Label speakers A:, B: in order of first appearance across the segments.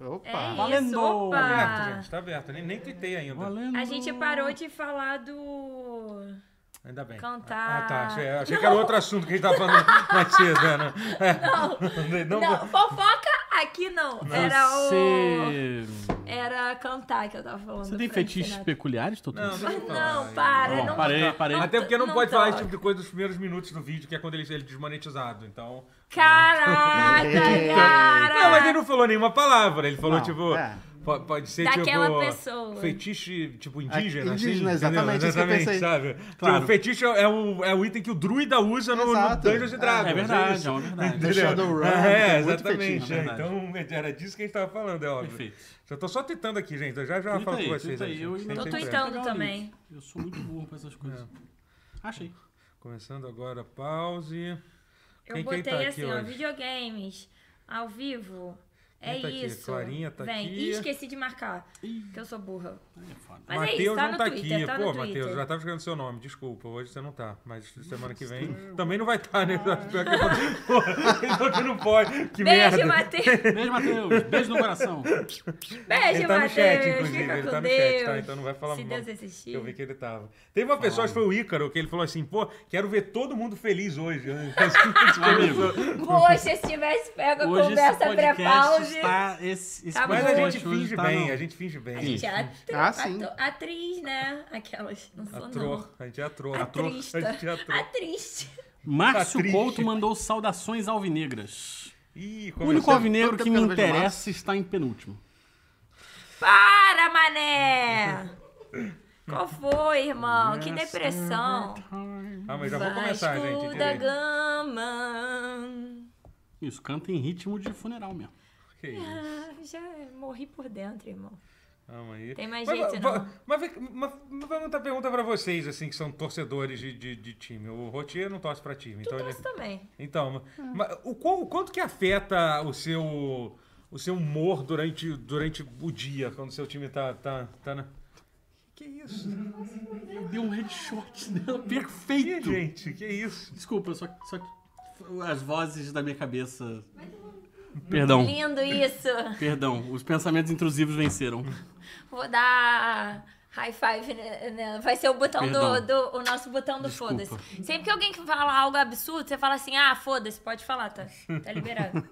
A: É
B: Opa!
A: isso,
C: Valendo!
A: opa!
C: Tá
B: aberto, gente, tá aberto. Nem, nem tuitei ainda.
C: Valendo.
A: A gente parou de falar do...
B: Ainda bem.
A: Cantar.
B: Ah, tá. Achei, achei que era outro assunto que a gente tava falando mais cedo, Ana. É.
A: Não,
B: vou-
A: fofoca aqui não. Era o...
C: Você...
A: Era cantar que eu tava falando.
C: Você
A: do
C: tem
A: Frank
C: fetiches
A: Sinatra.
C: peculiares, Totô?
B: Não, deixa eu falar.
A: Não, para.
C: Bom,
A: não...
C: parei, parei.
B: Até porque não,
A: Não
B: pode falar esse
A: toca.
B: tipo de coisa nos primeiros minutos do vídeo, que é quando ele, ele é desmonetizado. Então.
A: Caraca, cara!
B: Não, mas ele não falou nenhuma palavra. Ele falou,
D: Não,
B: tipo.
D: é.
B: po- Pode ser
A: Daquela
B: tipo.
A: pessoa.
B: Fetiche, tipo, indígena.
D: É,
B: assim,
D: indígena,
B: entendeu?
D: exatamente, isso que eu
B: Exatamente,
D: pensei.
B: sabe?
C: Claro.
B: Tipo, fetiche é o, é o item que o druida usa no, no
D: Exato.
B: Dungeons and Dragons.
C: É verdade, é
B: isso.
C: uma verdade.
D: Entendeu? Shadowrun,
B: É,
D: tem muito
B: exatamente.
D: fetiche,
C: na
A: né?
B: é.
C: verdade.
B: então, era disso que a gente tava falando, é óbvio.
C: Perfeito.
B: Já tô só tentando aqui, gente. Eu já já
C: Tuita
B: falo
C: aí,
B: com vocês.
C: tuita aí.
B: gente.
C: Eu
B: Sem
C: ainda
A: Tô
C: não
B: tempo, é.
A: tuitando.
C: pegar o
A: também.
C: link. Eu sou muito burro pra essas coisas. Achei.
B: Começando agora, pause.
A: Eu
B: Quem- quem
A: botei
B: tá aqui
A: assim, ó,
B: hoje?
A: videogames, ao vivo. É
B: Quem tá aqui?
A: isso.
B: Clarinha tá
A: Vem.
B: aqui.
A: Ih, esqueci de marcar,
C: Ih.
A: que eu sou burra.
C: Aí é foda.
A: Mas é isso,
B: Mateus
A: tá
B: não
A: no
B: tá
A: Twitter,
B: aqui.
A: tá
B: Pô,
A: no
B: Matheus,
A: Twitter.
B: já tava escrevendo seu nome, desculpa. Hoje você não tá, mas semana que vem também não vai estar, tá, né? Pior que eu- Pô, então que não pode. Que
A: Beijo,
B: merda.
A: Matheus!
C: Beijo, Matheus. Beijo no coração.
A: Beijo,
B: Ele tá no
A: Matheus!
B: chat, inclusive.
A: Fica
B: Ele
A: com
B: tá no
A: Deus.
B: chat, tá? Então não vai falar
A: Se
B: mal.
A: Deus existir.
B: Eu vi que ele tava. Teve uma pessoa, acho que foi o Ícaro, que ele falou assim, pô, quero ver todo mundo feliz hoje.
C: Meu amigo,
A: Poxa, se tivesse pego a
C: hoje esse
A: conversa
C: podcast
A: pré-pause.
C: está... Esse, esse
A: Tá
B: Mas a
C: podcast
B: gente
C: hoje
B: finge
C: tá
B: bem,
C: no-
B: a gente finge bem.
A: A gente é atri-
D: Ah, sim.
A: ato- atriz, né? Aquelas, não sou
B: Atrô,
A: não.
B: a gente é atrô.
A: Atriz.
B: A gente é atrô.
A: Atriz.
C: Márcio
B: Tá triste.
C: Couto mandou saudações alvinegras.
B: Ih,
C: O único
B: começou.
C: alvinegro
D: Quanto
C: que
D: tempo que
C: me
D: eu não vejo
C: interessa está em penúltimo.
A: Para, mané! Qual foi, irmão? Que depressão.
B: Ah, mas já vou começar, gente.
A: Vasco da
B: entendeu?
A: Gama.
C: Isso, canta em ritmo de funeral mesmo.
B: Que isso.
A: Ah, já morri por dentro, irmão.
B: Calma aí.
A: Tem mais
B: mas,
A: gente, não?
B: va- va- Mas, vai- mas- mas vai muita pergunta pra vocês, assim, que são torcedores de, de, de time. O Rotier não torce pra time.
A: Tu
B: então, ele-
A: trouxe também.
B: então mas o, quão- o quanto que afeta o seu, o seu humor durante, durante o dia, quando o seu time tá, tá, tá na... Que isso?
C: Deu um headshot nela,
B: Que,
C: perfeito.
B: gente, que isso?
C: Desculpa, só, só que as vozes da minha cabeça. Perdão,
A: Lindo isso.
C: perdão. Os pensamentos intrusivos venceram.
A: Vou dar high five. né, né? Vai ser o botão do,
C: Perdão.
A: do- O nosso botão do
C: Desculpa.
A: foda-se. Sempre que alguém que fala algo absurdo, você fala assim: ah, foda-se, pode falar, tá? Tá liberado.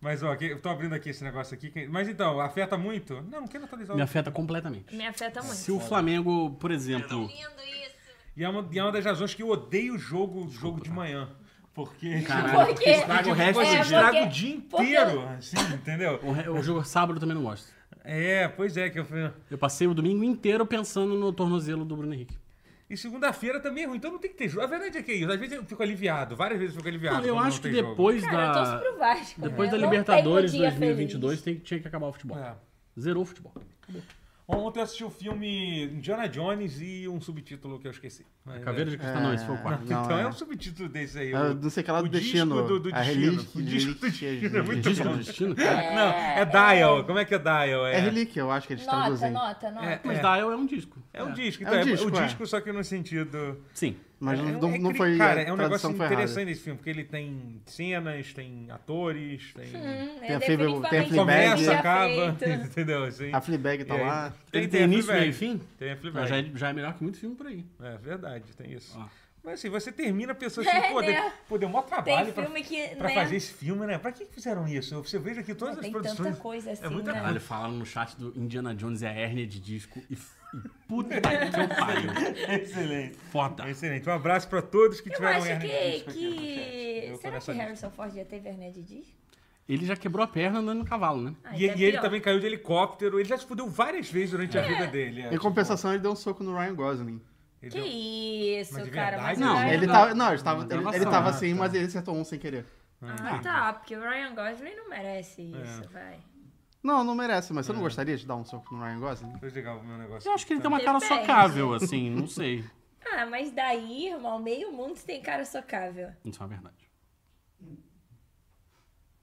B: Mas, ó, que, eu tô abrindo aqui esse negócio aqui. que- mas, então, afeta muito? Não, não quero atualizar.
C: Me afeta completamente.
A: Me afeta muito.
C: Se o Flamengo, por exemplo.
A: Lindo isso.
B: E é, uma, e é uma das razões que eu odeio o jogo, jogo de manhã. Porque...
C: Caralho,
A: Porque-
C: estraga o resto
B: Você
A: É,
C: do dia.
B: estraga
A: porque-
B: o dia
A: porque-
B: inteiro, assim, entendeu?
C: O, re- o jogo sábado eu também não gosto.
B: É, pois é, que eu falei.
C: Eu passei o domingo inteiro pensando no tornozelo do Bruno Henrique.
B: E segunda-feira também é ruim, então não tem que ter jogo. A verdade é que é isso. Às vezes eu fico aliviado, várias vezes eu fico aliviado.
C: Não, eu
B: quando
C: acho que
B: tem jogo.
C: depois
A: Cara, eu torço
C: da.
A: pro Vasco.
C: Depois
A: né?
C: da
A: Não tem um
C: Libertadores
A: dia É.
C: 2022 tem, tinha que acabar o futebol.
B: É.
C: Zerou o futebol.
B: Ontem eu assisti o filme Indiana Jones e um subtítulo que eu esqueci. Mas,
C: Caveira
B: é.
C: de cristal, não, esse foi o quarto.
D: Não,
B: Então é.
D: é.
B: um subtítulo desse aí.
D: É,
B: o-
D: não sei o que lá do
B: o
D: destino,
B: Disco do, do
D: a
B: destino.
D: relíquia
B: o
D: de
B: disco do
D: relíquia de-
B: destino. É muito
C: Registro do
B: bom.
C: destino? cara.
B: Não, é Dial. Como é que é Dial?
D: É relíquia, eu acho que eles
A: Nota,
D: traduzem.
A: nota, nota.
B: É.
C: Mas Dial é um disco.
B: É um disco.
D: É um
B: Então, é,
D: disco,
B: o
D: é.
B: disco, só que no sentido.
C: Sim.
D: Mas
B: É,
D: não, não,
B: é
D: não
B: cri-
D: foi.
B: Cara,
D: a
B: é um negócio
D: tradução foi errada.
B: interessante desse filme, porque ele tem cenas, tem atores, tem.
A: Hum,
D: Tem
A: é
D: a Fleabag-
A: definitivamente
D: tem a Fleabag.
A: um
B: Começa,
A: dia
B: acaba,
A: feito.
B: entendeu? Assim.
D: A Fleabag tá
B: E aí?
D: lá.
B: Tem-
C: Ele
B: tem
C: tem
B: a
C: início,
B: Fleabag.
C: meio e fim?
B: Tem a Fleabag.
C: Mas já é, já é melhor que muito filme por aí.
B: É verdade, tem isso.
C: Ah.
B: Mas assim, você termina pensando assim,
A: É,
B: pô, deu,
A: né?
B: pô, deu maior trabalho
A: Tem
B: pra,
A: filme que,
B: pra
A: né?
B: fazer esse filme, né? Pra que que fizeram isso? Você veja que todas
A: Não,
B: as
A: tem
B: produções... É
A: tanta coisa assim,
B: muita
A: né?
C: Caralho, falaram no chat do Indiana Jones é a hérnia de disco e, f- e puta que pariu.
B: Excelente.
C: Foda.
B: Excelente. Um abraço pra todos que
A: Eu
B: tiveram
A: acho
B: hernia de
A: que...
B: disco aqui no chat.
A: que...
B: Eu tô
A: Será que
B: nessa lista.
A: Harrison Ford já teve hernia de disco?
C: Ele já quebrou a perna andando no cavalo, né?
A: Ah,
B: E,
A: então é
B: e ele
A: pior.
B: também caiu de helicóptero. Ele já se fudeu várias vezes durante a vida dele. é,
D: Em
B: tipo,
D: compensação, ele deu um soco no Ryan Gosling.
B: ele
A: Que
B: deu- um-
A: isso,
B: Mas de
A: cara. mas
B: verdade,
A: o
C: não,
A: Ryan
D: Ele
A: Gosling-
C: não.
D: tava. Não, ele tava,
C: Não,
D: ele,
C: gravação,
D: ele tava
C: né?
D: assim, mas ele acertou um sem querer.
A: Ah, tá. Porque o Ryan Gosling não merece
C: É.
A: isso, vai.
D: Não, não merece, mas você
B: É.
D: não gostaria de dar um soco no Ryan Gosling?
B: Deixa eu ligar o meu negócio.
C: Eu
B: aqui.
C: acho que ele tem uma cara
A: Depende.
C: socável, assim, não sei.
A: Ah, mas daí, irmão, meio mundo tem cara socável.
C: Isso é uma verdade.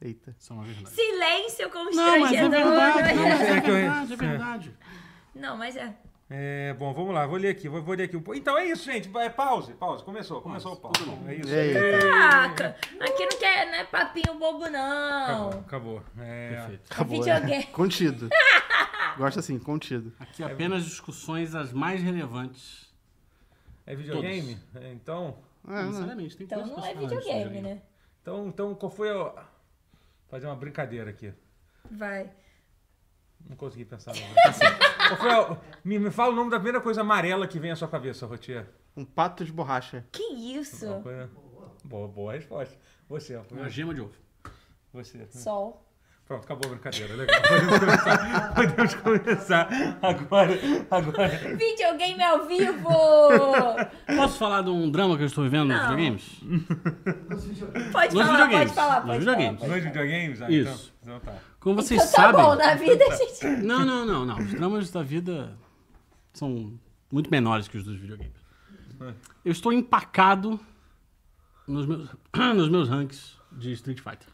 D: Eita.
C: Isso é uma verdade.
A: Silêncio
C: Não, mas é
A: constrangedor.
C: verdade. Não, mas é
B: É que eu-
C: verdade, é verdade.
A: Não, mas é.
B: É, bom, vamos lá, vou ler aqui, vou, vou ler aqui um pouco. Então é isso, gente. É, pause, pause. Começou, começou o pause. É isso.
D: Eita.
A: Caraca, aqui não, quer, não é papinho bobo,
C: Tá
A: não.
B: Acabou, acabou. É,
C: Perfeito.
A: É videogame.
D: Contido. Gosta assim, contido.
C: Aqui apenas discussões as mais relevantes.
B: é videogame? É, então,
D: É,
C: Não
D: né?
C: necessariamente, tem
A: Então
C: coisas
A: não é
C: que são relevantes,
A: videogame, né?
B: então, então qual foi a... Fazer uma brincadeira aqui.
A: Vai. não
B: Não consegui pensar. Não. qual foi a... me, me fala o nome da primeira coisa amarela que vem à sua cabeça, Rotier.
D: Um pato de borracha.
A: Que isso?
B: Uma coisa- Boa, boa resposta. Você, ó,
C: É Uma gema de ovo.
B: você.
A: Sol.
B: Pronto, acabou a brincadeira, legal. Podemos começar, podemos começar agora. agora.
A: Videogame ao vivo!
C: Posso falar de um drama que eu estou vivendo nos
A: Não.
C: videogames?
A: Pode
C: Nos
A: falar,
C: videogames,
A: pode falar,
C: nos
A: pode
C: videogames.
A: falar.
B: Dois videogames? Ah,
C: Isso.
B: Então, então tá.
C: Como vocês
A: Então tá
C: sabem.
A: bom, na vida a gente...
C: Não, não, não, não. Os dramas da vida são muito menores que os dos videogames.
B: tá.
C: Eu estou empacado nos meus, nos meus ranks de Street Fighter.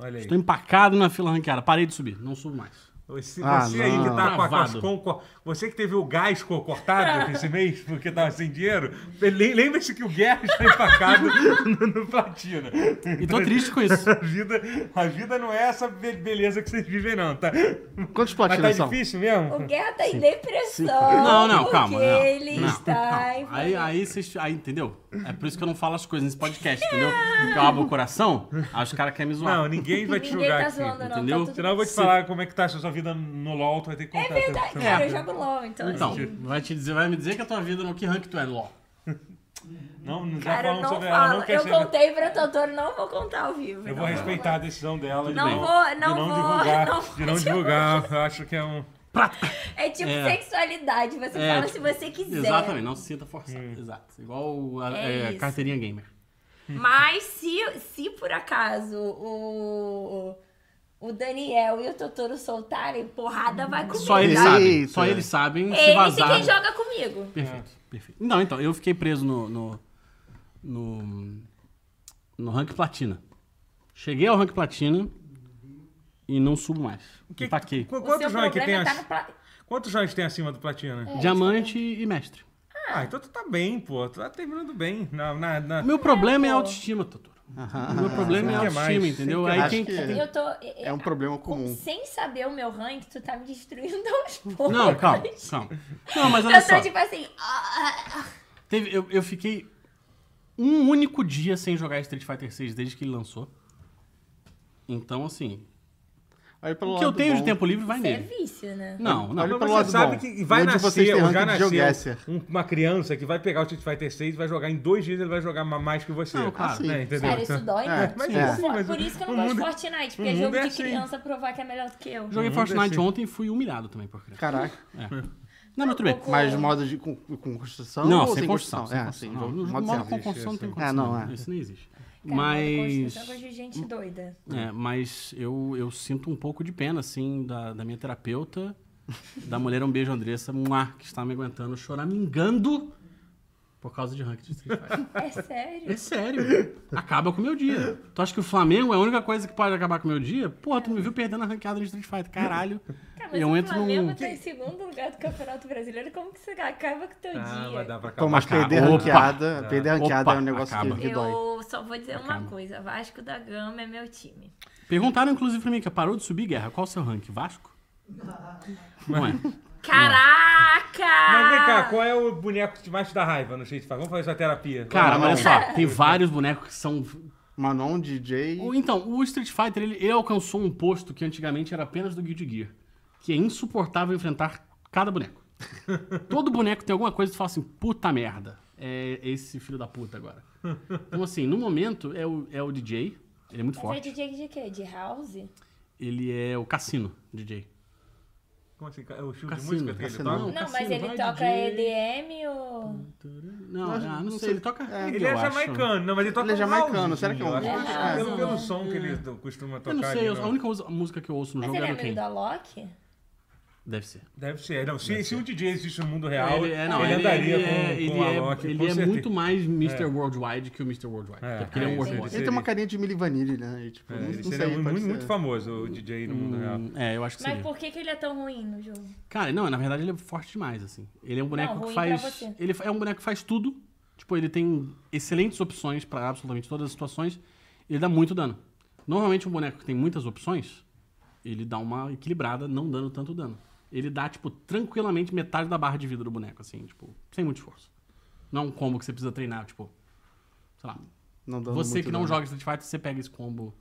B: Olha aí.
C: Estou empacado na fila ranqueada. Parei de subir, não subo mais.
B: Você,
D: Ah,
B: você aí que tá com a- com as
C: Travado.
B: com- com- Você que teve o gás co- cortado esse mês, porque tava sem dinheiro, le- lembra-se que o Guerra está empacado no, no platina.
C: E tô triste com isso.
B: A vida, a vida não é essa be- beleza que vocês vivem, não, tá?
D: Quantos
B: Mas tá
D: platinas são?
B: difícil mesmo?
C: Hum.
A: O Guerra tá em depressão.
C: Não, não,
A: porque
C: calma. não,
A: ele
C: não,
A: está
C: não.
A: em-
C: Aí, aí vocês. Aí, entendeu? É por isso que eu não falo as coisas nesse podcast, entendeu? Porque eu abro o coração, aí os caras querem me zoar.
B: Não, ninguém vai te
A: Ninguém
B: julgar
A: tá
B: aqui.
A: zoando, não.
C: entendeu?
A: Tá
B: Senão
A: tudo...
B: eu vou te falar como é que tá a sua vida no LOL, tu vai ter que contar.
A: É verdade,
B: tá?
A: cara, eu jogo LOL, então,
C: Então,
A: assim...
C: vai, te dizer, vai me dizer que a tua vida não. Que rank tu é, LOL?
B: Não, não já
A: Cara, eu
B: falamos
A: não falo.
B: sobre ela, não quer
A: eu
B: ser.
A: contei pra Totoro, não vou contar ao vivo.
B: Eu
A: não
B: vou respeitar a decisão dela de
A: Não
B: não,
A: vou,
B: de
A: não
B: não
A: vou,
B: divulgar.
A: não
B: de não
A: vou.
B: divulgar. Eu acho que é um.
A: É tipo
C: É.
A: sexualidade, você
C: É,
A: fala
C: tipo,
A: se você quiser.
C: Exatamente, não se sinta forçado. Exato. Igual a,
A: É
C: é,
A: isso.
C: carteirinha gamer.
A: Mas se, se por acaso o, o Daniel e o Totoro soltarem, porrada vai comigo.
C: Só eles
D: Eita.
C: sabem. Só eles sabem se
A: Eles e
C: vazar.
A: quem joga comigo.
C: Perfeito, perfeito. Não, então, eu fiquei preso no. no. no, no rank platina. Cheguei ao rank platina e tá não subo mais.
B: que-
C: Empaquei.
B: qu-
A: O seu
B: Quantos ranks tem,
A: problema tá É.
B: ac-
A: no pla-
B: quantos ranks tem acima do platina?
C: Diamante e mestre.
B: Ah, então tu tá bem, pô. Tu tá terminando bem. Na, na, na-
C: O meu problema é a
A: pô.
C: autoestima, Totoro. O meu problema é a
B: Tem que mais,
C: autoestima,
B: tem
C: entendeu?
B: que
C: Aí
D: mais.
C: quem.
D: Acho que-
A: Eu tô.
D: É um problema comum.
A: Sem saber o meu rank, tu tá me destruindo aos poucos.
C: Não, calma, calma. Não, mas olha
A: Eu
C: só.
A: tô tipo assim. ah, ah,
C: Teve- eu, eu fiquei um único dia sem jogar Street Fighter 6 desde que ele lançou. Então, assim,
D: Aí, pelo
C: o que eu
D: lado
C: tenho de
D: bom-
C: tempo livre vai
A: isso é
C: nele.
A: vício, né?
C: Não, não.
D: Olha pelo
B: Mas você
D: lado
B: sabe
D: bom.
B: que vai
D: Onde vocês têm
B: nascer, ou já
D: ranking de
B: nasceu
D: geoguesser?
B: um- uma criança que vai pegar o Street Fighter 6 e vai jogar em dois dias ele vai jogar ma- mais que você.
C: Não, claro.
B: Né, entendeu?
A: Cara, isso dói, né?
D: É, mas
A: Tipo,
D: é.
A: for-
B: Mas
A: Por isso que eu não
B: o
A: gosto de
B: mundo-
A: Fortnite, porque
B: o
A: é jogo
B: mundo é
A: de
B: assim.
A: criança provar que é melhor do que eu.
C: Joguei
B: Hum,
C: Fortnite
B: deixa eu-
C: ontem e fui humilhado também por criança.
D: Caraca.
C: Não, mas tudo bem.
A: Pô.
D: Mas modo de com, com construção
C: Não,
D: ou
C: sem construção.
D: construção?
C: Sem
D: É, sim.
C: construção. Não,
D: Modo,
C: no
D: modo
C: modo
D: sem.
C: com construção não tem
D: É,
C: construção.
D: não, é.
C: Isso nem existe.
A: Cara,
C: Mas.
A: Construção é coisa de gente doida.
C: É, mas eu, eu sinto um pouco de pena, assim, da, da minha terapeuta, da mulher Um Beijo Andressa, muá, que está me aguentando choramingando por causa de ranking de Street Fighter.
A: É sério?
C: É sério. Acaba com o meu dia. Tu acha que o Flamengo é a única coisa que pode acabar com o meu dia? Porra, tu me viu perdendo a ranqueada de Street Fighter. Caralho.
A: Cara, mas
C: Eu
A: o
C: entro
A: Flamengo
C: num.
A: tá em segundo lugar do Campeonato Brasileiro. Como que você acaba com o teu
B: Ah,
A: dia?
B: mas dá pra
D: Pô,
B: acabar.
D: mas perder
C: Opa.
D: ranqueada, perder ranqueada
C: Opa,
D: é um negócio que-
C: acaba.
D: que dói.
A: Eu só vou dizer uma coisa: Vasco da Gama é meu time.
C: Perguntaram, inclusive, pra mim, que parou de subir guerra. Qual o seu rank? Vasco? Não é.
A: Caraca!
B: Mas vem
A: Ah.
B: cá, qual é o boneco que mais te dá raiva no Street Fighter? Vamos fazer essa terapia.
C: Cara,
D: Não,
C: olha
D: não.
C: só, tem vários bonecos que são.
D: Manon, DJ.
C: Ou Então, o Street Fighter ele, ele alcançou um posto que antigamente era apenas do Guild Gear, que é insuportável enfrentar cada boneco. Todo boneco tem alguma coisa que tu fala assim, puta merda, é esse filho da puta agora. Então, assim, no momento é o, é o DJ, ele é muito
A: Mas é
C: forte.
A: DJ de quê? De house?
C: Ele é o Cassino DJ.
B: Como assim? É o estilo
C: Cassino,
B: de música tá? que ele
D: cassino.
B: toca?
C: O
A: Não, mas
C: Cassino
A: ele
C: vai,
A: toca
C: DJ.
A: EDM ou.
C: Não, ah, não, sei, ele toca. reggae,
B: Ele
C: eu
B: é
C: acho.
B: jamaicano, não, mas ele toca
D: Ele é
B: house,
D: jamaicano, será que é um-
B: eu acho que
A: É,
B: pelo,
A: não,
B: pelo
A: não.
B: som que ele costuma tocar.
C: Eu não sei,
B: ali,
C: eu-
B: não.
C: a única usa- música que eu ouço no
A: Mas é
C: jogo
A: ele
C: é
A: é
C: do
A: amigo
C: Ken.
A: da Loki?
C: Deve ser.
B: Deve ser. Não, se, se o DJ existe no mundo real, ele,
C: ele, é, não, ele,
B: andaria
C: ele é,
B: com,
C: ele
B: com o
C: é-
B: Alok.
C: ele
B: com
C: é
B: certeza.
C: muito mais Mr. Worldwide que o Mr. Worldwide.
B: É,
C: até porque ele
A: é,
C: é um
A: entendi.
C: worldwide.
D: Ele tem uma carinha de Milli Vanilli, né? E, tipo,
B: É,
D: não,
B: ele
D: não
B: seria
D: sei, pode
B: muito,
D: ser.
B: muito famoso, o DJ no mundo real. Então,
C: Hum, É, eu acho que
A: Mas
C: seria.
A: por que, que ele é tão ruim no jogo?
C: Cara, não, na verdade ele é forte demais, assim. Ele é um boneco
A: Não,
C: que
A: ruim pra
C: faz.
A: você.
C: Ele fa- é um boneco que faz tudo. Tipo, ele tem excelentes opções pra absolutamente todas as situações. Ele dá muito dano. Normalmente um boneco que tem muitas opções, ele dá uma equilibrada, não dando tanto dano. Ele dá, tipo, tranquilamente metade da barra de vida do boneco, assim, tipo, sem muito esforço. Não é um combo que você precisa treinar, tipo. Sei lá.
D: Não dando
C: Você
D: muito
C: que não
D: dano.
C: joga Street Fighter, você pega esse combo.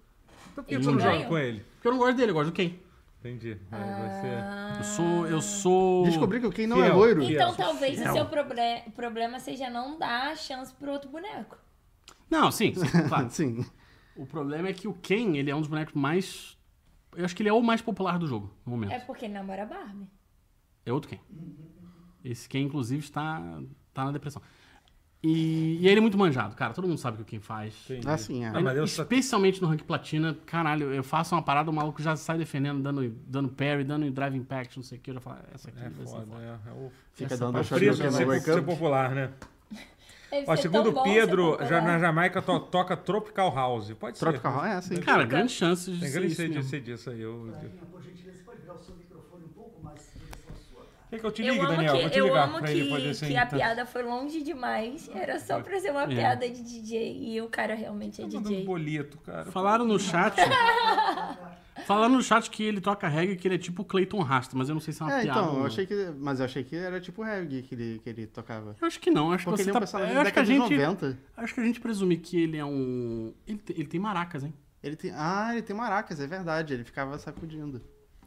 B: Então por que
C: Ele
B: você não
A: ganha?
B: joga com ele?
C: Porque eu não gosto dele, eu gosto do Ken.
B: Entendi. É, Vai- vai ser-
C: Eu sou. Eu sou.
D: Descobri que o Ken não é
B: Fiel.
D: loiro.
A: Então
B: Fiel.
A: talvez
C: Fiel.
A: o seu proble- problema seja não dar chance pro outro boneco.
C: Não, sim, sim, claro.
D: Sim.
C: O problema é que o Ken, ele é um dos bonecos mais. Eu acho que ele é o mais popular do jogo, no momento.
A: É
C: É,
A: porque ele namora a Barbie.
C: outro Ken. Esse Ken, inclusive, está, está na depressão. E, e ele é muito manjado, cara. Todo mundo sabe o que o Ken faz.
B: Entendi.
D: Assim, é.
B: Ah, mas eu só-
C: Especialmente no rank platina, caralho, eu faço uma parada, o maluco já sai defendendo, dando, dando parry, dando drive impact, não sei o que. Eu já falo, essa aqui
B: É
C: vai ser
B: foda,
C: foda.
B: é, é o
D: Fica
C: Essa
D: dando
C: parte-
D: a
B: é o
D: chorinha
B: preço
D: que
B: de
D: não
B: ser,
D: vai
B: ser
D: campo.
B: popular, né?
A: Deve
B: Ó,
A: ser
B: segundo
A: tão bom
B: Pedro,
A: ser
B: já na
A: popular.
B: Jamaica to- toca Tropical House. Pode ser.
D: Tropical, é, sim.
C: Cara, grandes chances de
B: Tem
C: ser
B: grande
C: isso
B: sede de
C: mesmo.
B: ser disso aí. eu- eu-
E: Rainha, por gentileza, você pode virar o seu microfone um pouco mais em direção à sua, tá?
B: Quer que eu te
A: Eu
B: ligue,
A: amo
B: Daniel?
A: que,
B: Vou te
A: eu
B: ligar
A: amo
B: pra
A: que,
B: ele fazer assim.
A: que a
B: tá?
A: piada foi longe demais. Era só pra ser uma
C: É.
A: piada de DJ e o cara realmente é
B: Tá mandando
A: DJ.
B: boleto, cara.
C: Falaram no chat. falaram no chat que ele toca reggae, que ele é tipo o Clayton Rasta, mas eu não sei se é uma
D: É,
C: piada. ou
D: então,
C: não.
D: eu achei que. Mas eu achei que era tipo reggae que ele, que ele tocava.
C: Eu acho que não, acho
D: Porque
C: que
D: ele
C: você
D: é um
C: tá...
D: personagem
C: eu
D: da
C: acho que a
D: década de
C: gente,
D: 90.
C: acho que a gente presume que ele é um... Ele tem, ele tem maracas, hein?
D: Ele tem. Ah, ele tem maracas, é verdade. Ele ficava sacudindo.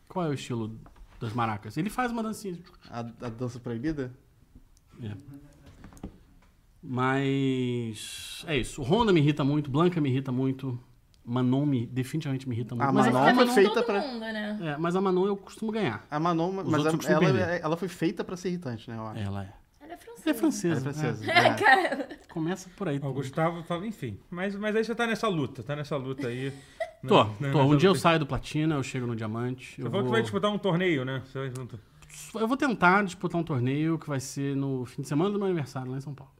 C: Qual é o estilo das maracas? Ele faz uma dancinha.
D: A, a dança proibida?
C: Mas... É isso. O Honda me irrita muito, Blanca me irrita muito, Manon me, definitivamente me irrita muito.
D: Ah,
C: mas,
A: Mas
D: Manon
C: a
A: também
D: foi
C: Manon,
D: feita
A: todo
D: pra-
A: mundo, né?
C: é, mas a Manon eu costumo ganhar.
D: A Manon, mas
C: outros
D: a-
C: costumam
D: ela,
C: perder.
D: ela foi feita pra ser irritante, né? Eu acho.
C: Ela é.
A: Ela é
C: Ela é
A: francesa.
D: Ela é
C: francesa.
D: francesa.
A: É,
D: é.
A: cara.
C: é. Começa por aí.
B: Ó, o Gustavo, fala- enfim. Mas, mas aí você tá nessa luta, tá nessa luta aí. né?
C: Tô,
B: Né?
C: tô.
B: Nessa
C: Um dia eu
B: luta.
C: saio do platina, eu chego no diamante.
B: Você
C: Eu
B: falou
C: vou...
B: que vai disputar um torneio, né? Você vai junto.
C: Eu vou tentar disputar um torneio que vai ser no fim de semana do meu aniversário lá em São Paulo.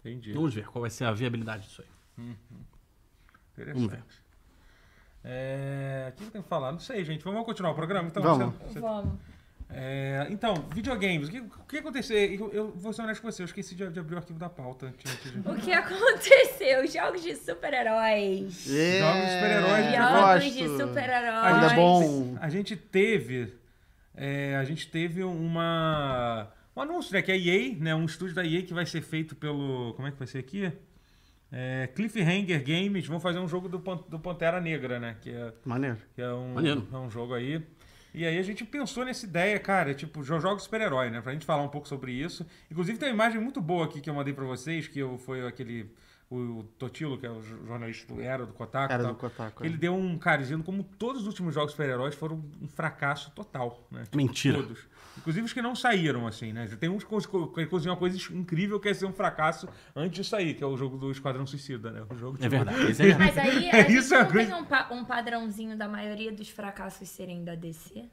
B: Entendi.
C: Vamos ver qual vai ser a viabilidade disso aí. vamos ver.
B: Interessante. É, o que eu tenho que falar? Não sei, gente. Vamos continuar o programa? Então,
D: Vamos.
B: Você- você-
A: Vamos.
B: É, então, videogames. O que, o que aconteceu? Eu, eu vou ser honesto com você. Eu esqueci de, de abrir o arquivo da pauta. Tinha- tinha-
A: O que aconteceu? Jogos de super-heróis.
D: É,
B: Jogos de super-heróis, né? eu
A: Jogos de
D: gosto.
A: super-heróis.
D: Ainda
C: é
D: bom.
B: A gente teve. é, a gente teve uma. Um anúncio, né? Que é a EA, né? Um estúdio da EA que vai ser feito pelo. Como é que vai ser aqui? É, Cliffhanger Games vão fazer um jogo do, Pan- do Pantera Negra, né? Que é,
D: Maneiro.
B: que é um,
C: Maneiro.
B: é um jogo aí. E aí a gente pensou nessa ideia, cara, tipo, jo- jogos super-herói, né? Pra gente falar um pouco sobre isso. Inclusive tem uma imagem muito boa aqui que eu mandei pra vocês, que eu, foi aquele... O Totilo, que é o jo- jornalista do Era, do Kotaku. tá?
D: Era
B: tal.
D: do Kotaku, é.
B: Ele deu um cara dizendo como todos os últimos jogos super-heróis foram um fracasso total, né? Tipo,
C: Mentira.
B: Todos. Inclusive os que não saíram, assim, né? Tem uns que co- que cozinham uma coisa incrível que é ser um fracasso antes de sair, que é o jogo do Esquadrão Suicida, né? O jogo,
C: É
B: tipo,
C: verdade. esse é verdade.
A: Mas aí
B: É,
A: a gente
B: isso é
A: não tem
B: coisa-
A: um, pa- um padrãozinho da maioria dos fracassos serem da DC?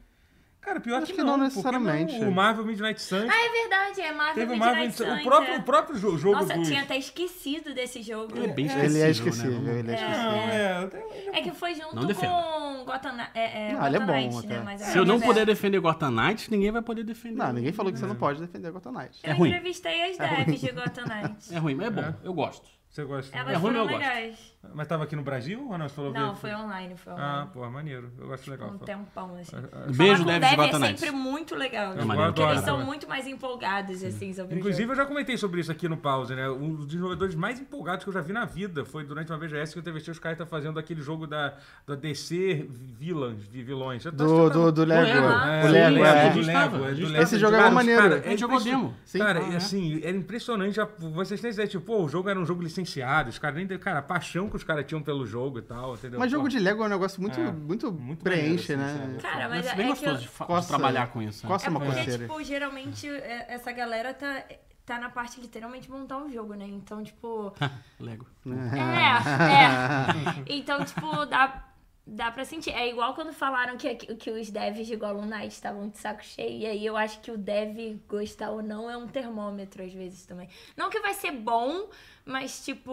B: Cara, pior
D: Acho
B: que,
D: que
B: não,
D: não
B: porque
D: necessariamente.
B: O Marvel Midnight Suns
A: Ah, é verdade, é Marvel
B: teve o Marvel
A: Midnight
B: Midnight Suns.
A: Suns,
B: O próprio,
A: é.
B: o próprio jo- jogo
A: Nossa,
B: do...
A: tinha até esquecido desse jogo.
C: Ele é bem
D: Ele é
C: esquecível,
D: esquecível.
C: né? Vamos-
D: Ele é esquecível.
B: Não, é, tem-
A: É que foi junto
C: Não defenda. Ah,
A: com Gotham, Kni- é, é,
D: Não, ele é
A: Gotham
D: bom
A: Knights, né?
D: até.
A: Mas
C: Se eu não é.
A: mas
C: puder defender Gotham Knights, ninguém vai poder defender.
D: Não, ninguém falou que
B: É.
D: você não pode defender Gotham Knight.
A: Eu
C: É ruim.
A: entrevistei as devs de Gotham Knights.
C: É ruim, mas é bom. Eu gosto.
B: Você gosta? né?
A: Elas
C: É ruim,
A: foram
C: mas eu gosto.
A: legais.
B: Mas tava aqui no Brasil ou não? Você falou
A: Não,
B: ver-
A: foi um- online, foi
B: Ah,
A: online.
B: pô, maneiro. Eu gosto legal.
A: um tempão, assim. Falar
C: Beijo,
A: com
C: Leves
A: dev
C: de Gotham
A: é
C: Knights.
A: sempre muito legal.
B: Eu
A: né?
C: maneiro,
A: Porque
B: adoro.
A: eles são muito mais empolgados, assim, sobre
B: Inclusive, eu já comentei sobre isso aqui no Pause, né? Um dos desenvolvedores mais empolgados que eu já vi na vida foi durante uma VGS que eu TVC, os caras tá fazendo aquele jogo da, da DC Villains, de vilões. Já tá-
D: Do,
B: já tá-
D: do, do Lego.
C: Lego.
B: É,
D: O Lego,
C: é. Sim,
B: do do Lego,
C: a
B: é
C: gente
B: do
C: tava.
B: Lego.
D: Esse jogo é
B: Cara,
D: mó maneiro.
B: cara,
C: A gente jogou
B: impression-
C: demo.
D: Sim.
B: cara,
C: Ah,
B: e
C: é.
B: assim, era impressionante. a- vocês têm ideia, tipo, pô, o jogo era um jogo licenciado, os caras nem. de- Cara, a paixão que os caras tinham pelo jogo e tal, entendeu?
D: Mas jogo
B: Pô,
D: de Lego é um negócio muito,
B: É,
D: muito,
B: muito
D: preenche,
B: maneiro, assim,
D: né?
B: sabe?
A: Cara, mas
C: Deve
A: é,
C: ser bem
A: é que eu-
C: gostoso de, fa- de trabalhar com isso. né?
D: Coça uma
A: É porque,
D: coceira.
A: tipo, geralmente é, essa galera tá, tá na parte literalmente montar um jogo, né? Então, tipo.
C: Lego.
D: Ah,
A: É, é. Então, tipo, dá. Dá pra sentir. É igual quando falaram que, que os devs de Gollum Knight estavam de saco cheio. E aí eu acho que o dev gostar ou não é um termômetro às vezes também. Não que vai ser bom, mas tipo.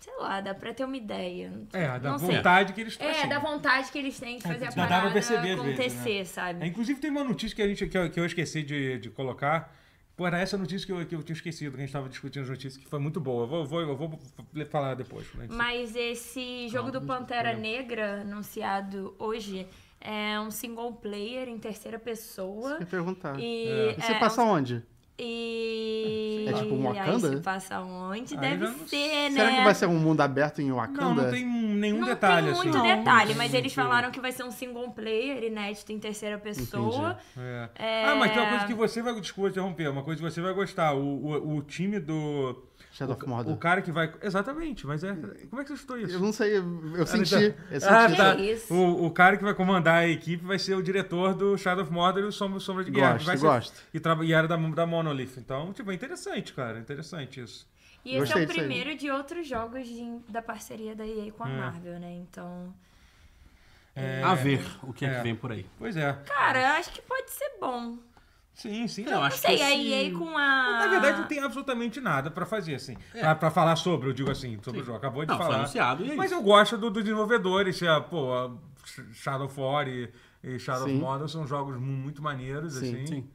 A: Sei lá, dá pra ter uma ideia.
B: É, da
A: Não sei.
B: vontade que eles
A: É,
B: assim, É,
A: da vontade que eles têm de fazer
B: dá
A: a
B: pra
A: parada
B: perceber às vezes,
A: acontecer,
B: né?
A: sabe?
B: É, inclusive tem uma notícia que, a gente, que, eu, que eu esqueci de, de colocar. Pô, era essa notícia que eu, que eu tinha esquecido, que a gente tava discutindo as notícias, que foi muito boa. Eu vou, vou, eu vou falar depois. né?
A: Mas esse jogo do Pantera Negra, anunciado hoje, é um single player em terceira pessoa.
D: Quer perguntar. E,
A: E,
D: você
A: é,
D: passa onde?
A: E.
D: É tipo um
A: Aí
D: Wakanda?
A: se passa onde?
B: Aí
A: Deve
B: já não-
A: ser, né?
D: Será que vai ser um mundo aberto em Wakanda?
B: Não, não tem nenhum
A: Não
B: detalhe
A: tem muito
B: assim.
A: detalhe, mas
B: Não,
A: eles
B: não.
A: falaram que vai ser um single player inédito em terceira pessoa.
B: É.
A: É.
B: Ah, mas tem uma coisa que você vai. Desculpa interromper, uma coisa que você vai gostar. O, o, o time do.
D: Shadow of
B: O
D: Mordor.
B: cara que vai. Exatamente, mas é. Como é que você estou isso?
D: Eu não sei, eu senti. Eu senti.
B: Ah,
A: Que
B: tá.
A: isso?
B: O, o cara que vai comandar a equipe vai ser o diretor do Shadow of Mordor e o Sombra, Sombra de Guerra.
D: Gosto,
B: vai ser-
D: gosto.
B: E, traba- e era da, da Monolith. Então, tipo, é interessante, cara. Interessante isso.
A: E esse
D: Gostei
A: é o
D: disso aí.
A: primeiro de outros jogos de- da parceria da EA com a Marvel, né? Então.
C: A ver o que é,
B: É.
C: que vem por aí.
B: Pois é.
A: Cara, eu acho que pode ser bom.
B: Sim, sim.
C: Não,
A: Não
C: acho
A: sei,
C: que
A: a
C: esse-
A: EA com a.
B: Na verdade, não tem absolutamente nada pra fazer, assim. Pra, pra falar sobre, eu digo assim, sobre o jogo. Acabou de
C: É. Não, foi
B: falar.
C: anunciado e é
B: Mas
C: isso.
B: eu gosto dos do desenvolvedores, se a, pô, a Shadow of War e, e Shadow
D: Sim.
B: of Mordor são jogos mu- muito maneiros,
D: Sim,
B: assim.
C: sim.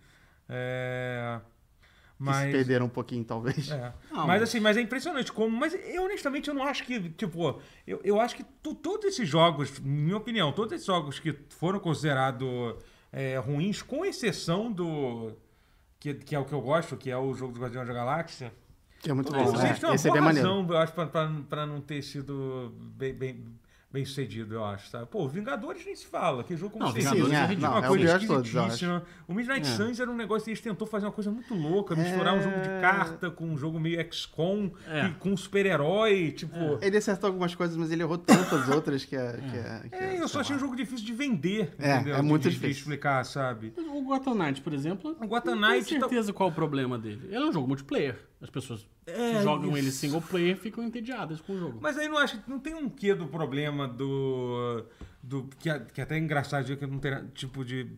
B: É...
D: Que se
B: Mas...
D: perderam um pouquinho, talvez.
B: É.
C: Não,
B: mas
C: mas-
B: assim, mas é impressionante como. Mas eu honestamente eu não acho que, tipo, eu, eu acho que tu- todos esses jogos, minha opinião, todos esses jogos que foram considerados é, ruins, com exceção do. Que, que é o que eu gosto, que é o jogo do Guardiões da Galáxia.
D: Que é muito
B: Todos
D: bom.
B: eles têm
D: É.
B: uma
D: Esse é
B: boa
D: bem maneiro.
B: razão, eu acho, pra, pra, pra não ter sido bem, bem, bem sucedido, eu acho, sabe? Pô, Vingadores nem se fala, que jogo como
C: Não,
B: esse.
C: Vingadores
D: Sim,
C: é
D: é.
C: ridículo.
D: Não,
B: uma
D: é o
B: coisa
D: pior de todos, eu acho. É.
B: esquisitíssima. O Midnight Suns era um negócio que eles tentou fazer uma coisa muito louca, misturar um jogo de
D: É.
B: carta com um jogo meio XCOM,
C: É.
B: e com um super-herói, tipo... É.
D: Ele acertou algumas coisas, mas ele errou tantas outras que é. Que é, que é,
B: eu só
D: sei
B: achei um
D: lá.
B: jogo difícil de vender,
D: É,
B: entendeu?
D: é muito
B: de, De
D: difícil.
B: explicar, sabe?
C: O Gotham Knight, por exemplo,
B: O Gotham
C: não
B: Knight tá-
C: tenho certeza qual é o problema dele. Ele é um jogo multiplayer. As pessoas que jogam ele single player ficam entediadas com o jogo.
B: Mas aí não acho que não tem um quê do problema do. do que, é- que é até engraçado de que não tem tipo de.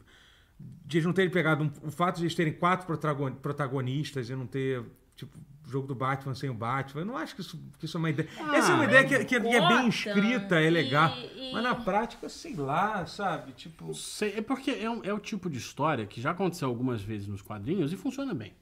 B: De eles não terem pegado. um- o fato de eles terem quatro protagon- protagonistas e não ter, tipo, jogo do Batman sem o Batman. Eu não acho que isso, que isso é uma ideia. Essa é uma
C: Ah,
B: ideia que, que é- que é bem
A: Gotham
B: escrita, é
A: e-
B: legal.
A: e-
B: Mas na prática, sei lá, sabe? Tipo.
C: Não sei, é porque é, um- é o tipo de história que já aconteceu algumas vezes nos quadrinhos e funciona bem.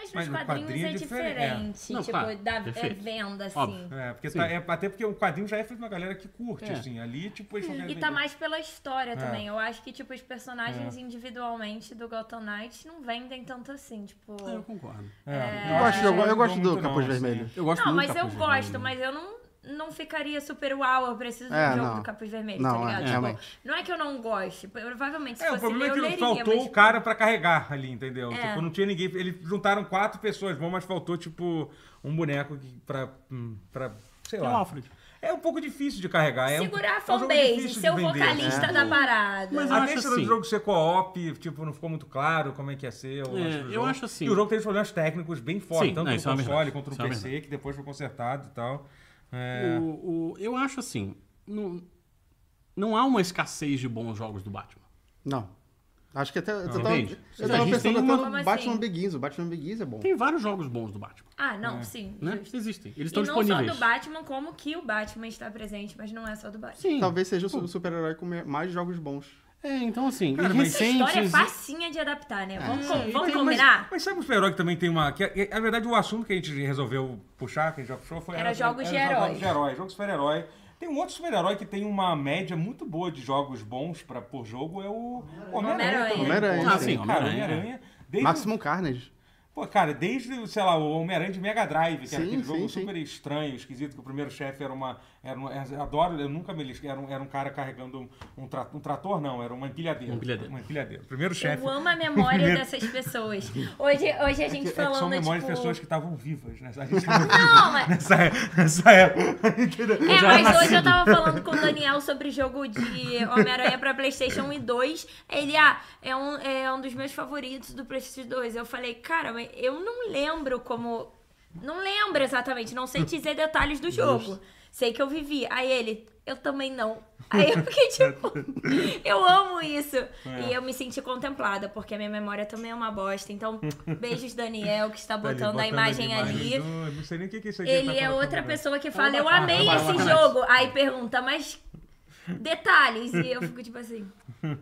A: Mas nos
B: Mas no
A: quadrinhos
B: quadrinho é
A: é
B: diferente,
A: diferente.
C: Não,
A: tipo,
C: claro,
A: dá, é
C: perfeito.
A: venda, assim.
C: Óbvio.
B: É, porque
C: Sim.
B: tá- é, até porque o quadrinho já é feito uma galera que curte,
C: É.
B: assim. Ali, tipo, eles não
A: E
B: querem
A: tá
B: vender.
A: mais pela
B: É.
A: história também. Eu acho que, tipo, os personagens individualmente do Gotham Knights não vendem tanto assim, tipo...
C: É, eu concordo.
B: É,
D: Eu gosto,
B: acho que
D: eu, go- eu
B: não
D: gosto
B: muito
D: do
B: não,
D: Capuz
B: assim.
D: Vermelho.
C: Eu gosto
A: Não,
C: muito
A: mas
C: da né?
A: eu
C: Capuz
A: gosto,
C: Vermelho.
A: mas eu não, não ficaria super uau, eu preciso
D: É,
A: do jogo
D: não.
A: do Capuz Vermelho,
D: Não,
A: tá
D: é,
A: ligado? Tipo,
D: realmente.
A: não é que eu não goste, provavelmente se
B: É, o
A: fosse
B: problema
A: ler,
B: é que
A: eu
B: não
A: leria,
B: faltou
A: mas,
B: o
A: tipo,
B: cara pra carregar ali, entendeu?
A: É.
B: Tipo, não tinha ninguém. Eles juntaram quatro pessoas, bom, mas faltou, tipo, um boneco que, pra, hum, pra. Sei
C: É o
B: lá.
C: Alfred.
B: É um pouco difícil de carregar. é um-
A: Segurar a
B: é um jogo
A: fanbase,
B: difícil
A: ser o
B: de vender,
A: vocalista
B: né?
A: da parada.
C: Mas eu
B: Até
C: acho
B: esse
C: assim.
B: jogo ser co-op, tipo, não ficou muito claro como é que ia ser. Eu,
C: É,
B: acho, do
C: eu
B: jogo.
C: acho assim.
B: E o jogo teve problemas técnicos bem fortes,
C: Sim,
B: tanto
C: não,
B: no
C: isso é uma
B: console
C: verdade,
B: quanto no
C: isso é uma
B: PC, que depois foi consertado e tal. É,
C: O- o- eu acho assim, não, não há uma escassez de bons jogos do Batman.
D: Não. Acho que até. Eu tava,
C: Entende?
D: eu
C: A
D: tava
C: gente tem
D: pensando
C: uma-
D: até
A: Como
D: no
A: assim?
D: Batman Begins. O Batman Begins é bom.
C: Tem vários jogos bons do Batman,
A: Ah,
B: É.
A: não, sim.
C: né?
A: justo.
C: Existem. Eles
A: E
C: estão
A: não
C: disponíveis.
A: só do Batman, como que o Batman está presente, mas não é só do Batman.
C: Sim.
D: Talvez seja o su- super-herói com me- mais jogos bons.
C: É, então assim,
B: Cara,
C: e
B: mas-
A: Essa história é
C: recentes-
A: facinha de adaptar,
B: É,
A: né? Vamos, com-
C: e
A: vamos
C: tem- mas-
A: combinar?
B: Mas sabe o super-herói que também tem uma. Que, é- é- na verdade, o assunto que a gente resolveu puxar, que a gente já puxou, foi.
A: Era jogos de
B: era
A: herói.
B: Jogos de herói, jogo de super-herói. Tem um outro super-herói que tem uma média muito boa de jogos bons pra, por jogo, é o Homem-Aranha. também.
D: Homem-Aranha,
B: Pô,
D: Ah, sim,
B: Cara,
C: Homem-Aranha,
B: Homem-Aranha. Desde,
D: Maximum Carnage.
B: Pô, cara, desde, sei lá, o Homem-Aranha de Mega Drive, que era
D: Sim,
B: aquele
D: sim,
B: jogo
D: sim.
B: super estranho, esquisito, que o primeiro chefe era uma. Era um, eu adoro, eu nunca me lixo. Era um, era um cara carregando um, um, tra- um trator, não, era uma empilhadeira.
C: Uma empilhadeira.
B: Uma empilhadeira. Primeiro chefe.
A: Eu amo a memória dessas pessoas. Hoje, hoje a
B: É que,
A: gente
B: é que são
A: falando,
B: memórias
A: tipo...
B: de pessoas que estavam vivas, né? A gente tava
A: Não, mas...
B: nessa, é, nessa época. entendeu?
A: É, mas hoje eu tava falando com o Daniel sobre jogo de Homem-Aranha pra Playstation 1 e 2. Ele, ah, é um, é um dos meus favoritos do Playstation 2. Eu falei, cara, mas eu não lembro como... Não lembro exatamente, não sei dizer detalhes do jogo. Sei que eu vivi. Aí ele, eu também não. Aí eu fiquei tipo, eu amo isso. E eu me senti contemplada, porque a minha memória também é uma bosta. Então, beijos, Daniel, que está
B: Tá ali,
A: botando, a imagem ali.
B: do- Não sei nem o que que é isso aqui.
A: Ele
B: tá
A: é
B: colocando
A: outra
B: agora.
A: pessoa que fala, eu
C: bacana.
A: amei
C: Ah,
A: esse
C: bacana.
A: jogo. Aí pergunta, mas detalhes. E eu fico tipo assim.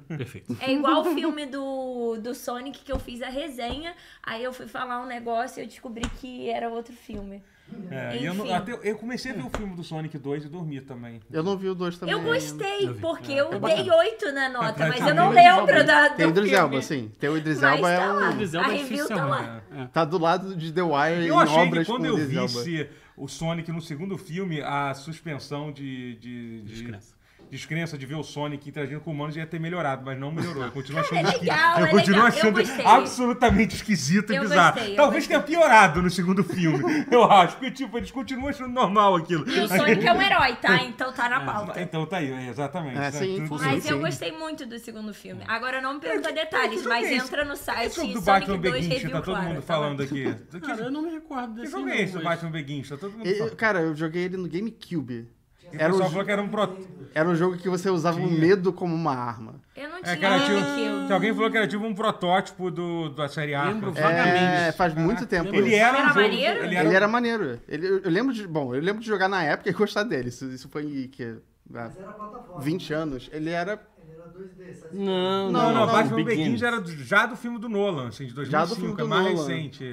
C: Perfeito.
A: É igual o filme do, do Sonic que eu fiz a resenha. Aí eu fui falar um negócio e eu descobri que era outro filme.
B: É, e eu, não-
A: Enfim.
B: até, eu comecei a ver o filme do Sonic 2 e dormi também.
D: Eu não vi o 2 também.
A: Eu gostei,
C: eu vi.
A: porque eu
C: É bacana.
A: dei oito na nota, mas eu
C: Tem
A: não
C: Idris Elba.
A: lembro da.
D: Tem o
A: Do
D: Idris
A: filme.
D: Elba, sim. Tem o Idris
A: Mas
D: Elba,
A: tá
D: é
A: lá.
D: um...
C: Idris Elba
A: A
C: é
A: review
C: difícil
A: tá lá.
D: Tá do lado de The Wire
B: Eu
D: em
B: achei que
D: obras
B: quando
D: com
B: eu
D: Idris
B: vi
D: Elba.
B: esse- o Sonic no segundo filme, a suspensão de, de, de-
C: Descrença.
B: descrença de ver o Sonic interagindo com humanos ia ter melhorado, mas não melhorou. Eu continuo achando,
A: legal,
B: esqui-
A: é
B: eu continuo
A: legal. Eu
B: achando
A: gostei.
B: absolutamente esquisito e
A: Eu
B: bizarro.
A: gostei, eu
B: Talvez tenha piorado no segundo filme, eu acho. Porque, tipo, eles continuam achando normal aquilo.
A: E o Sonic é um herói, tá? Então tá na pauta.
B: Então tá aí, é, exatamente.
D: É,
B: Tá,
D: sim,
B: tudo-
D: funciona.
A: Mas
D: Sim,
A: eu
D: sim.
A: gostei muito do segundo filme. Agora não me pergunta detalhes,
B: É. tudo
A: mas
B: bem.
A: entra no
B: Esse
A: site
B: é jogo do
A: Sonic
B: Batman
A: 2
B: Beguincha,
A: Review,
B: tá todo
A: claro.
B: mundo
A: tá lá.
B: falando aqui. Que,
C: Cara, eu não me recordo
B: que
C: desse
B: jogo
C: não,
B: é esse,
C: mas-
B: Batman Beguincha? Tá todo mundo
D: E-
B: falando.
D: Cara, eu joguei ele no GameCube.
B: E o
D: Era um,
B: pessoal
D: jo-
B: falou que era um pro-
D: era um jogo que você usava o
B: Tinha.
D: medo como uma arma.
A: Eu não tinha
B: É, cara, tipo,
A: aquilo.
B: que alguém falou que era tipo um protótipo do, da série A.
C: Lembro
D: É,
C: vagamente.
D: faz muito tempo
C: lembra?
B: Ele
D: isso.
B: era um
A: Era
B: jogo,
A: maneiro?
B: ele era, um-
D: Ele era maneiro. Ele, eu eu lembro de, bom, eu lembro de jogar na época e gostar dele. Isso, isso foi em que, há
E: Mas era plataforma. né?
D: 20 anos. Ele era
E: Ele era 2D, sabe?
C: Não,
B: Não, não,
D: não,
B: Batman
C: Begins.
B: Begins era do- já do filme do Nolan, assim, de
D: Já do
B: 2005,
D: filme
B: é
D: do
B: mais
D: Nolan.
B: recente.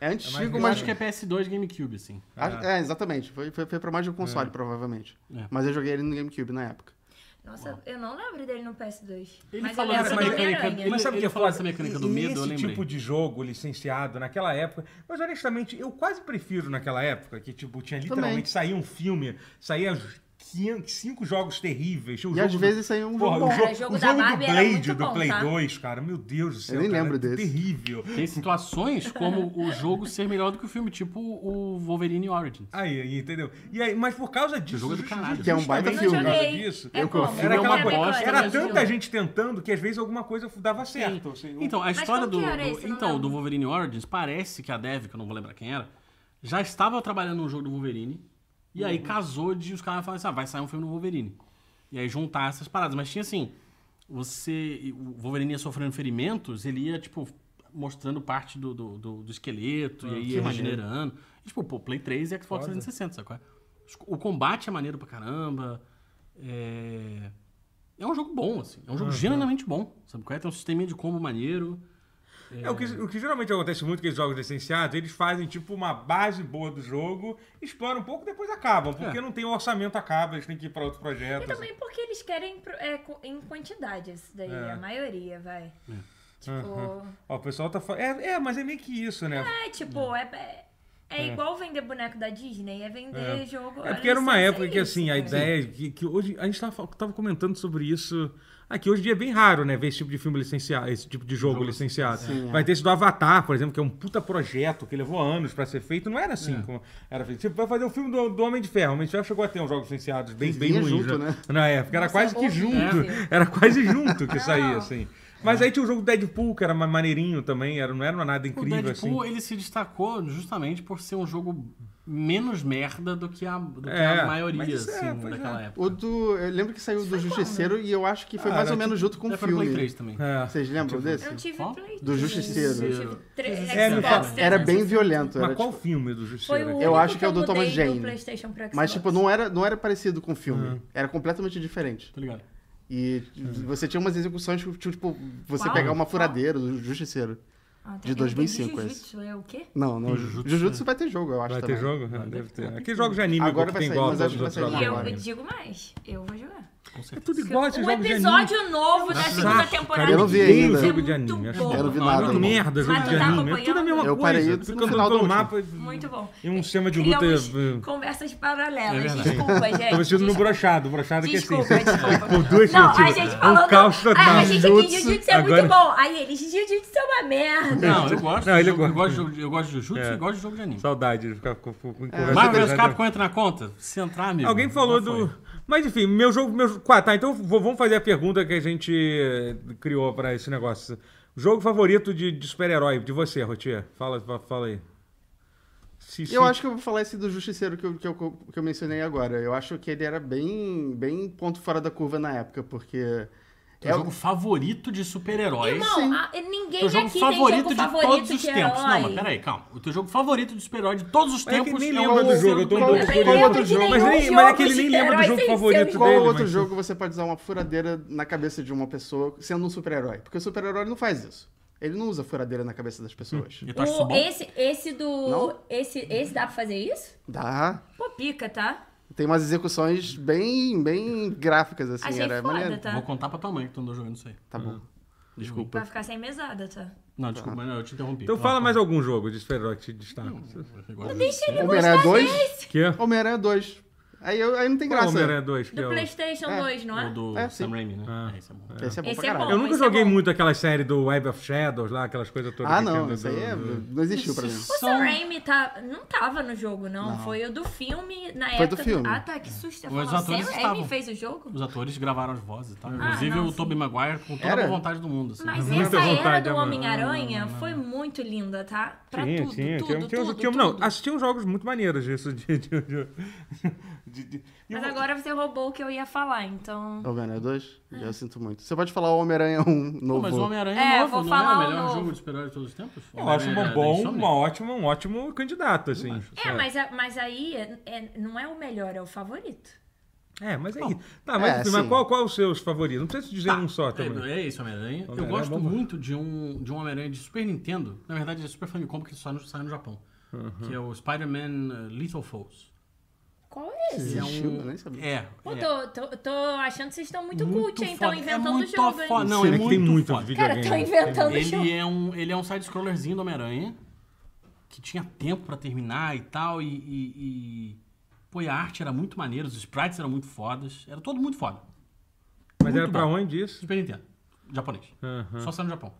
D: é antigo,
B: recente.
C: Eu
D: mas
C: acho que é PS2 GameCube, assim.
D: Acho-
B: Ah.
D: É, exatamente. Foi, foi, foi pra
B: É.
D: mais de um console, provavelmente.
C: É.
D: Mas eu joguei ele no GameCube na época.
A: Nossa, eu não lembro dele no PS2.
C: Ele
A: mas é eu
C: falou
A: lembro
C: dessa
A: do
C: é mecânica-
A: Homem-Aranha.
C: Ele-
B: Mas sabe o que é
C: ele falou
B: foda?
C: dessa mecânica
B: E-
C: do
B: e
C: medo, eu
B: Esse
C: lembrei.
B: tipo de jogo licenciado naquela época, mas honestamente, eu quase prefiro naquela época, que tipo, tinha literalmente, saía um filme, saía uns 500, cinco jogos terríveis. tinha o
D: E
B: jogo
D: às
B: do-
D: vezes saiu um
B: Porra,
D: jogo
B: o
D: bom.
A: Cara,
C: É,
B: jogo,
A: jogo
B: o
A: da
B: jogo do
A: Barbie era
B: Blade,
A: muito
B: do
A: bom,
B: Play
A: tá?
B: 2, cara, meu Deus do céu,
D: nem
B: cara,
D: lembro
B: é
D: desse.
B: terrível.
C: Tem situações como o jogo ser melhor do que o filme, tipo o Wolverine Origins.
B: Aí, aí, entendeu? E aí, mas por causa disso,
C: jogo é do
B: justi-
C: caralho.
D: Que é um baita
A: Eu não
B: justamente
D: filme.
B: por causa
A: joguei.
B: disso,
A: É
C: Eu
A: como?
C: confio,
B: Era,
C: é uma
B: aquela
A: Era
B: coisa,
C: bosta, é.
A: mecânica
B: era
A: do
B: tanta
A: jogo.
B: gente tentando que às vezes alguma coisa dava certo. assim, o-
C: Então, a
A: Mas
C: história
A: como
C: do.
A: que era esse? Não
C: Então,
A: lembro.
C: do Wolverine Origins, parece que a Dev, que eu não vou lembrar quem era, já estava trabalhando no jogo do Wolverine. E
A: Uhum.
C: aí casou de os caras falarem assim: ah, vai sair um filme do Wolverine. E aí juntar essas paradas. Mas tinha assim: você. O Wolverine ia sofrendo ferimentos, ele ia, tipo, mostrando parte do, do, do- do esqueleto,
A: Ah,
C: e aí ia regenerando. E, tipo, pô, Play 3 e Xbox 360, sabe qual é? O combate é maneiro pra caramba. É. É um jogo bom, assim. É
A: Ah,
C: um
A: tá.
C: jogo genuinamente bom. Sabe qual é? Tem um sistema de combo maneiro.
B: É, o, que, o que geralmente acontece muito com os jogos licenciados, eles fazem tipo uma base boa do jogo, exploram um pouco depois acabam, porque
C: É.
B: não tem o orçamento, acaba, eles têm que ir pra outro projeto.
A: E
B: assim.
A: também porque eles querem pro- é, co- em quantidades, daí
B: É.
A: a maioria vai. Tipo.
B: Ó, o pessoal tá falando. É, é, mas é meio que isso, né?
A: É, tipo, é, é, é igual vender boneco da Disney, é vender jogo.
B: É porque era uma
A: licença, é
B: época que,
A: isso,
B: assim, a
A: cara.
B: ideia que, que hoje. A gente tava, fal- tava comentando sobre isso. Aqui hoje em dia é bem raro, né? Ver esse tipo de filme licenciado, esse tipo de jogo, licenciado.
D: é.
B: Vai ter esse do Avatar, por exemplo, que é um puta projeto que levou anos pra ser feito. Não era assim
D: É.
B: como era feito. Tipo, vai fazer o filme do, do Homem de Ferro. O Homem de Ferro chegou a ter uns jogos licenciados bem, bem
D: Vinha
B: ruins.
D: junto, né?
B: Na época. Era
A: Nossa,
B: quase que
A: horrível.
B: junto.
A: É.
B: Era quase junto que saía, assim. Mas aí tinha o jogo Deadpool, que era ma- maneirinho também, era, não era nada
C: O
B: incrível, assim.
C: Deadpool, ele se destacou justamente por ser um jogo menos merda do que a, do que
B: É,
C: a maioria,
B: mas é,
C: assim,
B: pois
C: daquela
B: é.
C: época.
D: O do. Eu lembro que saiu do Justiceiro e eu acho que foi
B: Ah,
D: mais ou
B: era
D: menos junto com o
C: É, foi no Play
D: um filme.
C: 3 também.
B: É.
D: Vocês lembram desse?
A: Eu não tive
C: Qual?
A: Play
D: Do Justiceiro.
A: Eu tive três
B: É, me fala-
A: Xbox.
D: Era bem violento.
B: Mas
D: Era,
B: qual
D: tipo,
B: filme do
A: Foi
B: Justiceiro?
A: o
B: aqui?
D: Eu
A: único
D: acho que é o
A: eu
D: do Thomas
A: mudei
D: Jane.
A: Do PlayStation pra
D: mas,
A: Xbox.
D: tipo, não era, não era parecido com o filme.
B: Ah.
D: Era completamente diferente.
C: Tá ligado?
D: E você tinha umas execuções, tipo, tipo, você
A: Qual?
D: pegar uma
A: Qual?
D: furadeira do Justiceiro.
A: Ah, tá.
D: de
A: Eu entendi
D: 2005 esse.
A: Jujutsu, é o quê?
D: Não, não. Jujutsu,
C: Jujutsu,
D: vai ter jogo, eu acho.
B: né? Vai ter
D: também.
B: jogo? Ah, deve ter. Aqueles jogos de anime
D: Agora
B: que
D: vai
B: tem
D: sair,
B: igual a
D: mas
B: todos os
D: acho
B: outros
D: que vai
B: jogos
A: E
D: sair
B: de
A: eu
D: agora.
A: digo
B: anime.
A: mais, eu vou jogar.
C: Com
B: É
C: certeza.
B: tudo igual a esses
A: Um
B: jogos de anime.
A: episódio novo da
B: Nossa,
A: segunda
B: saco,
A: temporada. é
B: cara,
D: Eu não vi
B: odeio
D: ainda.
B: jogo de
A: Muito
B: anime. acho
A: bom.
D: Eu não vi
B: muito
D: nada.
B: Muito Ah, merda jogo
A: Mas
B: de
A: tu tá
B: anime. É tudo a mesma
A: acompanhando?
D: Eu
B: coisa.
D: parei
B: Fica
D: no
B: andando
D: final do
B: pelo
D: último.
B: mapa. e-
A: Muito bom. É,
B: E um sistema de luta...
A: Criamos
B: eh,
A: conversas
C: É
A: paralelas.
C: verdade.
A: desculpa, gente.
B: Tô vestido Tá no
A: Desculpa.
B: brochado. Brochado que é assim.
A: Desculpa, desculpa.
B: Por duas
A: Não, a
B: sentidos.
A: gente
B: É
A: falou.
B: Um caos
A: do...
B: total.
A: Ah, a gente aqui,
B: Jutsu,
A: Jujutsu é
B: agora-
A: muito bom. Aí eles, Jujutsu é uma merda.
C: Não, eu gosto.
B: Não,
C: de
B: ele
C: jogo- eu,
B: gosta.
C: gosto de jogo de- eu gosto de Jujutsu
B: É.
C: e gosto de jogo de anime.
B: Saudade de ficar com... com- com-
D: É.
C: Marvel vs
B: conversa-
C: Capcom entra na conta? Se entrar, amigo.
B: Alguém falou
C: já
B: do.
C: foi.
B: Mas enfim, meu jogo. Meu... Ah, tá, então vou- vamos fazer a pergunta que a gente eh, criou pra esse negócio. Jogo favorito de, de super-herói de você, Rotier? Fala, fa- fala aí. Se- se-
D: Eu acho que eu vou falar esse do Justiceiro que eu, que eu, que eu mencionei agora. Eu acho que ele era bem, bem ponto fora da curva na época, porque.
C: Teu
D: É
C: jogo favorito de super-heróis.
D: Sim.
A: Irmão, a- ninguém
B: Então,
C: Teu jogo
A: aqui
C: favorito
A: tem jogo
C: de
A: favorito
C: todos os
A: de
C: tempos.
A: herói.
C: Não, mas peraí, calma. O teu jogo favorito de super-herói de todos os
B: É que
C: tempos
B: nem
C: é o
B: lembra do
C: Justiceiro
B: jogo, eu
C: do
B: tô um
D: Qual-
B: pouco
D: qual
B: curioso.
D: outro jogo?
B: Mas, nem,
A: Nenhum
B: mas é que ele
A: jogo
B: nem
A: de
B: lembra do
A: herói
B: jogo
A: sem
B: favorito
A: ser um
D: Qual
B: dele.
D: outro
B: mas-
D: jogo você pode usar uma furadeira na cabeça de uma pessoa sendo um super-herói? Porque o super-herói não faz isso. Ele não usa furadeira na cabeça das
B: Hum,
D: pessoas.
B: tá
C: E tu acha
A: O-
C: isso bom?
A: esse, esse do.
D: Não?
A: Esse, esse dá pra fazer isso?
D: Dá.
A: Pô, pica, tá?
D: Tem umas execuções bem, bem gráficas, assim.
A: Achei
D: era
A: foda,
D: maneiro.
A: tá?
C: Vou contar pra tua mãe que tu andou jogando isso aí.
D: Tá bom.
C: Desculpa.
A: Vai ficar sem mesada, tá?
C: Não, desculpa, não, eu te interrompi.
B: Então fala mais algum jogo de super-herói que te destaca.
C: Deixa ele
D: Homem-Aranha 2?
B: Que é?
D: Homem-Aranha 2. Aí, eu- aí não tem
B: Qual
D: graça.
B: Homem-Aranha 2? que
A: Do
B: é o-
A: PlayStation
D: É.
A: 2, não é?
C: O do
D: É, sim.
C: Sam Raimi, né?
B: Ah.
C: É, isso é bom.
D: Esse é bom
A: Esse
D: pra
A: é
D: caralho.
B: Eu
A: Bom,
B: nunca
A: esse é
B: joguei
A: bom.
B: muito aquela série do Web of Shadows lá, aquelas coisas todas.
D: Ah,
B: que tinha
D: não.
B: do-
D: Isso aí é-
B: do-
D: não existiu pra mim.
A: O
C: um
A: Sam Raimi tá... não tava no jogo, não. Foi o do filme na
D: Foi do
A: época.
D: filme.
A: Ah, tá, que susto. Eu
C: Mas
A: falo,
C: os atores
A: Sam
C: estavam.
A: Raimi fez o jogo?
C: Os atores gravaram as vozes e tal.
A: Ah,
C: Inclusive
A: não,
C: o
A: sim.
C: Tobey Maguire com toda a
D: Era?
C: boa vontade do mundo. assim.
A: Mas essa
B: Muita
A: era
B: vontade,
C: é
A: do
B: mano.
A: Homem-Aranha foi muito linda, tá? Pra
B: Tinha,
A: tudo,
B: tinha,
A: tudo,
B: tinha- tinha-
A: tudo,
B: tinha-
A: tudo.
B: é um- Não, assistiam jogos muito maneiros disso. De, de- de- de- de- e
A: Mas
B: o-
A: agora você roubou o que eu ia falar, então...
D: Homem-Aranha 2? Eu sinto muito. Você pode falar o Homem-Aranha 1
C: Pô,
D: novo.
C: mas o Homem-Aranha
A: É,
C: é novo,
A: vou
C: não é
A: falar
C: o
A: o
C: melhor
A: novo.
C: jogo de super-herói de todos os tempos?
B: Eu acho uma
C: Homem-Aranha é da
B: bom,
C: Insomniac.
B: uma ótima, um ótimo candidato, assim.
A: É, mas, a- mas aí é- é- não é o melhor, é o favorito.
B: É, mas aí. Tá, mas,
D: É,
B: enfim, mas
D: sim.
B: qual, qual os seus favoritos? Não precisa dizer
A: Tá.
B: um só também.
C: É, é isso, Homem-Aranha. Eu
B: Homem-Aranha
C: gosto
B: é bom.
C: muito de um, de um Homem-Aranha de Super Nintendo. Na verdade, é Super Famicom, porque só no- sai no Japão. Que é o Spider-Man uh, Lethal Foes.
A: Qual é esse?
C: Ele é
D: Existiu?
C: um-
D: Eu nem sabia.
C: É.
A: Pô,
C: é
A: tô, tô, tô achando que vocês estão muito, cult, hein? Estão
C: foda. é
A: inventando o
C: muito
A: jogo, hein?
C: foda. Não, é,
B: É que
C: muito
B: tem muito
C: foda.
A: Cara,
B: videogame.
A: estão inventando o jogo.
C: Ele é um, ele é um side-scrollerzinho do Homem-Aranha, que tinha tempo pra terminar e tal, e, e, e- Pô, e a arte era muito maneira, os sprites eram muito fodas, era todo muito foda.
B: Mas era
C: Muito
B: pra
C: bom.
B: onde isso?
C: Super Nintendo, japonês.
B: Aham.
C: Só sai no Japão.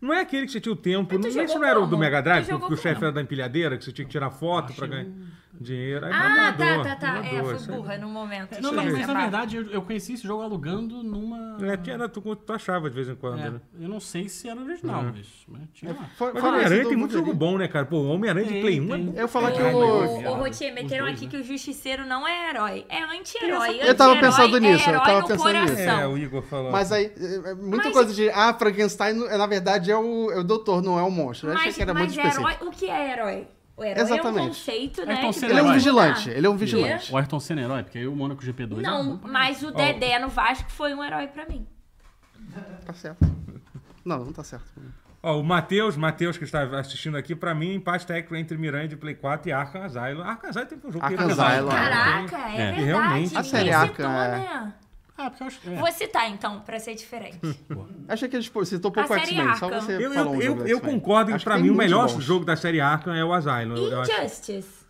B: Não é aquele que você tinha o tempo.
A: Mas tu
B: Não, isso
A: jogou
B: não era o do
A: como?
B: Mega Drive,
A: Tu
B: que,
A: jogou
B: que o chefe
A: como?
B: era da empilhadeira, que você tinha que tirar foto pra
C: Achei
B: ganhar dinheiro. Aí
A: Ah,
B: mudou,
A: tá, tá, tá. É,
B: mudou,
A: fui
B: isso aí.
A: burra no momento.
C: Não, não,
B: aí.
C: mas na
A: Tá.
C: verdade eu, eu conheci esse jogo alugando numa.
B: É, que era, tu, tu achava de vez em quando,
C: É,
B: né?
C: eu não sei se era original, mas, mas tinha lá.
D: Fora-
B: Mas o
D: fora esse
B: Homem-Aranha
D: do
B: tem muito jogo
D: Wolverine.
B: bom, né, cara? Pô, o Homem-Aranha de
C: Tem,
B: Play 1 é
C: tem.
D: Eu ia falar que
B: Caralho,
D: o.
A: Ô, ô, Rotier,
C: assim, Os
A: meteram
C: dois,
A: aqui
C: né?
A: que o justiceiro não é herói, é anti-herói.
D: Eu tava
A: Anti-herói
D: pensando
A: é
D: nisso, eu
A: herói
D: tava
A: no
D: pensando nisso.
A: coração.
B: É, o Igor falou.
D: Mas aí, é, é muita
A: Mas-
D: coisa de. Ah, Frankenstein, é, na verdade, é o, é o doutor, não é o monstro. Eu achei
A: Mas,
D: que era muito
A: mas
D: específico.
A: herói, o que é herói? O herói é um
D: Exatamente.
A: conceito, né?
C: Ayrton
A: que
C: Senna
D: Ele é um
A: pode
D: vigilante,
A: mudar.
D: ele é um vigilante.
C: O Ayrton Senna é herói, porque aí o Mônaco GP2 era
A: Não,
C: é bom pra
A: mas o Dedé no Vasco foi um herói pra mim. é?
D: Tá certo. Não, não tá certo.
B: Ó, o Matheus, Matheus que está assistindo aqui, pra mim, empate técnico entre Miranda e Play 4 e Arkham Asylum. Arkham Asylum tem um jogo
D: Arkham
B: que
D: Asylum.
A: Caraca, é,
C: É,
A: verdade.
B: realmente.
A: Realmente.
D: A série Arkham é-
A: né?
C: Ah, porque eu acho. é.
A: Vou citar então, pra ser diferente.
D: Achei que ele tipo, citou pouco
A: A série
D: X-Men, só
A: Arkham.
D: você
B: Eu,
D: falou
B: eu,
D: um jogo
B: eu,
D: do
B: eu
D: X-Men.
B: concordo
D: Acho
B: que pra
D: tem
B: mim o
D: muitos
B: melhor
D: bons.
B: jogo da série Arkham é o Asylum. Eu, eu acho.
A: Injustice.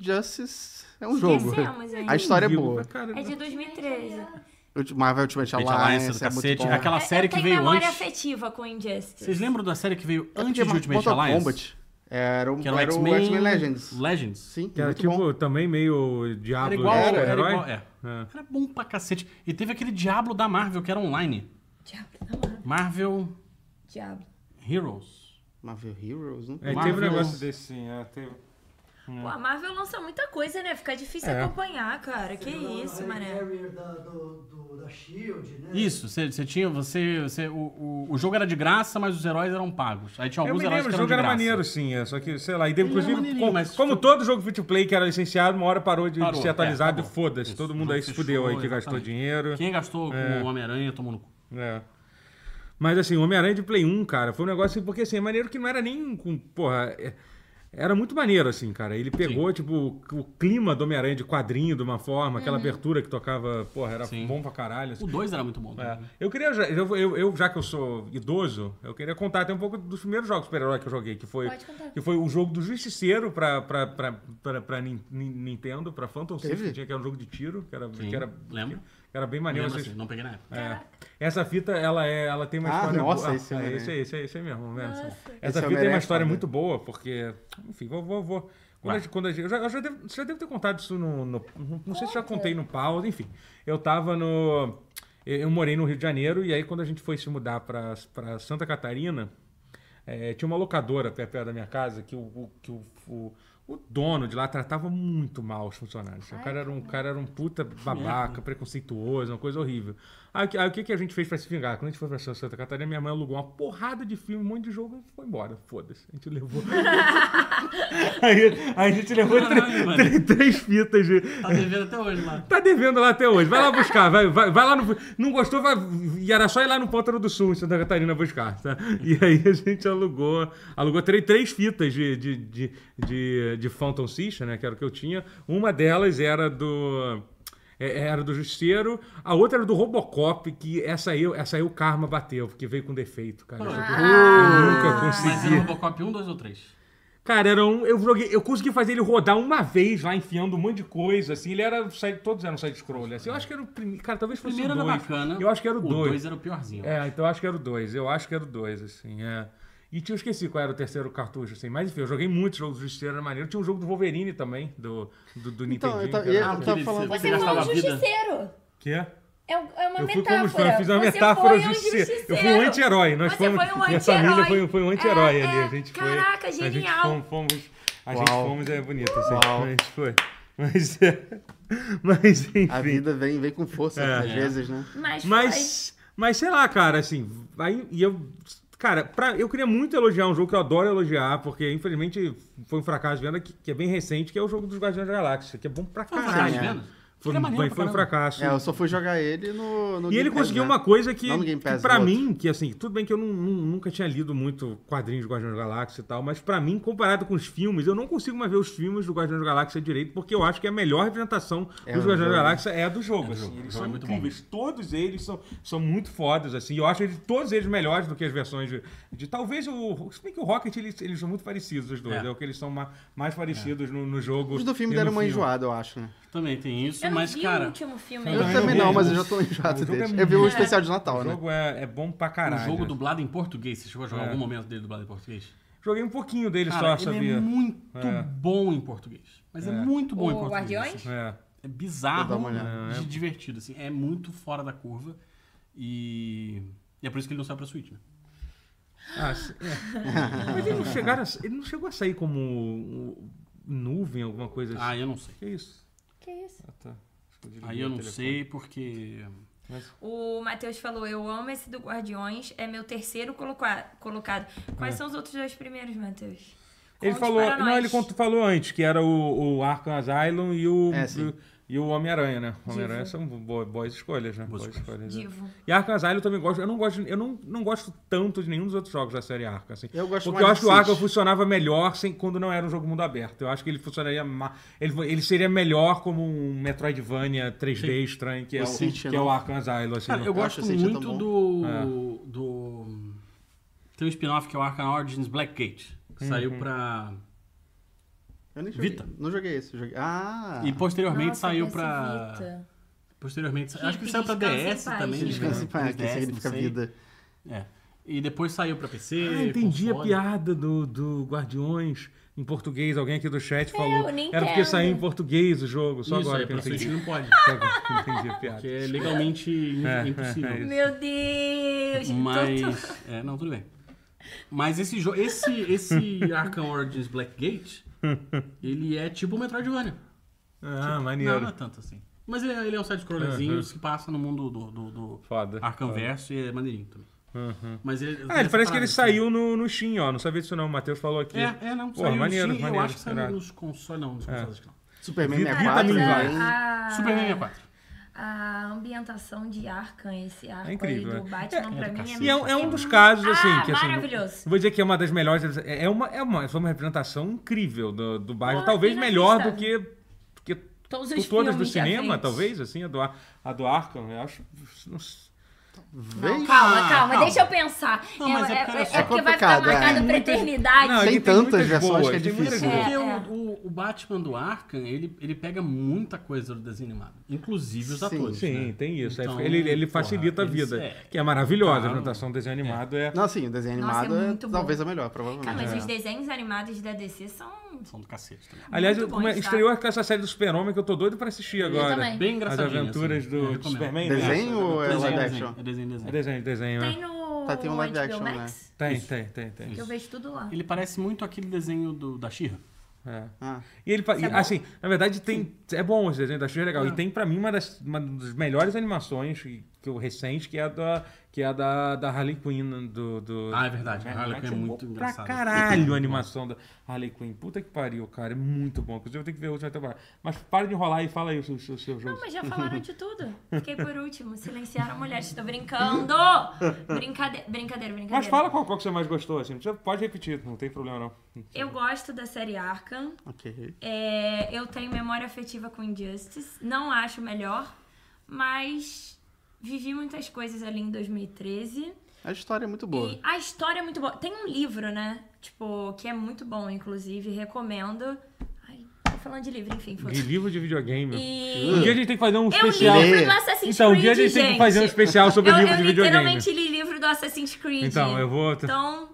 D: Injustice é um jogo.
A: Esquecemos, hein?
D: A história é
B: Digo,
D: boa.
B: cara,
A: É de 2013.
D: Ulti- Marvel Ultimate
C: Ultimate Alliance
D: Alliance
C: do
D: é muito
C: cacete,
D: bom.
C: aquela-
A: Eu-
C: série
A: eu
C: que
A: tenho
C: veio
A: memória
C: antes.
A: afetiva com Injustice.
C: Vocês lembram da série que veio
D: É porque
C: antes de Ultimate
D: Mortal
C: Alliance?
D: Kombat. Era o,
C: Que era o
D: era o
C: X-Men
D: X-Men Legends.
C: Legends.
D: Sim,
B: Que era
D: muito
B: tipo
D: bom.
B: também meio
C: Era
B: Diablo
C: igual,
B: de
C: era,
B: super-herói.
C: igual, é.
B: É.
C: Era bom pra cacete. E teve aquele Diablo da Marvel que era online.
A: Diabo, não,
C: Marvel
A: diabo.
C: Heroes.
D: Marvel Heroes, não
B: É, teve um
C: Marvel.
B: negócio desse, sim. É, teve...
A: Pô, a Marvel lança muita coisa, né? Fica difícil
B: É.
A: acompanhar, cara. Que
E: Pela
A: isso,
E: Harry
A: mané.
E: Carrier da, do, do- da Shield, né?
C: Isso, você você tinha. Você, você, o, o, o jogo era de graça, mas os heróis eram pagos. Aí tinha
B: Eu
C: alguns
B: me
C: heróis
B: lembro,
C: que
B: o
C: eram
B: jogo
C: de
B: era
C: graça.
B: maneiro, sim. é, Só que, sei lá, e teve,
C: Ele era
B: inclusive,
C: maneirinho,
B: com-
C: mas
B: como
C: foi-
B: todo jogo free to play que era licenciado, uma hora parou de
C: Parou,
B: ser
C: é,
B: atualizado
C: acabou.
B: e foda-se.
C: Isso,
B: Todo
C: o
B: mundo
C: jogo
B: aí se
C: fechou,
B: fudeu aí que gastou
C: exatamente.
B: dinheiro.
C: Quem gastou
B: É.
C: com o Homem-Aranha tomou no cu.
B: É. Mas assim, o Homem-Aranha de Play 1, cara, foi um negócio assim, porque assim, é maneiro que não era nem com. Porra. é- Era muito maneiro, assim, cara. Ele pegou, tipo, o- o clima do Homem-Aranha de quadrinho de uma forma, aquela
A: Uhum.
B: abertura que tocava, porra, era
C: Sim.
B: bom pra caralho. assim.
C: O 2 era muito bom. né?
B: É.
C: também.
B: Eu queria, já- eu, eu, eu, já que eu sou idoso, eu queria contar até um pouco dos primeiros jogos super-herói que eu joguei, que foi,
A: Pode contar.
B: que foi o jogo do Justiceiro pra, pra, pra, pra, pra Nin- Nin- Nintendo, pra Phantom
D: Teve?
B: Safety, que era um jogo de tiro, que era, que era,
C: lembro.
B: que era bem maneiro.
C: Lembra
B: vocês-
C: assim, não peguei na época.
B: é. Essa fita, ela, é, ela tem uma
D: Ah,
B: história
D: nossa,
B: boa.
D: esse
B: é,
D: Homem-Aranha.
B: esse aí, esse aí, esse aí mesmo. Homem-Aranha.
A: Nossa.
B: Essa
D: Esse
B: fita tem
D: Homem-Aranha
B: uma
D: é
B: história
D: foda.
B: muito boa, porque. Enfim, vou. vou, vou. Quando a gente- quando a gente- eu já, eu já devo, você já deve ter contado isso no. no- não sei se já contei no pau, enfim. Eu tava no. Eu eu morei no Rio de Janeiro, e aí quando a gente foi se mudar pra, pra É, Santa Catarina, eh, tinha uma locadora perto perto da minha casa que o, o- que o, o, O dono de lá tratava muito mal os funcionários. o, cara era um, o cara era um puta babaca, preconceituoso, uma coisa horrível. Aí, o que- aí o que, que a gente fez pra se vingar? Quando a gente foi pra Santa Catarina, minha mãe alugou uma porrada de filme, um monte de jogo e foi embora. Foda-se. A gente levou. aí, aí a gente levou
C: Caralho,
B: três-
C: mano.
B: três- três fitas de,
C: Tá devendo até hoje lá.
B: Tá devendo lá até hoje. Vai lá buscar. Vai, vai, vai lá no. Não gostou, vai. E era só ir lá no Pântano do Sul, em Santa Catarina, buscar. Tá? E aí a gente alugou. Alugou três, três fitas de, de, de, de, de Phantom System, né? Que era o que eu tinha. Uma delas era do. é- Era do Justiceiro, a outra era do Robocop, que essa aí, essa aí o karma bateu, porque veio com defeito, cara. Eu nunca
C: Mas
B: Ah. consegui.
C: era um Robocop 1, 2 ou 3?
B: Cara, era um, eu joguei, eu consegui fazer ele rodar uma vez lá, enfiando um monte de coisa, assim. Ele era, side- todos eram side-scroller, assim. Eu acho que era o primeiro, cara, talvez
C: O
B: fosse
C: primeiro
B: o
C: era
B: dois.
C: bacana.
B: Eu acho que era o
C: O
B: dois.
C: 2 era o piorzinho.
B: É, então eu acho que era o dois, eu acho que era o dois, assim, é. E tinha, eu esqueci qual era o terceiro cartucho, assim. Mas enfim, eu joguei muitos jogos do Justiceiro, era maneiro. Tinha um jogo do Wolverine também, do, do, do
D: Então,
B: Nintendinho.
D: eu ta-
B: que era-
D: eu
C: aquele
D: tava
C: de
D: falando.
C: você
A: Você foi
C: gastava
A: um
C: a vida?
A: justiceiro.
B: Que é?
A: É, um- é uma
B: Eu fui como
A: metáfora.
B: eu fiz uma
A: Você
B: metáfora
A: foi um
B: justiceiro. Eu fui um
A: justiceiro.
B: anti-herói. Nós
A: Você
B: fomos,
A: foi um
B: minha
A: anti-herói.
B: família foi, um- foi um anti-herói
A: É,
B: ali.
A: é.
B: A gente
A: Caraca,
B: foi,
A: genial.
B: A gente fomos, fomos- a gente
D: Uau.
B: fomos é bonito, assim.
D: Uau.
B: Mas foi. Mas, é, mas
D: A
B: enfim.
D: vida vem, vem com força,
B: É.
D: às vezes, né?
A: Mas, mas
B: Mas, mas sei lá, cara, assim, aí, e eu. Cara, pra, eu queria muito elogiar um jogo que eu adoro elogiar, porque infelizmente foi um fracasso de venda que, que é bem recente, que é o jogo dos Guardiões da Galáxia, que é bom pra
C: Foi um fracasso
B: caralho.
C: de
D: é.
C: vendas?
B: Foi,
C: Ele é
B: um-
C: maneiro pra
B: foi um
C: caramba.
B: fracasso.
D: É, eu só fui jogar ele no. no
B: E ele
D: Game Pass,
B: conseguiu
D: né?
B: uma coisa que,
D: Não no Game
B: que
D: Pass,
B: pra
D: no
B: mim, que assim, tudo bem que eu nu- nu- nunca tinha lido muito quadrinhos do Guardiões da Galáxia e tal, mas pra mim, comparado com os filmes, eu não consigo mais ver os filmes do Guardiões da Galáxia direito, porque eu acho que a melhor representação
D: É
B: dos
D: o
B: Guardiões da
D: jogo.
B: Galáxia é a do jogo.
C: É do
B: assim.
C: jogo. O
B: Eles
C: jogo
B: são
C: é muito bom.
B: incríveis, todos eles são, são muito fodas, assim. Eu acho eles, todos eles melhores do que as versões de. de- talvez o. Se bem que o Rocket, eles, eles são muito parecidos, os dois. É,
C: É.
B: o que eles são ma- mais parecidos no, no jogo.
D: Os do filme
B: e no
D: deram uma enjoada, eu acho, né?
C: Também tem isso,
A: eu não
C: mas,
A: vi o
C: cara, um
A: último filme
D: Eu
B: também
A: ainda.
B: Então, não
D: também
B: vi.
D: não, mas eu já tô enjoado
B: O jogo é
D: deles.
B: muito-
D: Eu vi o
B: É.
D: especial de Natal,
B: O
D: né?
B: jogo é, é bom pra
C: o
B: caralho.
C: jogo
B: assim.
C: dublado em português. Você chegou a jogar
B: É.
C: algum momento dele dublado em português?
B: Joguei um pouquinho dele
C: Cara,
B: só,
C: ele
B: sabia?
C: é muito
B: É.
C: bom em português. Mas é, muito bom
A: O
C: em português.
A: Guardiões?
C: assim.
B: É.
C: É
D: Vou dar uma
C: bizarro
D: olhada.
C: de divertido, assim. É muito fora da curva. E... e é por isso que ele não saiu pra Switch, né?
B: Ah, se- é. Mas ele não, chegaram a, ele não chegou a sair como um- nuvem, alguma coisa assim.
C: Ah, eu não sei.
B: Que isso?
A: Que isso?
B: Ah, tá. Acho que desliguei
C: Aí eu
B: o
C: não
B: telefone.
C: sei porque...
B: Mas-
A: O Matheus falou: Eu amo esse do Guardiões, é meu terceiro coloca- colocado. Quais são os outros dois primeiros, Matheus?
B: É. ele
A: Conte
B: falou,
A: para
B: não,
A: nós.
B: ele cont- falou antes que era o, o Arkham Asylum e o,
D: É, sim.
B: e o Homem-Aranha, né? Homem-Aranha
A: Divo.
B: são bo- boas escolhas, né?
C: Boas
B: escolhas. é.
A: Divo.
B: E Arkham Asylum eu também gosto. Eu não gosto, eu não, não gosto tanto de nenhum dos outros jogos da série Arkham. Assim.
D: Eu gosto
B: Porque
D: mais
B: eu acho
D: de
B: que o Arkham
D: City.
B: funcionava melhor sem, quando não era um jogo mundo aberto. Eu acho que ele funcionaria ma- ele, ele seria melhor como um Metroidvania 3D estranho, que, é,
D: O
B: o,
D: City,
B: que é
D: não?
B: o Arkham Asylum. Assim,
C: Cara,
B: né?
C: Ah, eu gosto
D: acho esse jeito
C: muito
D: bom.
C: do, do. Tem um spin-off que é o Arkham Origins Blackgate. Que saiu pra.
D: Eu nem joguei.
C: Vita.
D: Não joguei esse. Joguei... Ah!
C: E posteriormente
A: Nossa,
C: saiu
A: esse
C: pra.
A: Vita.
C: Posteriormente.
A: Que-
C: acho que
A: que
C: saiu pra
A: descansa em
C: DS
A: paz,
C: também.
A: gente.
C: né?
D: Descanse em paz, que
C: 3DS,
D: significa
C: não sei.
D: vida.
C: É. E depois saiu pra PC.
B: Ah, entendi
C: console.
B: a piada do, do Guardiões em português. Alguém aqui do chat falou.
A: eu nem
B: Era porque
A: entendo.
B: saiu em português o jogo, só
C: Isso,
B: agora
C: é,
B: que eu
C: pra Switch
B: entendi.
C: não pode.
B: Só agora que eu entendi a piada.
C: Que é legalmente im-
B: É, é,
C: impossível.
B: é isso.
A: Meu Deus! tô- tô-
C: Mas. É, não, tudo bem. Mas esse jogo. Esse, esse Arkham Origins Blackgate, ele é tipo o Metroidvania.
B: Ah,
C: Não,
B: maneiro.
C: não é tanto assim. Mas ele, é- ele é um side-scrollerzinho
B: Uhum.
C: que passa no mundo do, do, do
B: Foda.
C: Arkham
B: foda.
C: Verso e é maneirinho também.
B: Uhum.
C: Mas ele,
B: Ah, ele parece que ele
C: separado,
B: saiu no, no Steam, ó. Não sabia disso não, o Matheus falou aqui.
C: assim. É, é, não.
B: Pô,
C: saiu
B: maneiro,
C: sim,
B: maneiro, É.
C: Eu acho que saiu
B: caralho.
C: nos consoles, não, nos consoles acho que não.
D: Superman
C: é
B: Vita-
D: 64
B: Vita
D: vai.
B: Ninja.
A: a-
C: Superman 64.
A: Ah, A ambientação de Arkham, esse Arkham
B: incrível,
A: aí
B: é.
A: do Batman, pra
C: do
A: mim, é
C: cacete.
B: E é, um- é um
A: muito-
B: dos casos, assim,
A: Ah,
B: que assim. não-
A: maravilhoso.
B: não Vou dizer que é uma das melhores. É é uma, é uma, foi uma representação incrível do, do bairro.
A: Pô,
B: talvez melhor do que.
A: inacreditável.
B: que
A: Todos os
B: todas do
A: filmes já
B: cinema,
A: feitos.
B: talvez, assim, a do, Ar- a do Arkham. Eu acho. não sei.
D: Vem.
A: Calma, calma,
C: Ah, calma.
A: deixa eu pensar.
C: Não,
A: é,
C: mas é
A: é-
C: porque, olha
A: é
C: só,
A: porque vai ficar
D: complicado, é.
A: marcado pra
B: Muitas-
A: eternidade.
B: Não, é
D: tem
B: e
D: tantas
B: muitas
D: versões que é
B: tem muitas
D: difícil.
B: boas.
C: Porque
A: É, é.
C: o, o- o Batman do Arkham, ele, ele pega muita coisa do desenho animado. Inclusive os
D: Sim.
C: atores.
B: Sim,
C: né?
B: tem isso. É,
C: Então,
B: ele, ele
C: porra,
B: facilita
C: eles-
B: a vida.
C: é.
B: Que é maravilhosa. A
C: Claro.
B: representação do desenho animado é.
D: Não, sim, o desenho
A: Nossa, é
D: animado é
A: muito bom.
D: talvez a melhor,
A: Cara,
C: É.
D: provavelmente.
A: mas os desenhos animados da DC são.
C: São do cacete também.
B: Aliás,
A: muito
B: como é-
A: bons, tá?
B: estreou essa série do Super-Homem que eu tô doido pra assistir agora.
A: também.
C: Bem
B: As
C: engraçadinho.
B: aventuras
C: assim. Eu
B: do, do
C: recomendo.
B: Superman. né?
D: Desenho ou é
C: Desenho,
D: live
C: desenho,
D: action?
C: É desenho, desenho.
B: É desenho, desenho.
A: Tem
B: é.
A: no.
D: Tá, tem um live
A: HBO
D: action,
A: Max?
B: Tem, tem, tem, tem.
A: Que eu vejo tudo lá.
C: Ele parece muito aquele desenho do, da She-Ra.
B: É.
D: Ah.
B: E ele, fa- e,
A: é bom. Uhum.
B: assim, na verdade tem, é bom esse desenho da Xuxa, é legal. E tem pra mim uma das, uma das melhores animações que que eu recente, que é a da, que é a da, da Harley Quinn né? do, do Né?
C: Ah, é verdade. A Harley Quinn é
B: bom
C: muito engraçada.
B: Pra caralho a animação da Harley Quinn. Puta que pariu, cara, é muito bom. Inclusive eu tenho que ver a última temporada. Mas para de enrolar e fala aí o seu, seu, seu jogo.
A: Não, mas já falaram de tudo. Fiquei por último. Silenciaram mulheres. Estou brincando! Brincade... Brincadeira, brincadeira.
B: Mas fala qual, qual que você mais gostou, assim. Não precisa- Pode repetir, não tem problema não.
A: Eu gosto da série Arkham.
D: Ok.
A: É, eu tenho memória afetiva com Injustice. Não acho melhor, mas vivi muitas coisas ali em 2013.
D: A história é muito boa.
A: E a história é muito boa. Tem um livro, né? Tipo, que é muito bom, inclusive. Recomendo. Ai, tô falando de livro, enfim.
B: De
A: foda-se.
B: livro de videogame.
A: E...
B: Um dia a gente tem que fazer um
A: Eu li
B: especial.
D: Lê.
A: livro do Assassin's
B: Então, um
A: Creed,
B: dia a gente tem que fazer um especial sobre
A: assim, eu,
B: livro
A: eu
B: de videogame.
A: literalmente li livro do Assassin's Creed.
B: Então, eu vou.
A: Então,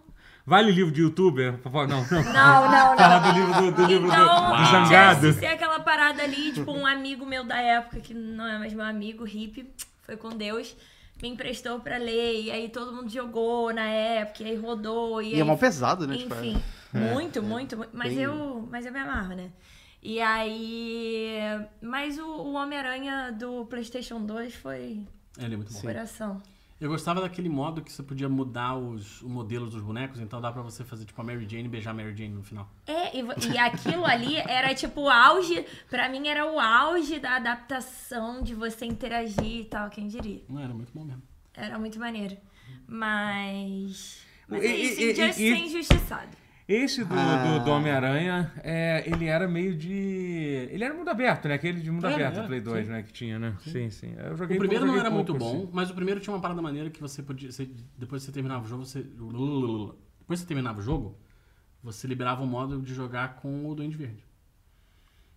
B: Vale livro de youtuber? Por favor, Não,
A: não,
B: não.
A: não,
B: Fala
A: não.
B: do livro do, do livro do-
A: Então,
B: do Zangado.
A: Justice é aquela parada ali, tipo, um amigo meu da época, que não é mais meu amigo, hippie, foi com Deus, me emprestou pra ler, e aí todo mundo jogou na época, e aí rodou, e,
D: E
A: aí...
D: é mal pesado, né? Tipo, é-
A: Enfim, muito, muito, muito. Mas, eu, mas eu me amarro, né? E aí... Mas o, o Homem-Aranha do Playstation 2 foi
C: Ele é muito bom.
A: coração.
C: Eu gostava daquele modo que você podia mudar os, o modelo dos bonecos, então dá pra você fazer tipo a Mary Jane e beijar a Mary Jane no final.
A: É, e, vo- e aquilo ali era tipo o auge, pra mim era o auge da adaptação, de você interagir e tal, quem diria.
C: Não era muito bom mesmo.
A: Era muito maneiro. Mas. Mas
B: E-
A: é isso,
B: e- e-
A: Injustice
B: e-
A: é injustiçado.
B: Esse do, do, do Homem-Aranha, é, ele era meio de. Ele era mundo aberto, né? Aquele de
A: É,
B: mundo
C: Era,
B: aberto,
C: era,
B: Play 2,
C: sim.
B: né? Que tinha, né? Sim, sim. Eu joguei
C: O primeiro
B: pouco,
C: não
B: joguei
C: era muito
B: pouco,
C: bom,
B: assim.
C: mas o primeiro tinha uma parada maneira que você podia. você- depois que você terminava o jogo, você. Depois que você terminava o jogo, você liberava o modo de jogar com o Duende Verde.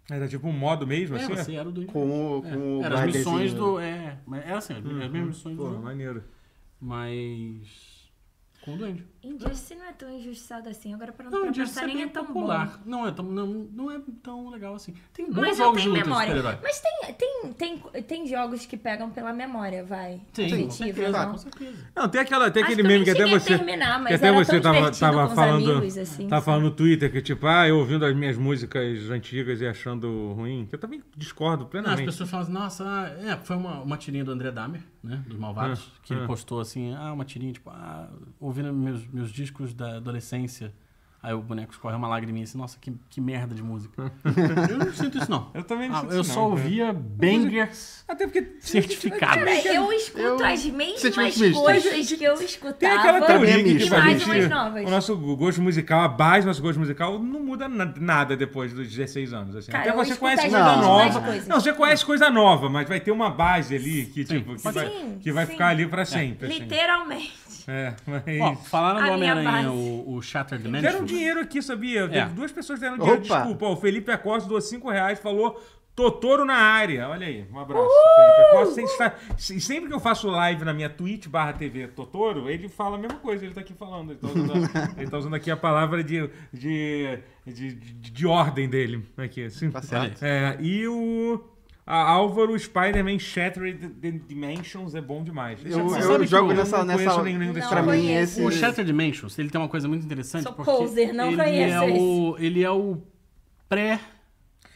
B: Era tipo um modo mesmo,
C: É,
B: assim?
C: você era o Duende Verde.
D: Com o, com o
C: É.
D: né?
C: Era as missões
D: barbezinho.
C: do. É, mas era assim, as
D: Uhum.
C: mesmas missões do
B: Pô,
C: jogo.
B: maneiro.
C: Mas. Com o Duende.
A: Injustice não é tão injustiçado assim. Agora pra
C: Não,
A: pra
C: o Justice
A: pensar,
C: é
A: nem
C: bem
A: é tão
C: popular.
A: bom.
C: Não, é tão, não, não é tão legal assim. Tem bons
A: Mas eu
C: jogos de
A: tenho
C: luta de
A: memória.
C: super-herói.
A: Mas tem, tem, tem, tem jogos que pegam pela memória, vai.
C: Tem, com
A: Positivo,
C: certeza,
A: não?
C: com certeza.
B: Não, tem, aquela, tem
A: Acho que
B: aquele
A: eu nem
B: meme que até
A: cheguei a
B: você.
A: terminar,
B: que
A: mas
B: até
A: era
B: você
A: tão
B: tava,
A: divertido
B: tava
A: com os
B: falando.
A: amigos, assim,
B: tava
A: sabe?
B: falando no Twitter que, tipo, ah, eu ouvindo as minhas músicas antigas e achando ruim. Que eu também discordo
C: Não, as
B: plenamente.
C: pessoas falam assim, nossa, ah, é, foi uma, uma tirinha do André Dahmer, né? Dos Malvados,
B: Ah,
C: que ele
B: ah.
C: postou assim, ah, uma tirinha, tipo, ah, ouvindo meus, meus discos da adolescência. Aí o boneco escorre uma lagriminha assim, nossa, que, que merda de música. eu não sinto isso, não.
B: Eu também não
C: Ah,
B: sinto
C: eu
B: isso,
C: só
B: não, cara.
C: ouvia bangers
B: Até porque.
C: certificados.
A: Cara, eu escuto
D: Eu-
A: as
D: se
A: mesmas
D: tivesse visto.
A: coisas que eu escutava.
B: Tem aquela teoria que,
D: mim é
A: e
B: tipo,
D: misto,
B: a
A: mais
B: gente-
A: Tá, umas novas.
B: o nosso gosto musical, a base do nosso gosto musical não muda na- nada depois dos 16 anos. Assim.
A: Cara,
B: Até
A: eu
B: você
A: escuto
B: conhece
A: as
B: coisa
D: mesmas
B: nova.
A: coisas.
B: Não, você conhece coisa nova, mas vai ter uma base ali que,
C: Sim.
B: tipo, que
C: Sim,
B: vai, que vai
A: sim.
B: ficar ali pra sempre. assim.
A: Literalmente.
B: É,
C: Ó,
B: mas...
C: falaram do
A: A minha
C: Homem-Aranha,
A: base. um
C: o, o Shattered Mansion.
B: Deram dinheiro aqui, sabia? Teve
C: É.
B: Duas pessoas deram dinheiro.
D: Opa.
B: Desculpa, ó, o Felipe Acosta doou 5 reais falou Totoro na área. Olha aí, um abraço. Felipe Acosta. Sempre, está- se- sempre que eu faço live na minha Twitch barra TV Totoro, ele fala a mesma coisa, ele tá aqui falando. Ele tá usando, ele tá usando aqui a palavra de, de, de, de- de ordem dele. Aqui, assim.
D: Tá certo.
B: É, e o. a Álvaro Spider-Man Shattered Dimensions é bom demais.
D: Eu,
B: Você
D: eu
B: sabe que
D: jogo
B: eu
D: nessa.
B: não
D: nessa
B: conheço nenhum desses
A: Não
D: pra mim,
A: conheço.
D: esse.
C: O Shattered Dimensions, ele tem uma coisa muito interessante.
A: Sou
C: porque
A: poser, não
C: ele
A: conheço
C: é o, Ele é o
A: É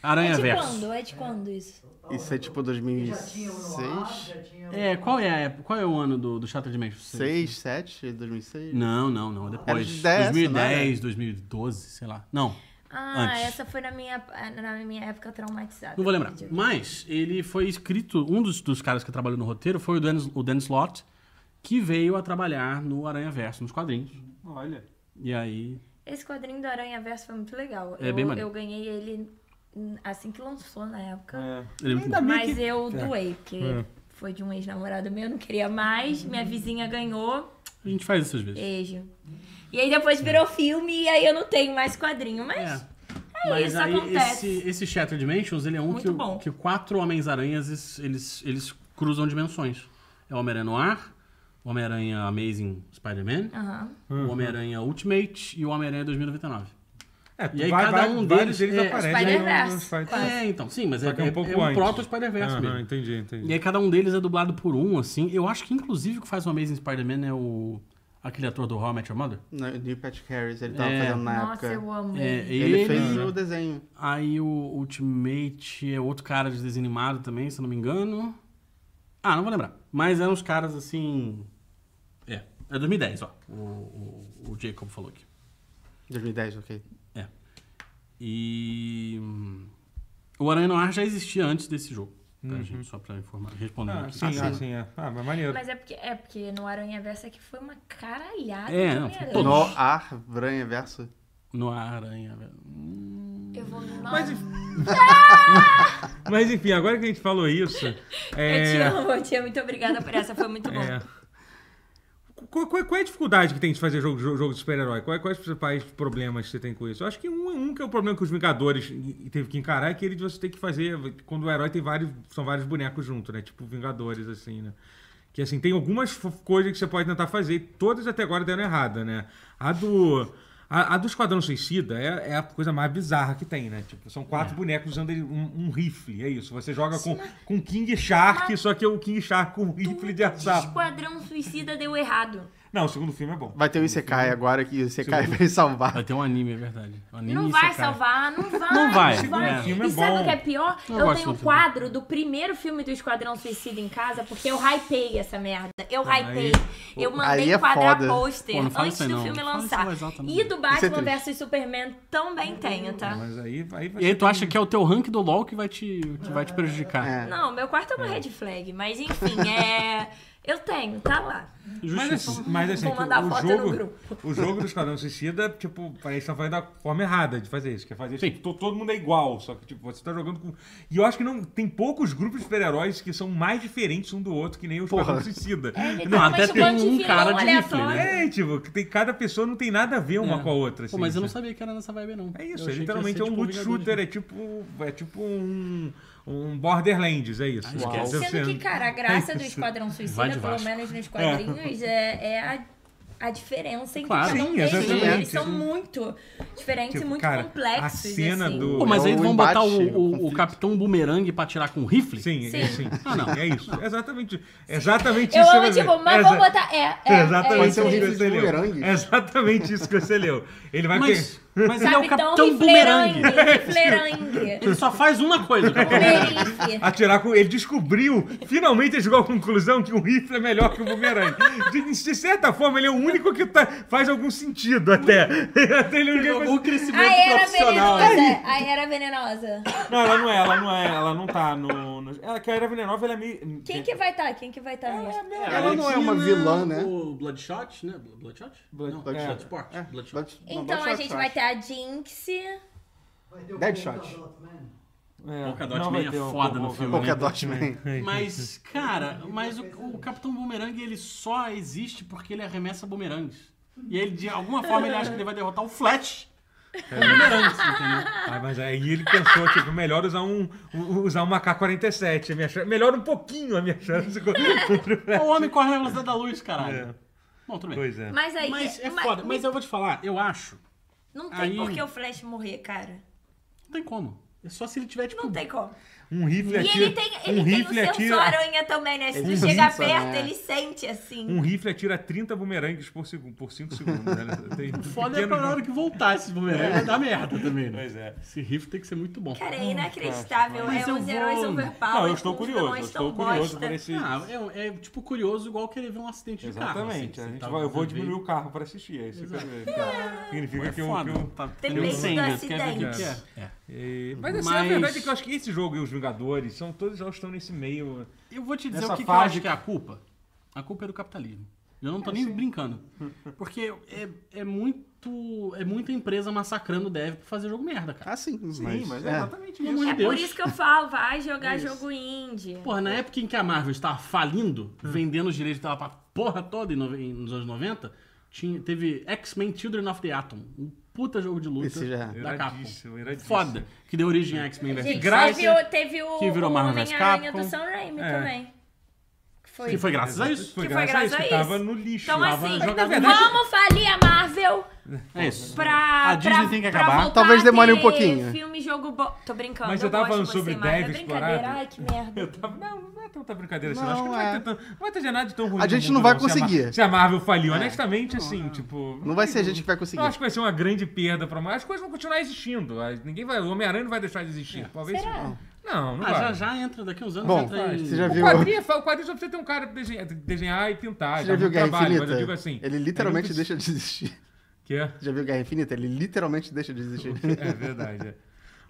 C: pré-Aranha
A: de
C: Verso.
A: quando? É de quando isso?
D: Isso é tipo
E: Já tinha o Noir,
D: 2006?
E: já tinha um- o...
C: É, qual é a época? Qual é o ano do, do Shattered Dimensions?
D: 6, 7, 2006?
C: Não, não, não. é Depois.
D: de 10,
C: 2010, 2012, sei lá. Não,
A: Ah,
C: Antes.
A: essa foi na minha, na minha época traumatizada.
C: não vou lembrar. Mas ele foi escrito. Um dos, dos caras que trabalhou no roteiro foi o Dennis, o Dennis Lott, que veio a trabalhar no Aranha Verso, nos quadrinhos.
B: Olha.
C: E aí.
A: Esse quadrinho do Aranha Verso foi muito legal.
C: É
A: eu,
C: bem maneiro.
A: eu ganhei ele hum, assim que lançou na época.
B: É.
C: Ele é muito bom.
A: Mas eu doei, porque foi de um ex-namorado meu, eu não queria mais. Minha vizinha ganhou.
C: A gente faz isso às vezes.
A: Beijo. E aí depois virou filme e aí eu não tenho mais quadrinho, mas.
C: É. Mas
A: É isso
C: aí
A: acontece.
C: esse, esse Shattered Dimensions, ele é um
A: Muito
C: que, o-
A: bom.
C: que quatro Homens-Aranhas, es- eles, eles cruzam dimensões. É o Homem-Aranha Noir, o Homem-Aranha Amazing Spider-Man,
A: Aham.
B: Hum. Uhum.
C: o Homem-Aranha Ultimate e o Homem-Aranha 2099.
B: É,
C: E aí
B: vai-
C: cada
B: vai-
C: um
B: vários
C: deles-
B: deles
C: é,
B: aparecem. né? aí no-
A: Spider-Verse.
B: no Spider-
A: Quase.
C: É, então, sim, mas é,
B: Só que é um
C: é,
B: pouco
C: é um
B: antes.
C: proto-Spider-Verse
B: Aham,
C: mesmo.
B: entendi,
C: E
B: entendi.
C: aí cada um deles é dublado por um, assim. Eu acho que inclusive o que faz o Amazing Spider-Man é o aquele ator do How I Met Your Mother.
D: No- Neil Patrick Harris, ele tava
C: É.
D: fazendo na
A: Nossa,
D: época.
A: eu amo.
C: É,
A: ele.
C: ele,
D: Ele, fez o desenho.
C: Aí o Ultimate é outro cara de desenho animado também, se eu não me engano. Ah, não vou lembrar. Mas eram uns caras assim. É, é 2010, ó. O, o, o Jacob falou aqui.
D: 2010, ok.
C: É. E. hum, O Aranha Noir já existia antes desse jogo. Tá, gente? Só pra informar, respondendo
B: Uhum. Ah,
C: aqui.
B: sim, ah, sim, é. Ah, mas maneiro.
A: Mas é porque, é porque no Aranha Versa aqui foi uma caralhada.
C: É,
A: de
C: não,
A: Homem-Aranha.
C: todos.
D: No Ar, Branha Verso.
C: No Aranha, velho. Hum,
A: Eu vou no
B: Mas, enfim- Mas, enfim, agora que a gente falou isso.
A: Eu te
B: É,
A: amo, tia. Muito obrigada por essa. Foi muito bom.
B: é. Qu- qual, qual é a dificuldade que tem de fazer jogo, jogo jogo de super-herói? Qual é- Quais os principais problemas que você tem com isso? Eu acho que um, um que é o problema que os Vingadores e- e teve que encarar é aquele de você ter que fazer. Quando o herói tem vários. São vários bonecos junto, né? Tipo Vingadores, assim, né? Que assim, tem algumas fo- coisas que você pode tentar fazer, e todas até agora deram errada, né? A do. A, a do Esquadrão Suicida é, é a coisa mais bizarra que tem, né? Tipo, são quatro bonecos usando um, um rifle, é isso. Você joga com, com King Shark, só que é o King Shark com um rifle de
D: Tá.
B: assalto.
A: Esquadrão Suicida deu errado.
B: Não, o segundo filme é bom.
D: Vai ter o Isekai agora, que o Isekai vai salvar.
C: Vai ter um anime, é verdade. Um anime
A: Não vai
C: Isekai.
A: salvar, não vai.
C: Não vai,
B: né? O filme é
A: E sabe
B: bom.
A: o que é pior?
C: Eu
A: Eu,
C: gosto
A: tenho um
C: do filme.
A: quadro do primeiro filme do Esquadrão Suicida em casa, porque eu hypei essa merda. Eu
B: Aí-
A: hypei. eu
D: aí
A: mandei
D: é
A: quadrar
D: foda.
A: pôster
C: Ah, Pô, não fala
A: antes
C: isso aí,
A: do
C: não.
A: filme
C: Não fala isso
A: lançar.
C: mais alto, não.
A: E do
D: Isso é
A: Batman
D: triste.
A: vs Superman também tenho, tá?
B: Mas aí vai. vai
C: E aí
B: ser-
C: tu acha que é o teu rank do LoL que vai te, que vai te prejudicar.
D: É.
A: Não, meu quarto é uma red flag, mas enfim, é. Eu tenho, tá lá.
B: Mas
C: Justiça.
B: assim, mas, assim,
A: Vou
B: que
A: mandar
B: o,
A: foto no
B: jogo,
A: grupo.
B: o jogo do Esquadrão Suicida, tipo, parece que tá fazendo da forma errada de fazer isso. Quer fazer
C: Sim.
B: tipo, to- todo mundo é igual, só que tipo, você tá jogando com. E eu acho que não tem poucos grupos de super-heróis que são mais diferentes um do outro, que nem o Esquadrão
D: Porra.
B: Suicida.
A: Ele
C: Não,
A: tá
C: até
A: com
C: tem
A: bando de
C: um
A: vilão
C: cara de rifle,
A: aleatório.
C: né?
B: É, tipo, que tem, cada pessoa não tem nada a ver uma com a outra.
C: É. Pô,
B: assim,
C: mas eu não
B: sabe?
C: sabia que era nessa vibe, não.
B: É
C: Eu
B: isso,
C: achei
B: é
C: que
B: literalmente
C: ia ser
B: é um
C: tipo
B: loot
C: Vingadores.
B: shooter, é tipo. É tipo um. Um Borderlands, é isso.
C: esquece.
B: Quer dizer,
A: Sendo que,
B: você-
A: cara, a graça do Esquadrão
C: Vai de
A: Suicida, pelo
C: Vasco.
A: menos nos quadrinhos, é, é a, a diferença entre
C: Claro.
A: cada um
B: Sim,
A: deles.
B: exatamente.
A: Eles são muito diferentes
B: Tipo,
A: e muito
B: cara,
A: complexos.
B: a cena
A: assim.
B: do-
C: Pô, mas
D: É
C: aí
D: o
C: vão botar o,
D: embate,
C: o-
D: o
C: o
D: conflito.
C: Capitão Boomerang pra tirar com rifle?
B: Sim, é,
A: Sim.
B: sim. sim, É isso. Exatamente. Exatamente
A: Eu
B: isso.
A: amo,
B: que você
A: tipo,
B: vai ver.
A: mas
B: Exa-
A: vamos botar. É, é,
B: exatamente
A: é
D: Pode ser
A: isso
D: um
A: aí.
B: isso
D: rifle
B: que você
D: de
B: leu.
D: bumerangue.
B: Exatamente isso que você leu. Ele vai
C: Mas,
B: ter.
C: mas ele é o
A: Capitão
C: Capitão
A: Riflerangue.
C: Boomerang.
A: Riflerangue.
C: Ele só faz uma coisa. o Capitão Boomerang.
A: Riflerangue.
B: Atirar com. Ele descobriu, finalmente ele chegou à conclusão que o rifle é melhor que o bumerangue. De, de certa forma, ele é o único que tá- faz algum sentido até. até ele é não
C: Jogou o crescimento
A: A era
C: profissional.
A: venenosa. A era venenosa.
B: Não, ela não é, ela não é, ela não tá no. no... Ela que a Era Venenosa, ela é meio.
A: Quem que vai estar? Quem que vai tá estar nisso?
D: Ela não é uma vilã, né?
C: O Bloodshot, né? Bloodshot?
B: Blood-
C: Não,
B: é.
C: Bloodsport. Bloodshot.
D: Blood- não,
A: Então a
D: Bloodshot,
A: gente
D: eu
A: vai
D: acho.
A: ter a Jinx.
E: Vai ter um o
D: Deadshot.
E: Polkadot Man.
B: É,
C: Polkadot
B: não
C: Man
B: vai
C: é
B: ter o-
C: foda
B: o-
C: no
B: o-
C: filme,
D: Polka Dot
B: né?
D: Man.
C: Mas, cara, mas o, o Capitão Boomerang, ele só existe porque ele arremessa bumerangues. E ele, de alguma forma, ele acha que ele vai derrotar o Flash com bumerangues, entendeu?
B: Ah, mas aí ele pensou, tipo, melhor usar um, um- usar um AK-47, a minha chance- melhor um pouquinho a minha chance co- contra o
C: O homem corre na velocidade da luz, caralho.
B: É.
C: Bom, tudo bem.
B: Pois é.
A: Mas aí.
C: Mas é
A: mas-
C: foda. Mas eu vou te falar, eu acho.
A: Não tem
C: Aí-
A: por que o Flash morrer, cara.
C: Não tem como. É só se ele tiver, tipo.
A: Não tem como.
B: Um rifle
A: E
B: atira.
A: ele tem, ele
B: um
A: tem
B: rifle
A: o sensor
B: atira.
A: aranha também, né? Se
D: Ele
A: tu chegar
D: sensor,
A: perto,
D: né?
A: ele sente assim.
B: Um rifle atira 30 bumerangues por, segu- por 5 segundos. Né? Tem
C: Foda é
B: pequenos-
C: pra na hora que voltar esse bumerangue. Vai dar merda também, né?
B: Pois é.
C: Esse riff tem que ser muito bom.
A: Cara, é inacreditável.
C: Mas
A: É
C: eu
A: os
C: vou-
A: heróis overpowered.
B: Não, eu estou
A: os
B: curioso. Eu
A: vilões
B: estou
A: tão
B: curioso
A: bosta.
B: por esse.
C: Ah, é, é, tipo curioso igual querer ver um acidente de carro.
B: Exatamente. a gente vai- eu vou diminuir o carro pra assistir. É isso que eu quero é ver.
A: É.
B: Significa que eu.
C: foda.
B: que eu-
C: Tá
A: Depende
C: tendo
A: do
C: incêndio, tu quer ver o que
B: acidente.
C: que é. É.
B: E- Mas assim,
C: Mas-
B: a verdade é que eu acho que esse jogo e os Vingadores são todos eles estão nesse meio.
C: Eu vou te dizer
B: Nessa
C: o que, que eu
B: fase
C: acho
B: que-
C: que é a culpa. A culpa é do capitalismo. Eu não tô nem brincando. Porque é, é muito. É muita empresa massacrando o dev pra fazer jogo merda, cara.
D: Ah, sim.
B: Sim, mas é,
D: é.
B: exatamente
C: Pelo
B: isso.
C: amor
A: É
C: de Deus.
A: por isso que eu falo, vai jogar jogo indie.
C: Porra, na época em que a Marvel estava falindo, vendendo os direitos dela pra porra toda em nove- nos anos 90, tinha, teve X-Men Children of the Atom. Um puta jogo de luta
D: Esse já é.
C: da Capcom.
B: Iradíssimo, iradíssimo.
C: Foda. Que deu origem a X-Men vs.
A: Gente,
C: Graça.
A: teve o, teve o,
C: que virou
A: o
C: Marvel vs.
A: Homem-Aranha
C: Capcom.
A: do Sam Raimi
B: É.
A: também. Foi.
C: Que foi graças a isso.
A: Que foi graças a
B: que
A: isso.
B: tava no lixo.
A: Então,
B: tava
A: assim,
B: jogado-
A: vamos falir a Marvel
C: É isso.
A: pra.
C: A Disney
A: pra-
C: tem que
A: pra
C: acabar.
A: voltar
D: Talvez
A: a
D: demore um
A: ter
D: pouquinho.
A: Filme, jogo bom. Tô brincando.
B: Mas
A: eu
B: eu tava
A: gosto de
B: falando sobre
A: você, Marvel.
B: Deve
A: É brincadeira.
B: Explorado.
A: Ai, que merda.
B: Eu tava- Não, não é tanta brincadeira assim.
D: Não,
B: Não, acho que não vai,
D: é.
B: ter tanto, não vai ter nada de tão ruim.
D: A
B: no
D: gente
B: mundo,
D: não vai
B: se a Mar-
D: conseguir. É.
B: Se a Marvel faliu, honestamente, assim, tipo.
D: Não vai ser a gente que vai
B: Eu
D: conseguir.
B: acho que vai ser uma grande perda pra Marvel. As coisas vão continuar existindo. As- Ninguém vai. O Homem-Aranha não vai deixar de
D: É.
B: existir. Talvez.
A: Será?
B: sim. Não, não
C: Ah,
B: vai.
C: já já entra daqui uns anos.
D: Bom,
C: entra em-
D: você já
B: O
D: viu-
B: quadrinho, é fa- o quadrinho só precisa ter um cara pra desenhar, desenhar e pintar.
D: Você
B: dá
D: já viu
B: muito
D: Guerra
B: trabalho,
D: Infinita?
B: Mas eu digo assim.
D: ele literalmente
B: é muito-
D: deixa de existir.
B: Que é?
D: Já viu Guerra Infinita? Ele literalmente deixa de existir.
B: É verdade. é.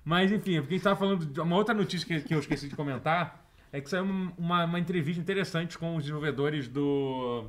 B: Mas enfim, é porque a gente tava falando de uma outra notícia que, que eu esqueci de comentar. É que saiu um- uma, uma entrevista interessante com os desenvolvedores do.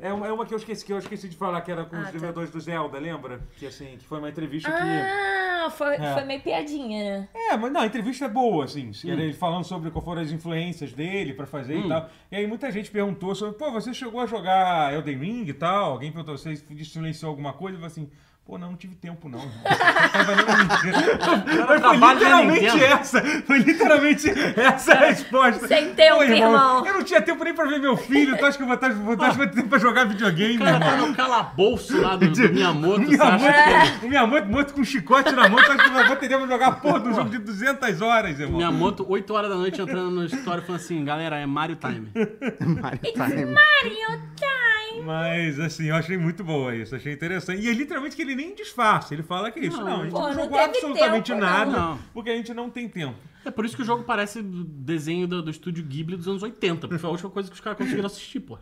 B: É uma, é uma que, eu esqueci, que eu esqueci de falar, que era com
A: Ah,
B: os
A: tá.
B: desenvolvedores do Zelda, lembra? Que assim, que foi uma entrevista que.
A: Ah, foi,
B: É.
A: foi meio piadinha, né?
B: É, mas não, a entrevista é boa, assim.
C: Hum.
B: Era ele falando sobre qual foram as influências dele pra fazer e tal. E aí muita gente perguntou sobre, pô, você chegou a jogar Elden Ring e tal? Alguém perguntou, você silenciou alguma coisa? Eu falei assim, pô, não, não tive tempo, não. Tava nem-
C: Era
B: Mas foi
C: trabalho da
B: literalmente
C: Nintendo.
B: essa. Foi literalmente essa a resposta.
A: É, Sem tempo, irmão.
B: Eu não tinha tempo nem pra ver meu filho. Tu acha que eu vou estar- vou estar- vou ter tempo pra jogar videogame,
C: Cara,
B: irmão?
C: tá no calabouço lá do, do Miyamoto, você
B: Minha
C: acha é
B: mãe, minha mãe morto com um chicote na mão, tu acha que eu vou ter tempo pra jogar a porra do jogo de 200 horas, irmão?
C: Minha moto, 8 horas da noite, entrando no escritório falando assim, galera, é Mario Time.
D: Mario Time.
A: Mario Time.
B: Mas, assim, eu achei muito boa isso, achei interessante. E é literalmente que ele nem disfarça, ele fala que é isso. Não, a gente
A: Pô,
B: não
A: não
B: jogou
A: teve
B: absolutamente
A: tempo,
B: nada,
C: não.
B: porque a gente não tem tempo.
C: É por isso que o jogo parece desenho do, do estúdio Ghibli dos anos 80, porque foi a última coisa que os caras conseguiram assistir, pô.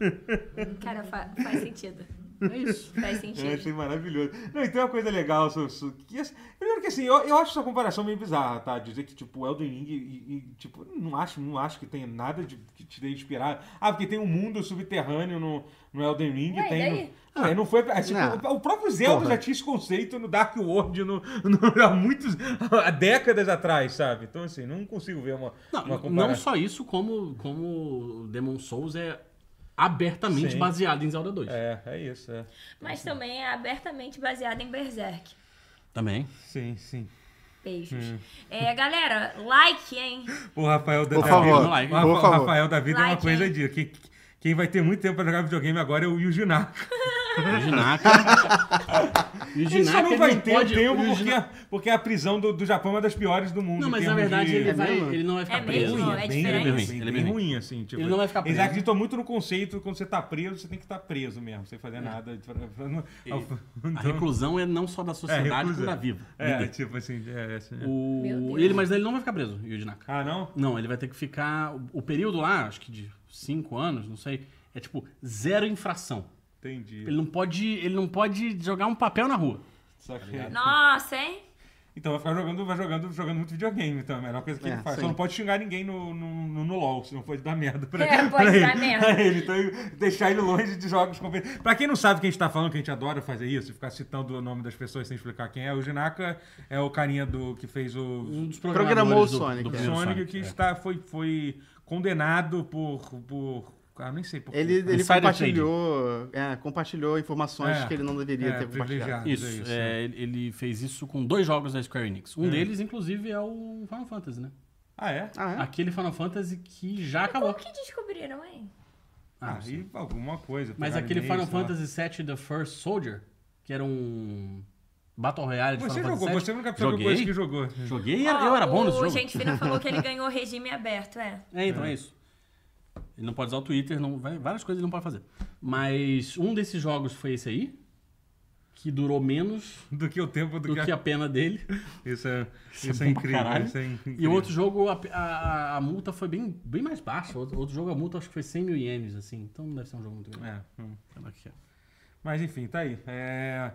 A: Cara, fa- faz sentido.
C: É isso.
A: Faz
B: Eu
A: sentido.
B: achei maravilhoso. Não, então é uma coisa legal. Su, Su, que, assim, primeiro que assim, eu, eu acho essa comparação meio bizarra, tá? Dizer que, tipo, Elden Ring e, e, tipo, não acho, não acho que tenha nada de, que te dê inspirado. Ah, porque tem um mundo subterrâneo no, no Elden Ring.
A: Ué, e
B: tem
A: daí?
B: No, Ué, não foi. assim,
D: Não.
B: o- O próprio Zelda
D: Porra.
B: já tinha esse conceito no Dark World no, no- há muitos. há décadas atrás, sabe? Então, assim, não consigo ver uma, uma
C: Não, não
B: comparação.
C: só isso, como, como Demon Souls é abertamente
B: Sim.
C: baseado em Zelda 2.
B: É, é isso, é.
A: Mas também é abertamente baseado em Berserk.
C: Também.
B: Sim, sim.
A: Beijos.
C: Hum.
A: É, galera, like, hein?
B: O Rafael da
D: Por
B: da
D: favor,
B: vida-
C: like.
B: o Rafa-
D: por favor.
B: Rafael da vida é uma
A: Like,
B: coisa
A: hein?
B: de. Quem, quem vai ter muito tempo pra jogar videogame agora é o Yuji Naka.
C: Jinaka. E o
B: Ele só
C: Jinaka,
B: não vai
C: não
B: ter
C: pode-
B: tempo
C: o
B: porque,
C: Jinaka-
B: porque a prisão do, do Japão é uma das piores do mundo.
C: Não,
B: em
C: mas na
B: termos
C: verdade
B: um de-
C: ele,
D: É
C: vai,
D: mesmo?
C: ele não vai ficar
A: É
C: preso.
A: mesmo? Não, é diferente.
B: bem, bem
C: Ele
B: ruim,
C: é
B: ele é
C: bem
B: bem
C: ruim.
B: ruim, assim. Tipo,
C: Ele não vai ficar
B: Eles
C: preso.
B: acreditam muito no conceito, quando você tá preso, você tem que estar preso mesmo, sem fazer nada. Pra, pra, não-
C: É. A reclusão é não só da sociedade, como
B: reclusão.
C: da viva.
B: Então- é,
C: vida.
B: tipo assim, é, é assim. é.
A: Meu
C: O...
A: Deus.
C: Ele, mas ele não vai ficar preso, o Jinaka.
B: Ah, não?
C: Não, ele vai ter que ficar. O período lá, acho que de 5 anos, não sei, é tipo zero infração.
B: Entendi.
C: Ele não pode, ele não pode jogar um papel na rua.
B: Só que-
C: tá
A: Nossa, hein?
B: Então vai ficar jogando, vai jogando, jogando muito videogame, então é a melhor coisa que
D: É,
B: ele faz.
D: sim.
B: Só não pode xingar ninguém no, no, no, no LOL, senão pode dar merda pra,
A: É, pode
B: pra
A: dar
B: ele.
A: merda.
B: pra ele. Então deixar ele longe de jogos competitivos. Pra quem não sabe quem a gente tá falando, que a gente adora fazer isso, ficar citando o nome das pessoas sem explicar quem é, o Jinaka é o carinha do que fez o
C: Um dos
D: Programou
C: programadores
D: o Sonic, é.
C: primeiro
B: Sonic, que
C: é.
B: está, foi, foi condenado por. por ah, nem sei por quê.
D: Ele, ele
C: Insider
D: compartilhou, é, compartilhou informações
B: É,
D: que ele não deveria
B: é,
D: ter compartilhado.
B: privilegiado.
C: Isso,
B: É isso,
C: é, ele- ele fez isso com dois jogos da Square Enix. Um deles, inclusive, é o Final Fantasy, né?
B: Ah, é?
D: Ah, é?
C: Aquele Final Fantasy que já
A: Como
C: acabou.
A: que descobriram, hein?
B: Ah, e alguma coisa.
C: Mas
B: pegaram
C: aquele
B: e-mail,
C: Final
B: sei tá lá.
C: Fantasy VII The First Soldier, que era um Battle Royale de
B: Você
C: Final
B: jogou,
C: Fantasy
B: você
C: VII,
B: nunca jogou
C: Joguei.
B: coisa que jogou.
C: Joguei, eu-
A: Ó,
C: eu era bom nesse
A: Ah, O
C: jogo.
A: Gente Fina falou que ele ganhou regime aberto, é.
C: É, então é. isso. Ele não pode usar o Twitter, não, vai- várias coisas ele não pode fazer. Mas um desses jogos foi esse aí, que durou menos
B: Do que o tempo do,
C: do que a pena dele.
B: Isso é, isso
C: Isso
B: é,
C: é bom pra
B: incrível.
C: caralho.
B: Isso é incrível.
C: E o outro jogo, a, a- a multa foi bem, bem mais baixa. Outro, outro jogo, a multa acho que foi 100 mil ienes, assim. Então não deve ser um jogo muito grande.
B: É, hum.
C: Sei lá o que é.
B: Mas enfim, tá aí. É...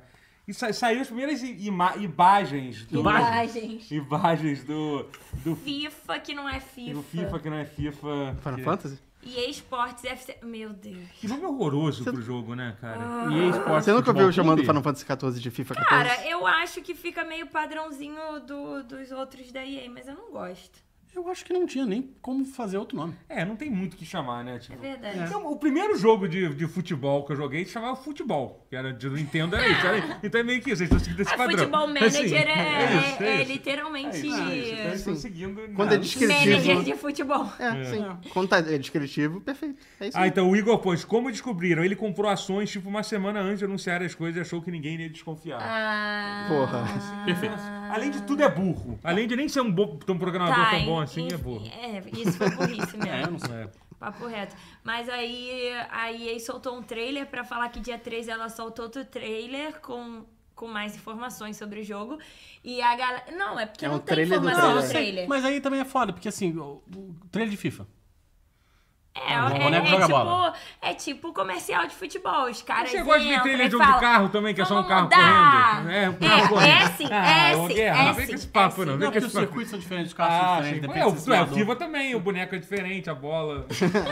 B: E sa- saiu as primeiras i- ima- imagens do.
A: Imagens.
B: Imagens do, do,
A: FIFA que não é FIFA.
B: do FIFA que não é FIFA.
D: Final
B: que,
D: Fantasy?
A: E esportes FC. Meu Deus.
B: que nome horroroso pro jogo, né,
A: Ah.
B: cara?
C: E EA Sports
D: Você nunca
C: Futebol
D: ouviu chamando
C: Clube?
D: Final Fantasy XIV de FIFA 14?
A: Cara, eu acho que fica meio padrãozinho do, dos outros da EA, mas eu não gosto.
C: Eu acho que não tinha nem como fazer outro nome.
B: É, não tem muito o que chamar, né? Tipo,
A: É verdade.
B: Então, o primeiro jogo de, de futebol que eu joguei se chamava Futebol, que era de Nintendo, era isso. Era, então é meio que isso, eles estão seguindo esse
A: A
B: padrão.
A: Ah, Futebol Manager
B: Assim,
A: é, é-
B: isso,
A: é
B: isso.
A: literalmente
B: É isso, então eles estão
D: Sim.
B: seguindo.
D: Quando
B: né?
D: é descritivo.
A: manager de futebol.
D: É, sim. Quando tá é descritivo, perfeito. É isso.
B: Ah,
D: aí.
B: então o Igor Pontes, como descobriram? Ele comprou ações tipo uma semana antes de anunciar as coisas e achou que ninguém ia desconfiar.
A: Ah,
D: Porra.
B: Perfeito. Além de tudo, é burro. Além de nem ser um, bo... um programador
A: tá,
B: tão bom
A: en-
B: assim, é
A: enf-
B: burro.
A: é, isso foi burrice mesmo.
C: É, eu não sei.
B: É.
A: Papo reto. Mas aí a EA soltou um trailer pra falar que dia 3 ela soltou outro trailer com, com mais informações sobre o jogo. E a galera. Não, é porque
D: É
A: não
D: um
A: tem
D: trailer do
A: informação
D: trailer.
A: no trailer.
C: Mas aí também é foda, porque assim, o o trailer de FIFA.
A: É,
C: Ah, o
A: é,
B: né?
C: boneco
A: é
C: joga bola.
A: tipo, é tipo comercial de futebol. Os caras.
B: Você gosta de ver
A: entram
B: trailer
A: e
B: de um
A: falam,
B: de carro também, que é só um
A: "Vamos
B: carro
A: mudar".
B: correndo? É, um carro
A: É, é
B: correndo.
A: sim,
B: Ah,
A: é
B: ô,
A: sim,
B: Guerra,
A: é
B: não vem
A: sim,
B: com esse papo,
A: é
B: não.
A: sim.
C: Não,
B: Vem com
C: porque tá
B: esse
C: os
B: papo.
C: circuitos são diferentes, os carros são
B: Ah, sim.
C: diferentes,
B: é,
C: depende se
B: o, é, o
C: é
B: FIFA também, o boneco é diferente, a bola.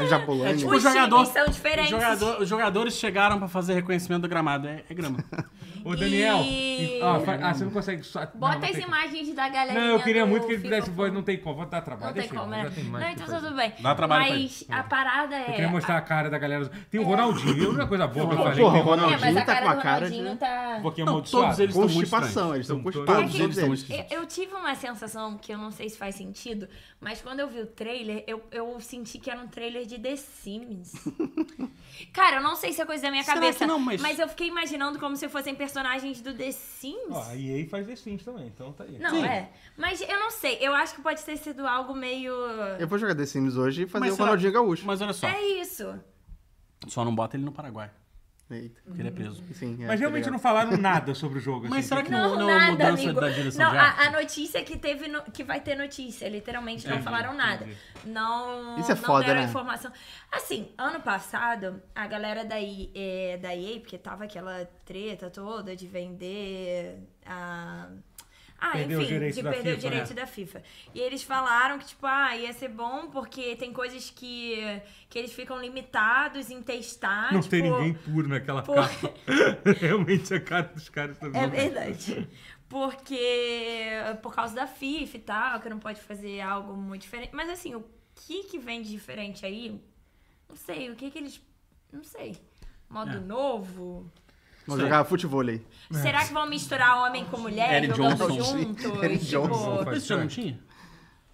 D: É Japolândia.
C: tipo-
A: Os
C: jogador-
A: times são diferentes.
C: Os, jogador- os jogadores chegaram pra fazer reconhecimento do gramado. É, é grama.
B: Ô, Daniel.
A: E-
B: Ah, fa- ah, você não consegue. Só... não,
A: Bota
B: não
A: as
B: tem como.
A: imagens da galera.
B: Não, eu queria muito que ele
A: fizesse
B: fizesse voz, não tem como, vou dar trabalho.
A: Não tem
B: deixa eu,
A: como,
B: já
A: né?
B: tem mais
A: Não,
B: que
A: então
B: fazer.
A: tudo bem.
C: Dá trabalho pra
A: Mas a parada
B: Eu
A: é.
B: queria mostrar a cara da galera. Tem o Ronaldinho, eu uma coisa boa pra
C: Porra,
B: fazer. Tem
D: o
B: o
A: É, mas
B: Ronaldinho,
A: a
D: tá
A: cara
D: com a
A: do
D: cara
A: Ronaldinho
D: de-
A: tá.
B: um pouquinho
C: Não,
B: amaldiçoado.
C: todos eles- estão muito
D: Constipação, eles estão
B: Estão todos-
D: constipados.
C: Todos eles estão
D: eles.
C: esquisitos.
A: É Eu, eu tive uma sensação que eu não sei se faz sentido, mas quando eu vi o trailer, eu, eu senti que era um trailer de The Sims. Cara, eu não sei se é coisa da minha
C: Será
A: cabeça,
C: que não? Mas-
A: eu fiquei imaginando como se fossem personagens do The Sims.
B: Ó, a EA faz The Sims também, então tá aí.
A: Não, é. Mas eu não sei, eu acho que pode ter sido algo meio.
D: Eu vou jogar The Sims hoje e fazer
C: Mas
D: o
C: será-
D: Ronaldinho Gaúcho.
C: Mas olha só,
A: É isso.
C: só não bota ele no Paraguai,
D: Eita.
C: porque ele é preso.
D: Sim, é,
B: Mas realmente
D: tá
B: não falaram nada sobre o jogo.
C: Mas
B: assim,
C: será
B: tipo,
C: que não,
A: Não,
C: não é uma
A: nada,
C: mudança
A: amigo.
C: da direção
A: não,
C: de
A: a,
C: arte?
A: a notícia é que teve no- que vai ter notícia, literalmente, não
B: Entendi,
A: falaram nada.
B: entendi.
A: Não,
D: Isso é
A: não
D: foda,
A: deram
D: né?
A: informação. Assim, ano passado, a galera da, I- eh, da EA, porque tava aquela treta toda de vender a ah,
B: Perder os
A: enfim,
B: direitos
A: de
B: da
A: perder o
B: FIFA,
A: direito
B: né?
A: da FIFA. E eles falaram que, tipo, ah, ia ser bom porque tem coisas que, que eles ficam limitados em testar.
B: Não
A: tipo,
B: tem ninguém puro naquela
A: pô.
B: capa. realmente a cara dos caras tá
A: É
B: zoando.
A: verdade. Porque por causa da FIFA e tal, que não pode fazer algo muito diferente. Mas assim, o que que vem de diferente aí? Não sei, o que que eles... Não sei. Modo
C: É.
A: novo?
D: Vou jogar futebol aí.
B: É.
A: Será que vão misturar homem com mulher
C: Eric
A: jogando
C: Johnson.
A: junto?
D: Eric
A: Tipo,
D: Johnson.
B: Faz é
C: Mas isso já não
B: certo.
C: tinha?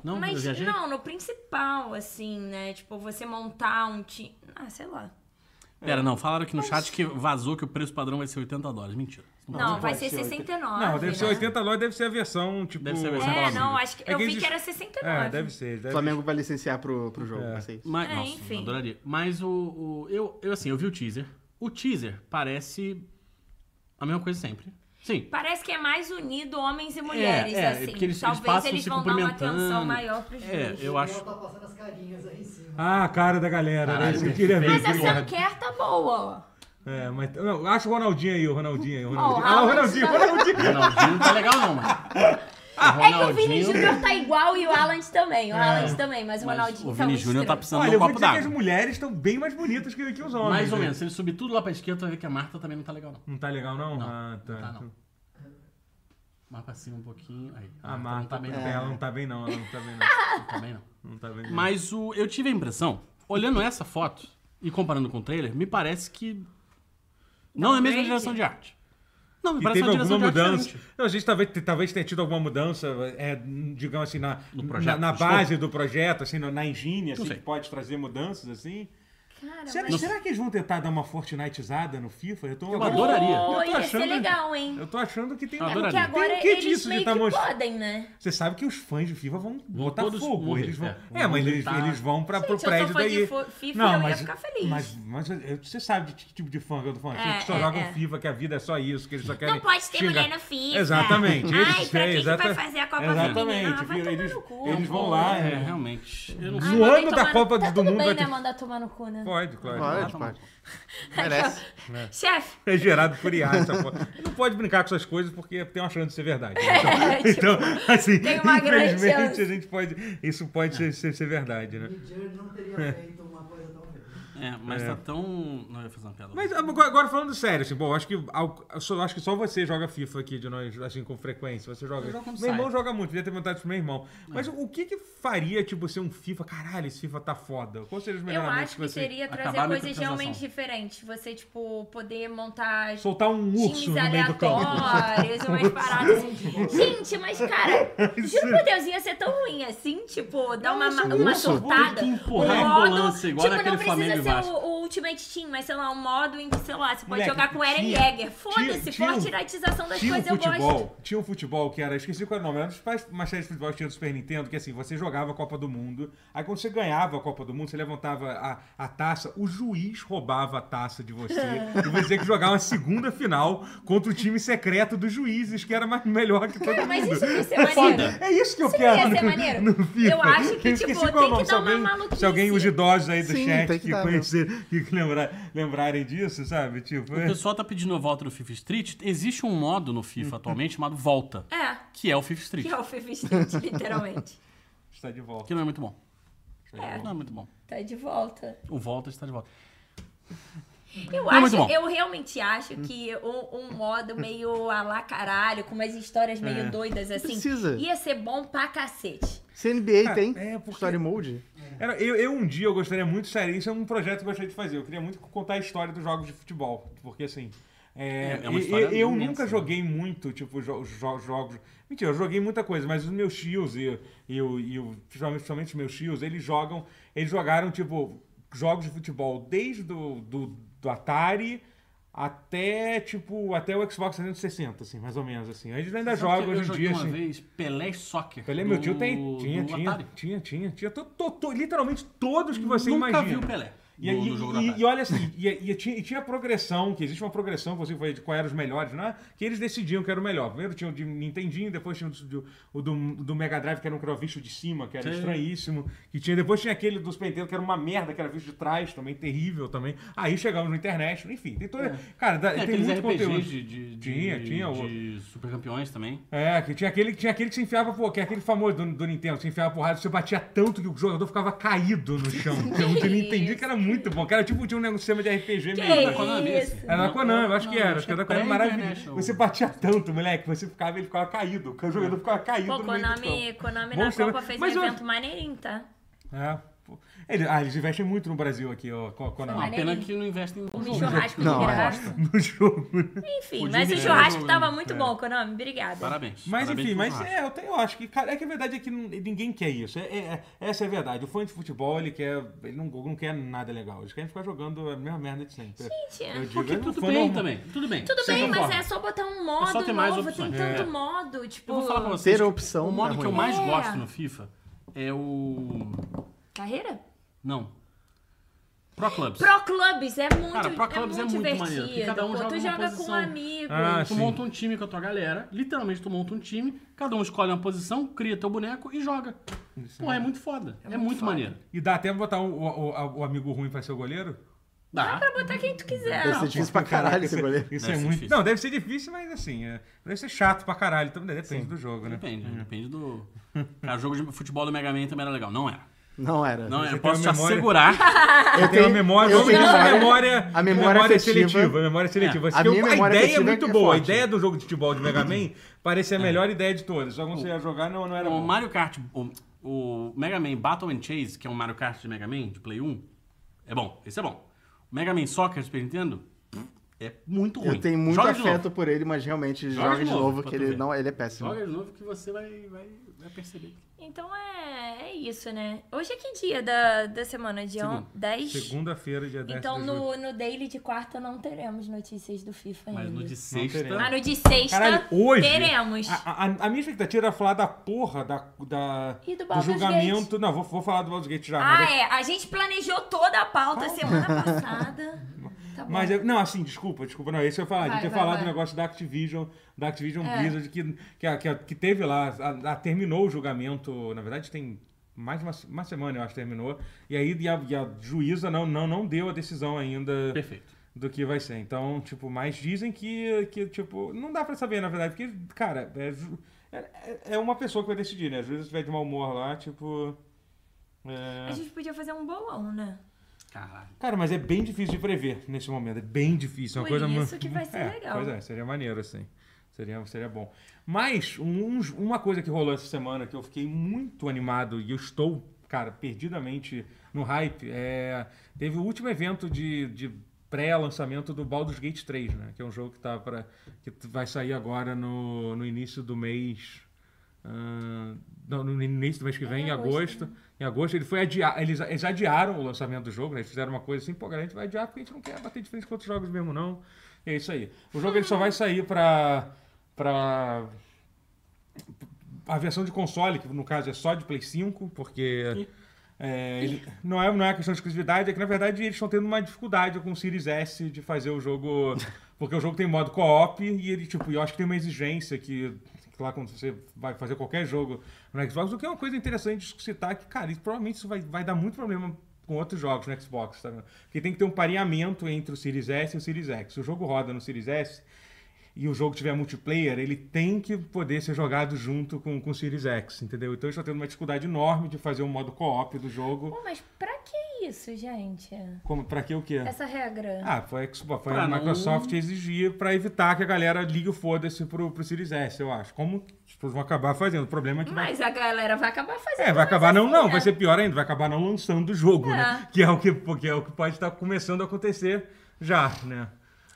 C: Não, eu
A: Mas
C: viajei?
A: não, no principal, assim, né? Tipo, você montar um time... Ah, sei lá.
C: Pera, não, falaram aqui no chat que vazou que o preço padrão vai ser 80 dólares. Mentira.
A: Não,
B: não
A: vai
B: pode
A: ser
B: ser
A: 69.
B: Não, deve ser
A: né?
B: 80 dólares, deve ser a versão, tipo...
C: Deve ser a versão
A: É,
C: Sim.
A: não, acho que...
B: É
A: eu
B: que
A: vi que
B: existe-
A: era 69.
B: É, deve ser. Deve...
D: O Flamengo vai licenciar pro, pro jogo,
B: É.
D: vai ser isso.
C: Mas,
A: É,
C: nossa,
A: enfim.
C: eu adoraria. Mas o, o- eu, eu, assim, eu vi o teaser. O teaser parece a mesma coisa sempre. Sim.
A: Parece que é mais unido homens e mulheres,
C: é,
A: assim.
C: porque eles- eles
A: Talvez
C: passam
A: eles
C: se
A: vão dar uma atenção
C: cumprimentando.
A: maior pros
C: É,
A: dois.
C: eu acho.
E: Ela tá passando as carinhas aí em cima.
B: Ah, a cara da galera, né?
C: Caralho,
B: Isso que eu queria ver.
A: Mas essa
B: porra.
A: enquete tá boa, ó.
B: É, mas... Não, acha o Ronaldinho aí, o Ronaldinho aí.
A: Ó,
B: O
A: tá o
B: Ronaldinho. Ah, o
A: Ronaldinho.
B: Ronaldinho, o Ronaldinho.
C: Ronaldinho não tá legal, não, mano.
A: É que o Vini Júnior tá igual e o Haaland também. O
B: É.
A: Haaland também, mas o
C: Mas
A: Ronaldinho
C: o
A: tá
C: Vini
A: muito
C: Júnior tá
A: estranho.
C: precisando
B: Olha,
C: de um
B: eu vou
C: copo
B: dizer que é as
C: d'água.
B: mulheres estão bem mais bonitas que, que os homens.
C: Mais ou
B: né?
C: menos. Se ele subir tudo lá pra esquerda, tu vai ver que a Marta também não tá legal, não.
B: Não tá legal, não?
C: Não,
B: ah, tá.
C: não tá, não. Mais pra cima um pouquinho. Aí.
B: A
C: não
B: Marta,
C: tá bem,
B: é,
C: não.
B: ela não tá bem, não. Ela não tá bem, não.
C: Não tá bem, não.
B: Não tá bem, não.
C: Mas o, eu tive a impressão, olhando essa foto e comparando com o trailer, me parece que não é a mesma
A: Downgrade?
C: direção de arte. Não, me
B: E
C: parece
B: teve
C: uma direção
B: alguma
C: de arte
B: mudança.
C: diferente.
B: Não, a gente talvez, talvez tenha tido alguma mudança, é, digamos assim, na,
C: No projeto,
B: na, na
C: no
B: base do projeto, assim, na na engine, assim,
C: sei.
B: que pode trazer mudanças, assim.
A: Cara,
B: Será,
A: mas...
B: será que eles vão tentar dar uma Fortniteizada no FIFA? Eu tô,
C: Eu adoraria.
A: Pô,
B: Eu tô
A: ia
B: achando-
A: ser legal, hein?
B: Eu tô achando que tem.
C: Eu
A: É porque
C: adoraria.
A: agora
B: Tem um quê
A: eles
B: disso de
A: meio
B: tá
A: que
B: mostrando?
A: podem, né?
B: Você sabe que os fãs de FIFA vão botar
C: todos
B: fogo.
C: morrer,
B: Eles vão...
C: é.
B: É,
C: Vão
B: mas eles,
C: gritar.
B: eles vão pra, pro
A: Gente, eu sou
B: prédio
A: fã
B: daí.
A: de fo- FIFA, eu ia ficar feliz.
B: Mas, mas eu- você sabe de que tipo de fã que eu tô falando.
A: É,
B: que só
A: é,
B: jogam
A: é.
B: FIFA, que a vida é só isso, que eles só querem.
A: Não pode ter
B: xingar.
A: mulher no FIFA.
B: Exatamente.
A: Ai,
B: eles,
A: pra que que vai
B: exata-
A: fazer a Copa
B: Exatamente.
A: Feminina? Vai tomar
B: Vira, eles,
A: no cu,
B: eles vão
A: pô.
B: lá.
C: É,
B: é.
C: realmente. Eu não
A: Ai,
B: No
A: mandei
B: ano da
A: tomar no-
B: Copa
A: tá
B: do
A: tudo
B: Mundo
A: bem,
B: vai ter-
A: né? Mandar tomar no cu, né?
B: Pode, claro.
D: Pode,
C: tomar.
D: pode. Merece.
A: Chefe,
B: É gerado por IA essa porra. Não pode brincar com essas coisas porque tem uma chance de ser verdade. né? Então,
A: É, tipo,
B: então, assim,
A: tem uma grande
B: infelizmente
A: chance.
B: a gente pode. Isso pode ser, ser- ser verdade, né?
E: Mid Journey não teria feito uma coisa tão grande.
C: É, mas tá tão. Não eu ia fazer uma piada.
B: Mas agora agora falando sério, assim, bom, acho que, ao- eu só- acho que só você joga FIFA aqui de nós, assim, com frequência. Você joga.
C: Eu jogo quando
B: meu
C: sai. É.
B: irmão joga muito, devia ter vontade pro meu irmão. Mas o que que faria, tipo, ser um FIFA? Caralho, esse FIFA tá foda. Qual seria os
A: Eu
B: melhoramentos
A: acho que
B: você...
A: seria trazer
C: acabar a
A: coisas
C: microtransação.
A: realmente diferentes. Você, tipo, poder montar
B: Soltar um urso
A: times
B: no meio do campo.
A: aleatórios, umas paradas assim. Gente, mas cara, juro por Deus, ia ser tão ruim assim, tipo, dar uma,
D: Nossa,
B: um
A: uma
D: urso,
A: soltada.
C: tem que empurrar
A: um
C: a
A: modo,
C: ambulância, igual
A: tipo,
C: naquele
A: não precisa
C: Flamengo e
A: ser
C: Vasco.
A: o, o Ultimate Team, mas sei lá, um modo em que, sei lá, você pode
B: Moleque,
A: jogar com o Eren
B: tinha-
A: Jäger.
B: tinha-
A: Foda-se,
B: tinha um-
A: forte iratização das
B: Tinha um
A: coisas, eu
B: futebol,
A: gosto.
B: tinha um futebol que era, esqueci qual era o nome, era um dos pais- uma série de futebol que tinha do Super Nintendo, que assim, você jogava a Copa do Mundo, aí quando você ganhava a Copa do Mundo, você levantava a, a taça, o juiz roubava a taça de você, e você tinha que jogar uma segunda final contra o time secreto dos juízes, que era mais, melhor que todo
A: Cara, mas
B: mundo.
A: isso ia ser maneiro.
B: É isso que eu
A: Isso não
B: quero.
A: ia ser
B: no-
A: maneiro?
B: no FIFA.
A: Eu acho que,
B: esqueci
A: tipo,
B: qual é o
A: tem que
B: nome,
A: dar
B: se
A: uma
B: alguém- Se
A: maluquice.
B: alguém, os idosos aí do
D: Sim,
B: chat
D: tem que
B: que,
D: dar, né?
B: conhecer, que lembrar, lembrarem disso, sabe? Tipo,
C: O
B: é-
C: pessoal tá pedindo a volta do FIFA Street. Existe um modo no FIFA atualmente chamado Volta,
A: É,
C: que é o FIFA Street.
A: que é o FIFA Street, literalmente.
B: está de volta.
C: Que não é muito bom.
A: É.
C: Não é muito bom.
A: Tá de volta.
C: O Volta está de volta.
A: Eu,
C: Não, muito
A: acho,
C: bom.
A: eu realmente acho que um, um modo meio a lá caralho, com umas histórias
C: É.
A: meio doidas assim,
D: precisa.
A: ia ser bom pra cacete.
D: Se NBA
B: Ah,
D: tem
B: é, porque-
D: Story Mode,
B: Era- eu, eu um dia eu gostaria muito, sério, isso é um projeto que eu gostaria de fazer. Eu queria muito contar a história dos jogos de futebol. Porque assim. é,
C: É, é uma
B: e-
C: história
B: e- eu
C: imensa,
B: nunca
C: né?
B: joguei muito, tipo, jo- jo- jogos. Mentira, eu joguei muita coisa, mas os meus tios e, e, o- e o- principalmente, principalmente os meus tios, eles jogam. Eles jogaram, tipo, jogos de futebol desde do, do, do Atari até, tipo, até o Xbox 360, assim, mais ou menos, assim. Eles ainda jogam
C: eu
B: hoje em
C: joguei
B: dia,
C: uma
B: assim.
C: vez Pelé Soccer.
B: Pelé, meu
C: do-
B: tio tem. Tinha,
C: do
B: tinha,
C: Atari. É,
B: tinha, tinha, tinha. to- to- to- literalmente todos que você
C: Nunca
B: imagina.
C: vi o Pelé
B: E,
C: no-
B: e-
C: no jogo
B: e-
C: do Atari.
B: e olha assim, e, e tinha, e tinha a progressão, que existe uma progressão, você foi de qual eram os melhores, né? Que eles decidiam que era o melhor. Primeiro tinha o de Nintendinho, depois tinha o do, o do, do Mega Drive, que era um que era visto de cima, que era
C: Sim.
B: estranhíssimo. Que tinha, depois tinha aquele dos Nintendo, que era uma merda, que era visto de trás, também terrível também. Aí chegamos no internet, enfim. Tem toda, Cara, dá-
C: Tem
B: tem
C: É. aqueles
B: muito conteúdo.
C: RPGs de, de, de,
B: Tinha, tinha
C: de super campeões também.
B: É, que tinha aquele, tinha aquele que se enfiava, pô, que é aquele famoso do, do Nintendo, que se enfiava porrada, você batia tanto que o jogador ficava caído no chão. Que eu não entendi que era muito bom, que era tipo tinha um negócio- sistema de RPG
A: Que
B: mesmo.
C: É Da Konami,
A: isso?
C: esse?
B: Era É da
C: Não,
B: Konami, eu acho que
C: não, é
B: era, acho que era da Konami, maravilhoso.
C: pré-International.
B: Você batia tanto, moleque, você ficava, ele ficava caído, o jogador ficava caído
A: Pô,
B: no meio do
A: Konami,
B: chão.
A: Konami
B: Bom
A: na
B: sistema.
A: Copa fez
B: Mas
A: um
B: eu-
A: evento maneirinho, tá?
B: É, pô. Ele- ah, eles investem muito no Brasil aqui, ó, Ko-
C: Uma
B: Konami.
A: Olha
C: pena
A: aí.
C: que não investem no
A: Um
C: jogo.
A: churrasco
D: Não,
A: de
D: é.
A: graça.
B: No jogo, né?
A: Enfim,
C: Podia
A: mas o
C: virar
A: churrasco
C: jogo,
A: tava
C: né?
A: muito bom, Konami. Obrigada.
C: Parabéns.
B: Mas
C: Parabéns pelo
B: enfim, mas
C: churrasco.
B: é, eu, tenho- eu acho que, cara, é que a verdade é que não- ninguém quer isso. É- é- é- essa é a verdade. O fã de futebol, ele quer. Ele não, não quer nada legal. Eles querem ficar jogando a mesma merda de sempre.
A: Gente, é.
B: Eu digo,
C: Porque
B: é um
C: tudo
B: fã
C: bem
D: então.
B: normal.
C: também. Tudo bem.
A: Tudo
C: de certa
A: bem, mas
C: forma.
A: é só botar um
C: É só
A: modo
C: ter mais
A: novo,
C: opções. É.
A: tem tanto modo, tipo...
C: Eu vou falar pra vocês.
D: ter opção
C: O modo
D: é
C: que eu
D: ruim.
C: mais
A: É.
C: gosto no FIFA é o.
A: Carreira?
C: Não. Pro Clubs.
A: Pro Clubs é muito,
C: Cara, Pro Clubs
A: é
C: é
A: muito
C: muito
A: divertido.
C: maneiro, porque cada um
A: pô,
C: joga
A: tu
C: uma
A: joga com
C: posição.
A: um amigo.
B: Ah,
C: Tu
B: sim.
C: monta um time com a tua galera, literalmente tu monta um time, cada um escolhe uma posição, cria teu boneco e joga. Pô, é muito foda. É, muito, maneiro.
B: E dá até pra botar o, o- o- o amigo ruim pra ser o goleiro?
C: Dá.
A: Pra botar quem tu quiser.
D: deve ser difícil pra caralho esse goleiro.
B: Isso
C: Deve
B: é
C: ser
B: muito.
C: difícil.
B: Não, deve ser difícil, mas assim, é- deve ser chato pra caralho. Então, depende do jogo, né?
C: Depende, depende do. Cara, o jogo de futebol do Mega Man também era legal. Não era.
D: não era.
C: Não era.
B: Você
C: Eu posso te
B: tem uma memória-
C: assegurar.
D: Eu
B: Tem uma memória,
D: eu
B: vamos
D: tenho
B: dizer, a
D: memória-
B: memória,
D: é a memória afetiva.
B: seletiva. A memória seletiva.
C: É.
B: Assim,
D: A
B: que eu-
D: minha
B: a
D: memória
B: ideia é
D: afetiva
B: muito
D: é
B: boa. A
D: forte.
B: ideia do jogo de futebol de Mega Man parece a melhor ideia de todas. Só quando você ia jogar, não, não era
C: É. O
B: bom.
C: Mario Kart, o, o Mega Man Battle and Chase, que é um Mario Kart de Mega Man, de Play 1, é bom. Esse é bom. O Mega Man Soccer, Super Nintendo, é muito ruim.
D: Eu tenho muito
C: Joga de
D: afeto
C: novo.
D: por ele, mas realmente joga, de novo,
C: pra
D: que
C: tu
D: ele,
C: ver.
D: não, ele é péssimo.
C: Joga de novo que você vai, vai, vai perceber.
A: Então é, é isso, né? Hoje é que dia da, da semana? Dia
C: Segunda.
A: 10?
B: Segunda-feira, dia 10
A: Então
B: de julho.
A: no, no daily de quarta não teremos notícias do FIFA ainda.
C: Mas no de
A: Mas
B: teremos.
C: sexta... é
A: no de sexta
B: Caralho, hoje.
A: tá
B: Ah,
A: teremos.
B: A, a- a minha expectativa era falar da porra da, da-
A: E do Baldur's
B: julgamento. Não, vou, vou falar do Baldur's Gate já.
A: Ah,
B: mas
A: é. A gente planejou toda a pauta semana passada. Tá bom.
B: Mas, eu- não, assim, desculpa, desculpa, não, esse eu ia falar. a gente
A: Vai,
B: ia
A: vai,
B: falar
A: vai.
B: do negócio da Activision, da Activision
A: É.
B: Blizzard, que, que, a- que, a- que teve lá, a- a- terminou o julgamento, na verdade tem mais de uma, se- uma semana, eu acho, terminou. E aí e a, e a juíza não, não, não deu a decisão ainda
C: Perfeito.
B: do que vai ser. Então, tipo, mas dizem que, que tipo, não dá pra saber, na verdade, porque, cara, é, ju- é- é uma pessoa que vai um decidir, né? Às vezes se tiver de mau humor lá, tipo.
A: A
B: É...
A: gente podia fazer um bolão, né?
C: Caralho.
B: Cara, mas é bem difícil de prever nesse momento. É bem difícil. É uma
A: Por
B: coisa
A: isso
B: mu-
A: que vai ser
B: É,
A: legal.
B: Pois é, seria maneiro, assim. Seria, seria bom. Mas um- uns- uma coisa que rolou essa semana que eu fiquei muito animado e eu estou, cara, perdidamente no hype, é... Teve o último evento de... de pré-lançamento do Baldur's Gate 3, né? Que é um jogo que tá para que vai sair agora no, no início do mês, ah, não, no início do mês que vem,
A: em
B: em agosto.
A: agosto,
B: Em agosto ele foi adiar, eles, eles adiaram o lançamento do jogo, né? Eles fizeram uma coisa assim, pô, galera, a gente vai adiar porque a gente não quer bater de frente com outros jogos mesmo, não. E é isso aí. O jogo ele só vai sair pra. pra a versão de console, que no caso é só de Play 5, porque é, ele- não, é, não é questão de exclusividade, é que na verdade eles estão tendo uma dificuldade com o Series S de fazer o jogo. Porque o jogo tem modo co-op e ele, tipo, eu acho que tem uma exigência que, que lá quando você vai fazer qualquer jogo no Xbox, o que é uma coisa interessante de citar que, cara, isso, provavelmente isso vai, vai dar muito problema com outros jogos no Xbox, tá vendo? Porque tem que ter um pareamento entre o Series S e o Series X. Se o jogo roda no Series S, e o jogo tiver multiplayer, ele tem que poder ser jogado junto com com o Series X, entendeu? Então eles estão tendo uma dificuldade enorme de fazer um modo co-op do jogo.
A: Pô, mas pra que isso, gente?
B: Como, pra que o quê?
A: Essa regra.
B: Ah, foi, a Xbox- foi
C: Pra
B: a
C: não-
B: Microsoft exigir pra evitar que a galera ligue o foda-se pro, pro Series S, eu acho. Como as pessoas vão acabar fazendo? O problema é que vai-
A: Mas a galera vai acabar fazendo.
B: É, vai
A: mais
B: acabar não,
A: assim,
B: não,
A: né?
B: vai ser pior ainda, vai acabar não lançando o jogo, né?
A: É.
B: Que é o que, que é o que pode estar começando a acontecer já, né?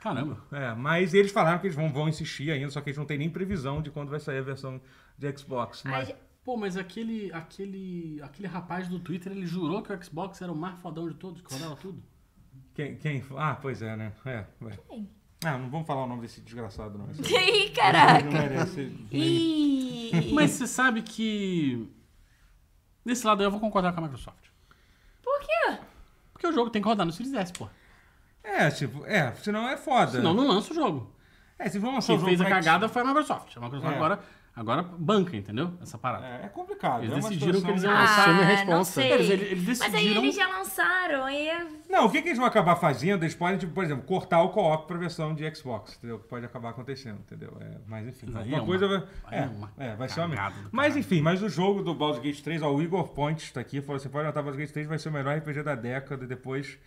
C: Caramba.
B: É, mas eles falaram que eles vão, vão insistir ainda, só que eles não têm nem previsão de quando vai sair a versão de Xbox. Mas...
A: Ai,
C: Pô, mas aquele, aquele, aquele rapaz do Twitter, ele jurou que o Xbox era o mais fodão de todos, que rodava tudo.
B: Quem, quem- Ah, pois é, né? É, ué.
A: Quem?
B: Ah, não vamos falar o nome desse desgraçado, não. Esse-
A: Ih,
B: ele
A: caraca.
B: não merece. nem-
A: Ih.
C: Mas você sabe que... Nesse lado aí eu vou concordar com a Microsoft.
A: Por quê?
C: Porque o jogo tem que rodar no Series S, pô.
B: É, tipo, é, senão é foda.
C: Senão não lança o jogo.
B: É, se vão lançar
C: Quem
B: o jogo
C: fez a
B: pra-
C: cagada foi a Microsoft. A Microsoft
B: É.
C: agora, agora banca, entendeu? Essa parada.
B: É, é complicado.
C: Eles
B: é uma
C: decidiram que eles
B: situação-
C: iam-
D: Assume a
A: Ah, não
D: responsa.
A: sei.
C: Eles- eles- eles
A: Mas aí
C: decidiram-
A: eles já lançaram é e
B: Não, o que, que eles vão acabar fazendo? Eles podem, tipo, por exemplo, cortar o co-op pra versão de Xbox, entendeu? Que pode acabar acontecendo, entendeu? É, mas enfim,
C: Aí
B: alguma
C: é uma-
B: coisa vai.
C: aí
B: É,
C: é uma
B: é, vai ser uma merda.
C: cagada do
B: Mas
C: caralho.
B: enfim, mas o jogo do Baldur's Gate 3, ó, o Igor Pontes tá aqui, falou assim: pode notar, Baldur's Gate 3 vai ser o melhor RPG da década depois.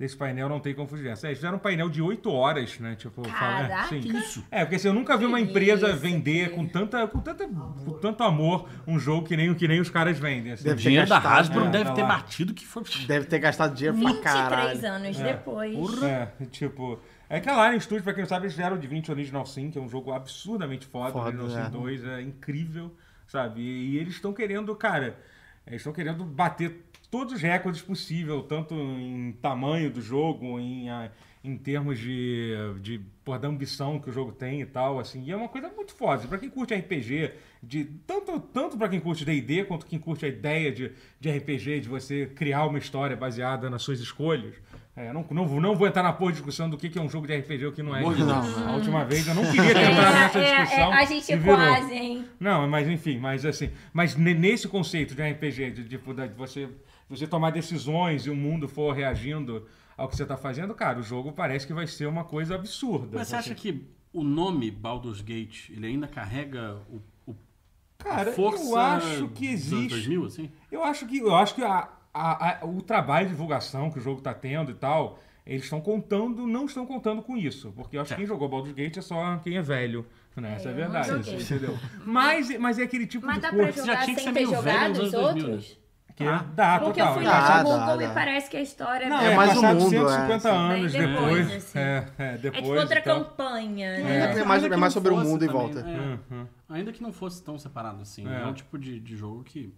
B: Desse painel não tem como fugir. dessa. É, eles fizeram um painel de 8 horas, né? Tipo, fala-
A: Caraca!
B: é, sim.
C: Isso.
B: É, porque assim, eu nunca vi uma
A: Que
B: empresa
A: isso,
B: vender
A: que-
B: com, tanta, com, tanta, com tanto amor um jogo que nem, que nem os caras vendem. assim.
C: O
D: Deve ter
C: dinheiro da
D: gastado,
C: Hasbro
B: né?
C: deve
B: Tá
C: ter
B: lá.
C: batido que foi...
D: Deve ter gastado dinheiro pra
A: 23
D: caralho.
A: anos depois.
B: É, tipo. É que a Larian Studios, pra quem não sabe, eles fizeram o Divinity Original Sin, que é um jogo absurdamente foda.
D: Foda,
B: o Original
D: é.
B: Sin 2 é incrível, sabe? E, e eles estão querendo, cara, eles estão querendo bater todos os recordes possíveis, tanto em tamanho do jogo, em, ah, em termos de, de pô, da ambição que o jogo tem e tal, assim. E é uma coisa muito foda. Pra quem curte RPG, de, tanto, tanto pra quem curte D&D, quanto quem curte a ideia de, de RPG, de você criar uma história baseada nas suas escolhas, é, eu não, não, vou- não vou entrar na porra de discussão do que, que é um jogo de RPG ou que não é.
D: Não, não.
B: A última vez eu não queria
A: É,
B: ter entrado nessa
A: é,
B: discussão.
A: é, a gente
B: e virou.
A: quase, hein?
B: Não, mas enfim, mas assim, mas ne- nesse conceito de RPG, de, tipo, da- de você, você tomar decisões e o mundo for reagindo ao que você tá fazendo, cara, o jogo parece que vai ser uma coisa absurda. Assim,
C: Mas você acha que o nome Baldur's Gate, ele ainda carrega o, o-
B: Cara,
C: a força
B: eu acho
C: dos anos
B: que existe
C: 2000, assim?
B: Eu acho que, eu acho que a- a- a- o trabalho de divulgação que o jogo está tendo e tal, eles estão contando, não estão contando com isso. Porque eu acho que quem jogou Baldur's Gate é só quem é velho. Né? Essa é a
A: eu não
B: verdade.
A: joguei.
B: Entendeu? Mas, mas é aquele tipo
A: Mas
B: de
A: dá pra
B: coisa
A: jogar
C: tinha que ser
A: sem ter
C: meio velho
A: jogado
C: nos
A: os
C: anos 2000, né?
A: outros?
B: que dá
A: Ah, Porque eu
B: Ah, total. é.
A: fui
B: dá.
A: lá
D: Ah, Dá,
A: no
D: dá,
A: Google e
D: dá.
A: parece que a história
B: Não,
A: dela-
B: é,
D: É
B: mais
D: mais um
B: passado
D: mundo,
B: 150
D: é, assim.
B: anos
A: Bem
B: depois.
A: depois, assim.
B: É, é,
A: É
B: depois.
A: tipo outra
B: então.
A: campanha, né?
D: É, é mais-
C: Ainda
D: é
C: que
D: mais
C: não
D: sobre o
C: fosse
D: mundo e
C: também,
D: volta. Hum.
C: é.
A: Uhum,
C: Ainda que não fosse tão separado assim.
B: É.
C: É, um tipo de, de jogo
D: Hum.
C: que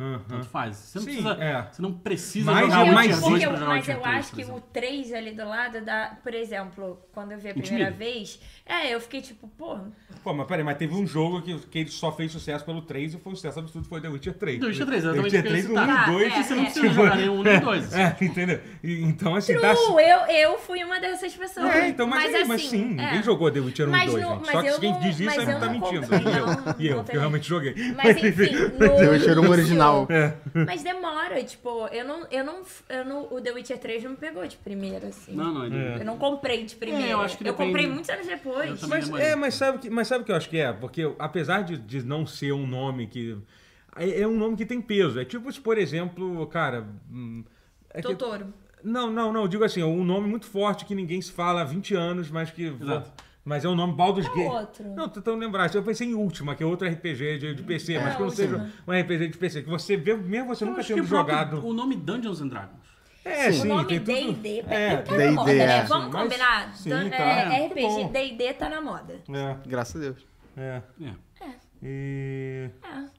B: Uhum.
C: tanto faz. Você não
B: Sim,
C: precisa,
B: é.
C: você não precisa
B: Mas
C: jogar
B: eu-
C: o
B: mas é
C: Witcher
B: eu-
C: 2
A: eu,
C: pra jogar o
A: mas
C: Witcher
A: eu acho
C: 3, por
B: assim.
A: que o
C: exemplo.
A: 3 ali do lado dá, por exemplo, quando eu vi a primeira
C: Intimida.
A: vez, é, eu fiquei tipo, pô,
B: Pô, mas peraí, mas teve um jogo que, que ele só fez sucesso pelo 3 e foi um sucesso absurdo, foi The Witcher 3.
C: The Witcher 3,
B: The
C: exatamente
B: Witcher
C: o que eu ia
B: 3, o 1
C: citar.
B: e o 2.
A: Ah, é,
C: Você
A: é.
C: não precisa jogar nenhum nem dois. assim.
B: É, entendeu? E, então, assim, dá
A: true, eu, eu fui uma dessas pessoas.
B: É, então, mas, aí, mas
A: assim,
B: sim,
A: é.
B: ninguém jogou The Witcher 1 e
A: Mas
B: 2,
A: no-
B: gente.
A: mas
B: Só que
A: eu
B: quem
A: não-
B: diz isso
A: mas
B: aí não
A: eu
B: tá
A: não
B: mentindo.
A: comprei,
B: entendeu?
A: não,
B: e eu,
A: não
B: que eu realmente joguei.
A: Mas enfim, no
D: The Witcher um
A: início-
D: original.
B: É.
A: Mas demora, tipo, eu não, eu não, eu não, o The Witcher 3 não me pegou de primeira, assim.
C: Não, não, é.
A: Eu não comprei de primeira.
C: É, eu acho que depende-
A: comprei muitos anos depois.
C: Eu também. né,
B: Mas,
C: demorei.
B: é, mas sabe o que, mas sabe o que eu acho que é? Porque apesar de, de não ser um nome que. É é um nome que tem peso. É tipo se, por exemplo, cara. hum, É que-
A: Totoro.
B: Não, não, não. eu Digo assim, é um nome muito forte que ninguém se fala há 20 anos, mas que.
C: Exato.
B: Mas é um nome Baldur's
A: Qual
B: Gate.
A: outro?
B: Não, tô tentando lembrar. Eu pensei em Última, que é outro RPG de, de PC,
A: É,
B: mas que não seja
A: Última.
B: um RPG de PC. Que você vê, mesmo você nunca
C: Acho que
B: tendo
C: o próprio-
B: jogado.
C: O nome Dungeons and Dragons.
B: É,
A: o nome
B: tem tudo-
A: D&D
B: É,
A: tá na moda,
D: D&D,
A: né?
D: é.
A: Vamos
B: Mas-
A: combinar?
B: sim,
A: Dan-
B: tá.
A: é,
B: É, muito
A: RPG
B: bom.
A: D&D tá na moda.
B: É,
D: Graças a Deus.
B: é.
C: É.
B: E.
A: É.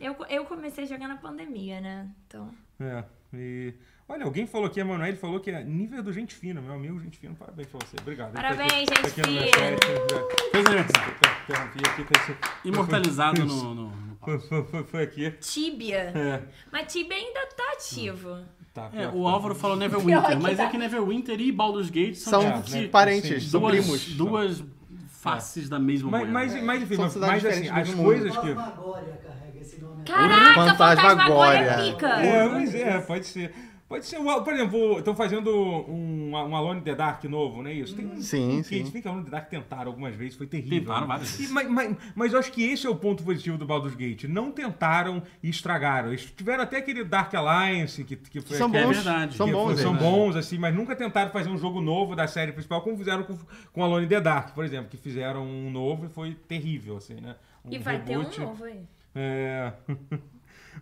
A: Eu, eu comecei a jogar na pandemia, né? Então...
B: É. E. Olha, alguém falou aqui, Emanuel falou que é nível do gente fina, meu amigo gente fina. Parabéns pra você. Obrigado.
A: Parabéns,
B: Tá
A: gente
B: aqui- tá aqui no meu
A: fina.
B: site, já-
C: Fez aniversário.
B: tá- interrompi aqui, tá esse-
C: Imortalizado no. no- no-
B: Foi, foi, foi, foi aqui.
A: Tíbia.
B: É.
A: Mas Tíbia ainda tá ativo.
B: Tá,
C: É,
B: pior que
C: o
B: tá.
C: Álvaro falou
A: Pior que
C: Neverwinter, mas
A: tá.
C: é que Neverwinter e Baldur's Gate são,
D: São
C: tipo,
B: né?
C: que
D: parentes,
B: Sim.
D: são
C: duas,
D: primos.
C: duas faces da mesma
B: Mas,
C: moeda.
B: mas, mas enfim,
D: São
B: mas,
D: cidades
B: mas, assim,
D: diferentes
B: as
D: do mundo.
B: coisas que.
E: Fantasmagória carrega esse nome.
A: Caraca, Fantasmagória
D: Fantasmagória.
A: é pica.
B: É, mas é, pode ser. Pode ser, o- por exemplo, estão fazendo um, um Alone in the Dark novo, não é isso? Tem um,
D: Sim,
B: um que-
D: sim.
B: Tem que Alone in the Dark tentaram algumas vezes, foi terrível.
C: Tentaram várias
B: E,
C: vezes.
B: mas, mas, mas eu acho que esse é o ponto positivo do Baldur's Gate. Não tentaram e estragaram. Eles tiveram até aquele Dark Alliance, que, que foi
D: São
B: aquele-
C: é
D: bons,
C: verdade.
D: são
B: que
D: bons, né?
B: são
D: eles.
B: bons, assim, mas nunca tentaram fazer um jogo novo da série principal, como fizeram com, com Alone in the Dark, por exemplo, que fizeram um novo e foi terrível, assim, né? Um
A: E vai ter um
B: reboot.
A: novo aí.
B: É.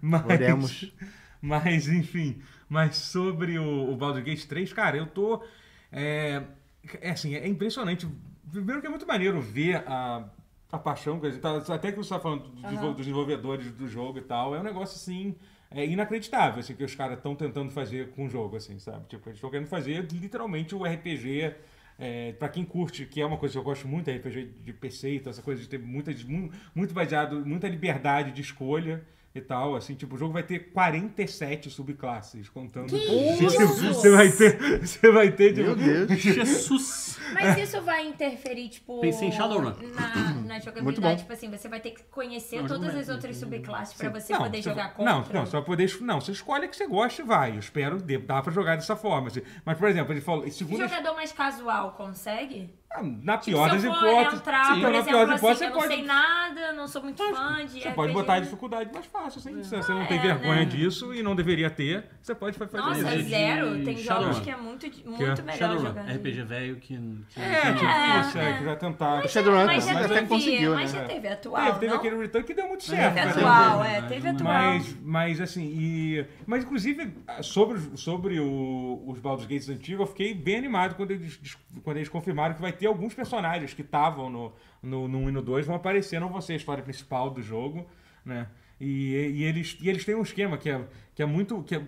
B: mas,
D: Oremos.
B: Mas, enfim. Mas sobre o, o Baldur's Gate 3, cara, eu tô. É, é assim, é impressionante. Primeiro que é muito maneiro ver a, a paixão, que a gente tá, até que você tá falando dos desenvol- dos desenvolvedores do jogo e tal, é um negócio assim. É inacreditável, assim, que os caras estão tentando fazer com o jogo, assim, sabe? Tipo, eles estão querendo fazer literalmente o RPG é, para quem curte, que é uma coisa que eu gosto muito, é RPG de PC, então essa coisa de ter muita, de mu- muito baseado, muita liberdade de escolha e tal, assim, tipo, o jogo vai ter 47 subclasses, contando...
A: Que
B: Você-
A: isso?
B: Você vai ter, você vai ter, tipo,
D: Meu Deus.
C: Jesus!
A: Mas isso vai interferir, tipo.
C: Pensei em Shadowrun.
A: Na, na
D: Muito bom.
A: jogabilidade. Tipo assim, você vai ter que conhecer
C: Não,
A: todas
C: jogo
A: as
C: mesmo.
A: outras subclasses pra você
B: é. Não,
A: poder
B: você-
A: jogar contra.
B: Não, não, você vai poder. Não, você escolhe a que você gosta e vai. Eu espero que dê- dá pra jogar dessa forma. assim. Mas, por exemplo, ele falou.
A: Um
B: Segunda,
A: jogador mais casual consegue?
B: Ah, Na
A: Tipo,
B: pior das
A: se eu for
B: hipóteses.
A: entrar,
B: Sim.
A: por
B: na
A: exemplo,
B: das
A: assim, eu não
B: você
A: sei nada, não sou muito fã de.
B: Você
A: RPG.
B: pode botar a dificuldade mais fácil, assim. Se você não tem
A: é,
B: vergonha
A: né?
B: disso e não deveria ter, você pode fazer
A: Nossa,
C: RPG
B: isso.
C: de
A: zero. Tem jogos
C: Shadowrun.
A: que é muito, di- muito
B: é?
A: melhor
C: Shadowrun,
A: jogar.
C: RPG velho que. que
B: É, tipo
A: É,
B: isso, é,
A: é.
B: que já tentaram.
D: O Shadowrun
A: Mas já
B: Mas
D: até
A: teve,
D: conseguiu, né?
A: mas já teve atual.
B: Teve, teve
A: não?
B: aquele return que deu muito certo.
A: Teve
B: mas-
A: atual, é,
C: Mas-
A: teve atual.
B: Mas, mas assim, e. Mas inclusive, sobre, os- sobre o- os Baldur's Gates antigos, eu fiquei bem animado quando eles, des- quando eles confirmaram que vai ter alguns personagens que estavam no, no, no 1 e no 2 vão aparecer, não vão ser a história principal do jogo, né? E, e eles, e eles têm um esquema que é, que é muito. Que é-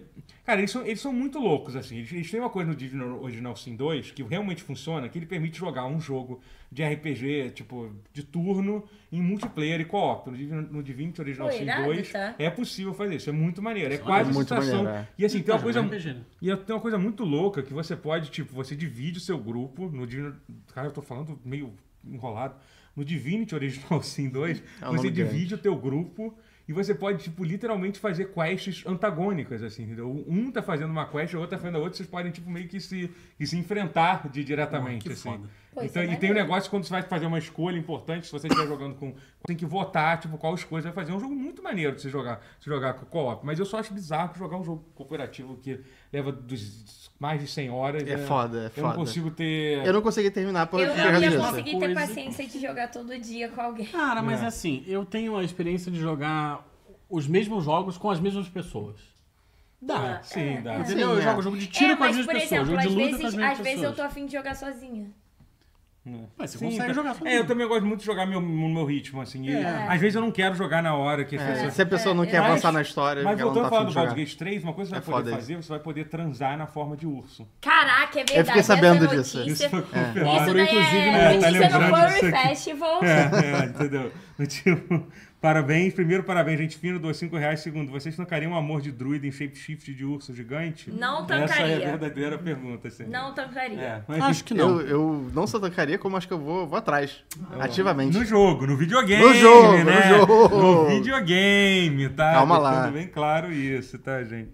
B: cara, eles são, eles são muito loucos, assim. Eles, eles têm uma coisa no Divinal Original Sin 2 que realmente funciona, que ele permite jogar um jogo de RPG, tipo, de turno, em multiplayer e co-op. No, Divin- no Divinity Original
A: Pô,
B: Sin
A: irado,
B: 2
A: tá?
B: é possível fazer isso, é muito maneiro. É quase
D: muito
B: uma situação.
D: maneiro, é.
B: E assim, tem uma
C: Pode
B: coisa.
C: jogar RPG, né?
B: E tem uma coisa muito louca que você pode, tipo, você divide o seu grupo no Divin- Cara, eu tô falando meio enrolado. No Divinity Original Sin 2,
D: É um
B: você
D: nome grande.
B: divide o teu grupo e você pode, tipo, literalmente fazer quests antagônicas, assim, entendeu? Um tá fazendo uma quest, o outro tá fazendo a outra, vocês podem, tipo, meio que se, que se enfrentar de, diretamente,
C: que
B: assim.
C: foda.
A: Pô, isso
B: Então,
A: é
B: e tem um
A: maneiro.
B: negócio quando você vai fazer uma escolha importante, se você estiver jogando com. Tem que votar, tipo, qual escolha você vai fazer. É um jogo muito maneiro de se jogar, se jogar com co-op. Mas eu só acho bizarro jogar um jogo cooperativo que leva dos- mais de 100 horas.
D: É
B: né?
D: foda, é
B: Eu não
D: foda.
B: consigo ter.
D: Eu não consegui terminar por
A: Eu
D: por
A: não
D: causa
A: ia
C: Beleza.
D: disso.
A: conseguir ter
C: Coisa.
A: paciência de jogar todo dia com alguém.
C: Cara, mas
B: É.
C: é assim, eu tenho a experiência de jogar os mesmos jogos com as mesmas pessoas. Dá.
B: Sim, dá.
C: Entendeu?
D: Sim,
C: eu
D: é.
C: jogo jogo de tiro
A: é,
C: com
A: mas,
C: as mesmas
A: por
C: pessoas,
A: exemplo,
C: jogo de
A: às
C: luta com as
A: vezes, às
C: mesmas
A: vezes eu
C: pessoas.
A: tô afim de jogar sozinha.
C: Mas você
B: Sim,
C: consegue
B: então-
C: jogar
B: É, eu
C: sozinho.
B: também gosto muito de jogar meu, no meu ritmo, assim. e
C: É.
B: Às vezes eu não quero jogar na hora que as
D: É,
B: pessoas.
D: Se a pessoa não quer
B: Mas-
D: avançar na história,
B: Mas
D: ela
B: voltando
D: não
B: a
D: tá
B: falar
D: afim
B: do
D: de jogar.
B: Baldur's Gate 3, uma coisa que
D: É
B: você vai poder
D: foda
B: fazer, você vai poder transar na forma de urso.
A: Caraca, é verdade.
D: fiquei sabendo
A: essa
D: disso.
A: notícia,
B: Isso foi confirmado,
A: Isso daí
B: inclusive,
A: é
B: no- tá
A: notícia no
B: lembrando disso
A: Furry
B: aqui.
A: Festival.
B: É, é, entendeu? No tipo, parabéns. Primeiro, parabéns, gente fina, dois cinco reais. Segundo, vocês tancariam um amor de druida em shapeshift de urso gigante?
A: Não
B: Essa é
A: tancaria.
B: a verdadeira pergunta, assim.
A: Não tancaria.
B: É, mas-
C: Acho que não.
D: Eu, eu não só tancaria, como acho que eu vou, vou atrás.
B: É,
D: Ativamente.
B: No jogo, no videogame,
D: No jogo, no
B: né?
D: jogo.
B: No videogame, tá?
D: Calma lá.
B: Deixando bem claro isso, tá, gente?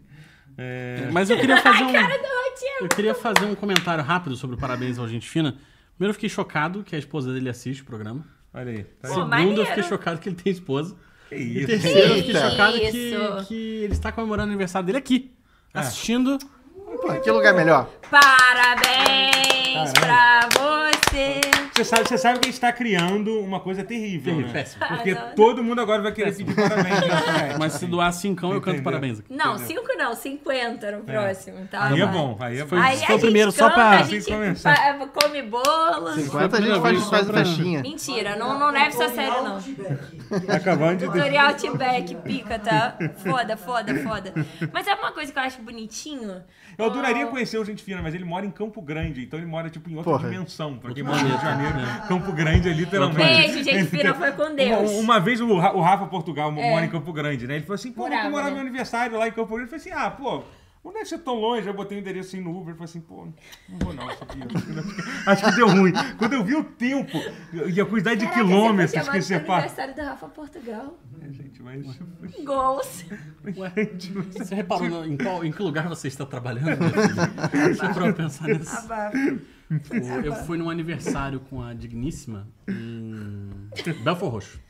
B: É,
C: Mas eu queria fazer um.
A: Não tinha-
C: Eu queria fazer um comentário rápido sobre o Parabéns ao Gente Fina. Primeiro, eu fiquei chocado que a esposa dele assiste o programa.
B: olha aí. Tá
A: Pô,
C: Segundo,
A: maneiro.
C: eu fiquei chocado que ele tem esposa.
B: Que
C: E
B: isso.
C: terceiro, eu
A: Que
C: fiquei chocado que,
A: isso.
B: É.
C: que ele está comemorando o aniversário dele aqui. Assistindo
B: Por
D: Porra, que lugar melhor.
A: Parabéns pra você.
B: Você sabe, você sabe que a gente tá criando uma coisa terrível,
C: Terrível,
B: né?
C: péssimo.
B: Porque
A: Ah, não.
B: todo mundo agora vai querer pedir parabéns. né?
C: Mas se doar cincão, eu canto
B: Entendeu.
C: parabéns aqui.
A: Não, 5 não, 50 era o próximo, tá?
B: Aí é
A: Vai.
B: bom, aí é bom.
A: Aí a
C: Foi o
A: gente
C: primeiro, só
A: canta,
C: pra-
A: a
B: Sem
A: gente
B: começar.
A: fa- come bolo.
D: Enquanto a gente
C: primeira
D: faz,
C: vez,
D: faz
C: só pra-
D: festinha.
A: Mentira, não, não é leve essa a
E: um
A: sério, não.
E: é
B: Acabando de
E: Tutorial
A: Tutorial T-Back, pica, tá? Foda, foda, foda. Mas é uma coisa que eu acho bonitinho.
B: Eu adoraria conhecer o Gente Fina, mas ele mora em Campo Grande, então ele mora tipo em outra
D: Porra.
B: dimensão. Pra quem mora no Rio de Janeiro, Campo Grande é literalmente.
A: Beijo, gente fina, foi com Deus. É.
B: Uma, uma vez o, Ra- o Rafa Portugal mo- mora em Campo Grande, né? Ele falou assim, pô, vou
A: Morava,
B: comemorar
A: né?
B: meu aniversário lá em Campo Grande. Eu falei assim, ah, pô, não deve ser tão longe. Eu botei o endereço assim no Uber. Ele falou assim, pô, não vou não, isso aqui. Acho que deu ruim. Quando eu vi o tempo e a quantidade de
A: Caraca,
B: quilômetros
A: você foi chamado pro
B: que separa...
A: aniversário da Rafa Portugal.
B: É, gente, mas...
A: Gols.
C: Você reparou no- em, qual- em que lugar você está trabalhando? Deixa pra eu pensar nisso.
A: Abafo.
C: O- Eu fui num aniversário com a digníssima em Belfort Roxo.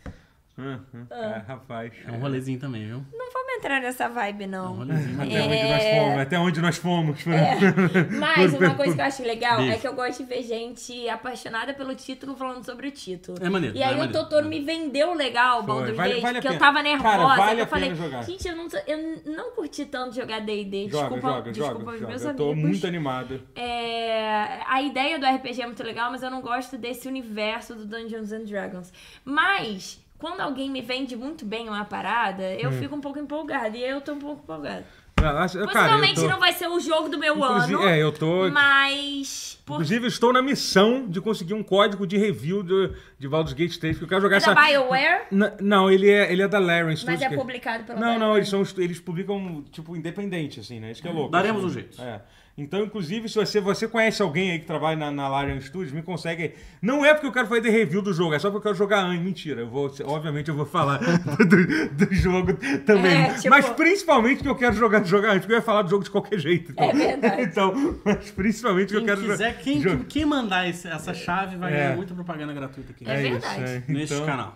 B: Ah, ah, ah, rapaz.
C: É um rolezinho também, viu?
A: Não vamos entrar nessa vibe, não.
C: Um rolezinho.
A: É.
B: Até onde nós fomos, até onde nós fomos. Fran.
A: Mas uma coisa que eu acho legal é
C: Beijo.
A: que eu gosto de ver gente apaixonada pelo título falando sobre o título.
C: É maneiro,
A: E aí
C: é
A: o
C: maneiro.
A: Totoro me vendeu legal o
B: Foi,
A: Baldur's
B: vale-
A: Gate,
B: vale a
A: porque eu
B: pena.
A: tava nervosa.
B: Cara, vale
A: que
B: a
A: eu falei,
B: pena jogar.
A: gente, eu não, tô- eu não curti tanto jogar D&D.
B: Joga,
A: Desculpa,
B: joga,
A: desculpa
B: joga.
A: aos
B: joga.
A: meus
B: Eu
A: amigos.
B: tô muito animado.
A: É, a ideia do RPG é muito legal, mas eu não gosto desse universo do Dungeons and Dragons. Mas, quando alguém me vende muito bem uma parada, eu fico um pouco empolgada. E eu tô um pouco empolgada.
B: Ah, acho- cara, Hum. eu
A: Possivelmente
B: tô-
A: não vai ser o jogo do meu
B: Inclusive-
A: ano.
B: é, eu tô-
A: Mas. Por...
B: Inclusive, estou na missão de conseguir um código de review do, de Baldur's Gate 3, porque eu quero jogar
A: É da
B: essa.
A: BioWare,
B: N- não, ele é, ele é da Laren Studios.
A: mas é
B: que-
A: publicado pela
B: Não, não,
A: BioWare.
B: eles, são, estu- eles publicam, tipo, independente, assim, né? Isso que é louco.
C: Daremos
B: assim.
C: um jeito.
B: É. Então, inclusive, se você, você conhece alguém aí que trabalha na, na Larian Studios, me consegue aí. Não é porque eu quero fazer review do jogo, é só porque eu quero jogar antes. Mentira, eu vou, obviamente eu vou falar do, do jogo também.
A: É, tipo-
B: Mas principalmente que eu quero jogar, jogar antes, porque eu ia falar do jogo de qualquer jeito. Então,
A: É verdade.
B: Então, mas principalmente que eu
C: Quem
B: quero jo-
C: quiser, quem,
B: jogar.
C: quem mandar esse- essa chave vai
B: É.
C: ganhar muita propaganda gratuita aqui.
A: É
B: isso,
A: verdade.
B: é.
C: Neste
B: Então-
C: canal.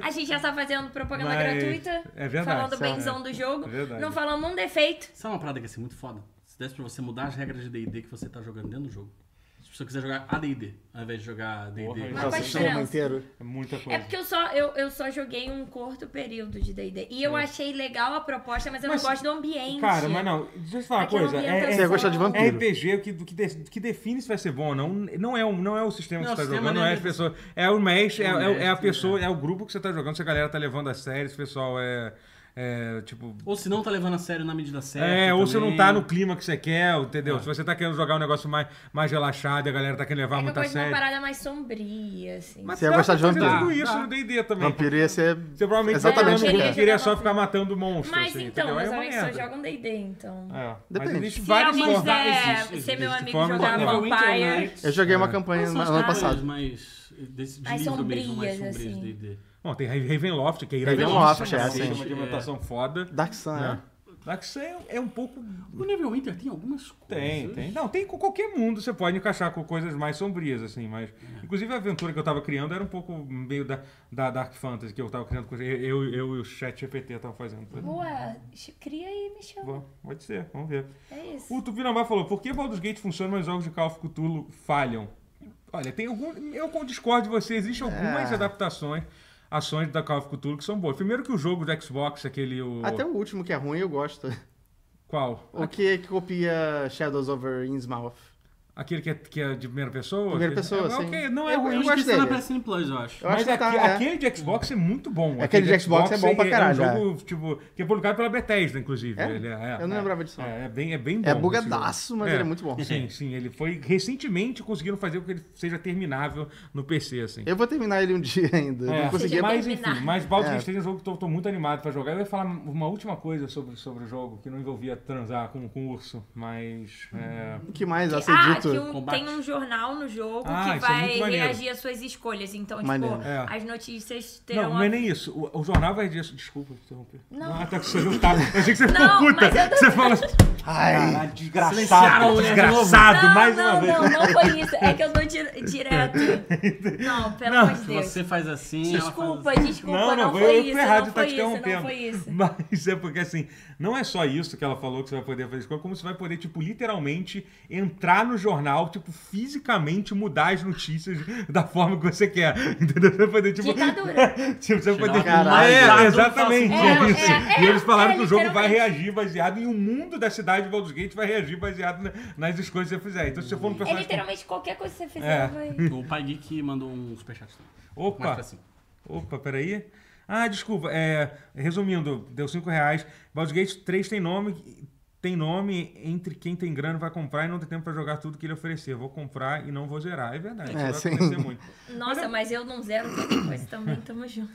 A: A gente já tá fazendo propaganda
B: Mas-
A: gratuita.
B: é verdade,
A: Falando
B: sabe?
A: benzão do jogo.
B: É verdade.
A: não falando um defeito.
C: Sabe uma parada que ia ser muito foda? Se desse pra você mudar as regras de D&D que você tá jogando dentro do jogo. Se você quiser jogar AD&D, ao invés de jogar
B: Porra,
C: D&D.
B: Mas
D: Nossa,
A: qual a
D: chama
A: diferença?
D: inteiro.
B: É muita coisa.
A: É porque eu só, eu, eu só joguei um curto período de D&D. E eu achei legal a proposta, mas eu
B: Mas-
A: não gosto do ambiente.
B: Cara, mas não, deixa eu te falar uma
A: Aquela
B: coisa. É,
A: ambientação.
D: Você ia gostar de vampiro.
B: é RPG o que, do que, de- do que define se vai ser bom ou não. Não é, o- não é o sistema
C: Não,
B: que você
C: o
B: está
C: sistema
B: jogando,
C: não
B: não é
C: é
B: as pessoas. É o mesh, é,
C: É o
B: é o- é a
C: mestre,
B: pessoa, é. o grupo que você está jogando, se a galera tá levando a sério, se o pessoal é. é, tipo.
C: Ou se não tá levando a sério na medida certa.
B: É, ou você não
C: também.
B: tá no clima que você quer,
C: É.
B: entendeu? Se você tá querendo jogar um negócio mais, mais relaxado e a galera tá querendo
A: É
B: levar
A: que eu
B: muito a
A: gosto de uma
B: sério.
A: parada mais sombria, assim.
B: Mas
D: Você ia
B: dá
D: gostar
B: pra
D: de
B: fazer
D: vampiro.
B: tudo isso
C: Dá.
B: no DD também.
D: Vampiro ia ser.
B: Você provavelmente
D: Exatamente,
B: tá jogando um
A: cara.
B: grupo que queria só ficar matando monstros.
A: Mas
B: assim,
A: então,
B: entendeu?
A: meus
B: é uma
A: amigos só
B: merda.
A: jogam D&D, então.
B: É, mas
D: Depende.
B: existem
A: Se
B: várias
A: alguém
B: formas.
A: quiser
C: Existe,
A: ser meu
B: existe
A: amigo e
B: forma
A: jogar
B: de-
C: Pô, Winter
B: né?
A: Vampire...
C: Knights.
D: Eu joguei
B: É.
D: uma campanha
C: Quais são
D: no
C: as
D: ano
C: paradas
D: passado.
C: mais, eh, desse, de
A: Mais
C: livro mesmo, mais
A: sombrias,
C: sombrias
A: assim.
C: de D&D.
B: Bom, tem Raven- Ravenloft, que é
D: Ravenloft,
B: iradíssimo,
D: é,
B: né?
D: sim.
B: Tem uma alimentação foda.
D: Dark Sun, né?
B: Dark Sun é- é um pouco...
C: O Neverwinter tem algumas coisas.
B: Tem, tem. Não, tem com qualquer mundo, você pode encaixar com coisas mais sombrias, assim, mas...
D: É.
B: Inclusive a aventura que eu tava criando era um pouco meio da, da Dark Fantasy, que eu tava criando com... Eu, eu e o chat GPT tava fazendo.
A: Boa, cria e me chama.
B: Bom, pode ser, vamos ver.
A: É isso.
B: O Tupinambá falou, por que Baldur's Gate funciona, mas jogos de Call of Cthulhu falham? Olha, tem algum... Eu com discordo de você, existem algumas
D: É.
B: adaptações, ações da Call of Cthulhu que são boas. Primeiro que o jogo do Xbox, aquele... O...
D: Até o último que é ruim eu gosto.
B: Qual?
D: O que, que copia Shadows over Innsmouth?
B: Aquele que é, que é de primeira pessoa?
D: Primeira pessoa,
B: é,
D: sim.
B: ok, Não é
D: Eu-
B: ruim.
D: eu
C: Eu
D: gosto
C: acho que está na
D: dele.
C: PSN Plus, eu acho.
D: Eu acho
B: Mas
D: que tá.
B: aque-
D: é.
B: aquele de Xbox é muito bom.
D: Aquele de Xbox é bom pra caralho,
B: É um jogo, tipo, que é publicado pela Bethesda, inclusive.
D: É?
B: Ele é-
D: Eu não
B: é.
D: lembrava disso, não.
B: É, é bem, é bem bom.
D: É
B: esse
D: bugadaço,
B: jogo.
D: mas ele é muito bom.
B: Sim, sim. Ele foi... Recentemente conseguiram fazer com que ele seja terminável no PC, assim.
D: Eu vou terminar ele um dia ainda.
B: É,
D: Não consegui.
A: Seja
B: mas
A: terminar.
B: enfim, mas Baldur's
D: É.
B: Gate 3 é um jogo que eu tô muito animado pra jogar. Eu ia falar uma última coisa sobre, sobre o jogo, que não envolvia transar com, com urso, mas... é,
D: O que mais?
A: Ah,
D: Acedito Combate?
A: Aqui um-
C: Combate.
A: tem um jornal no jogo
B: Ah,
A: que
B: isso é muito
A: vai
B: maneiro.
A: reagir às suas escolhas. Então,
D: Maneiro.
A: tipo,
B: É.
A: as notícias terão.
B: Não,
A: a-
B: não é nem isso. O, o jornal vai disso. Desculpa, interromper.
A: Não.
B: Ah, tá com o sorriso, tá. Eu achei que você ficou
A: Não,
B: puta.
A: mas eu tô-
B: Você fala assim,
F: Ai,
B: "Cara,
F: desgraçado.
B: desgraçado,
A: não,
B: mais
A: não,
B: uma vez.
A: não, não foi isso. É que eu dou di- direto. Não, pelo amor de Deus.
C: Você faz assim, ela
A: Desculpa,
C: faz assim.
A: desculpa,
B: Não,
A: não,
B: não, foi
A: foi
B: eu que
A: isso,
B: fui errado
A: não
B: de tá
A: foi
B: te
A: isso,
B: interrompendo.
A: não foi isso.
B: Mas é porque assim, não é só isso que ela falou que você vai poder fazer escolha, como você vai poder, tipo, literalmente entrar no jornal, tipo, fisicamente mudar as notícias da forma que você quer. Entendeu? Você vai poder, tipo.
A: Ditadura.
B: tipo, você vai poder.
D: Caralho.
B: É,
C: Ditadura
B: exatamente.
A: faz sentido.
B: isso.
A: É, é,
B: e eles
A: é,
B: falaram
A: é,
B: que o jogo vai
A: literalmente.
B: reagir baseado em o mundo da cidade de Baldur's Gate vai reagir baseado na- nas escolhas que você fizer. Então, se você for um
A: É
B: personagem. com-
A: literalmente qualquer coisa que você fizer
B: É.
A: vai.
C: O Pai Geek mandou um superchat.
B: Opa!
C: Mas assim.
B: Opa, peraí. Ah, desculpa. É, resumindo, deu 5 reais. Baldur's Gate 3 tem nome. Tem nome entre quem tem grana vai comprar e não tem tempo pra jogar tudo que ele oferecer. Vou comprar e não vou zerar. É verdade.
D: É,
B: isso
D: sim.
B: vai acontecer muito.
A: Nossa, mas eu não zero qualquer coisa também, tamo junto.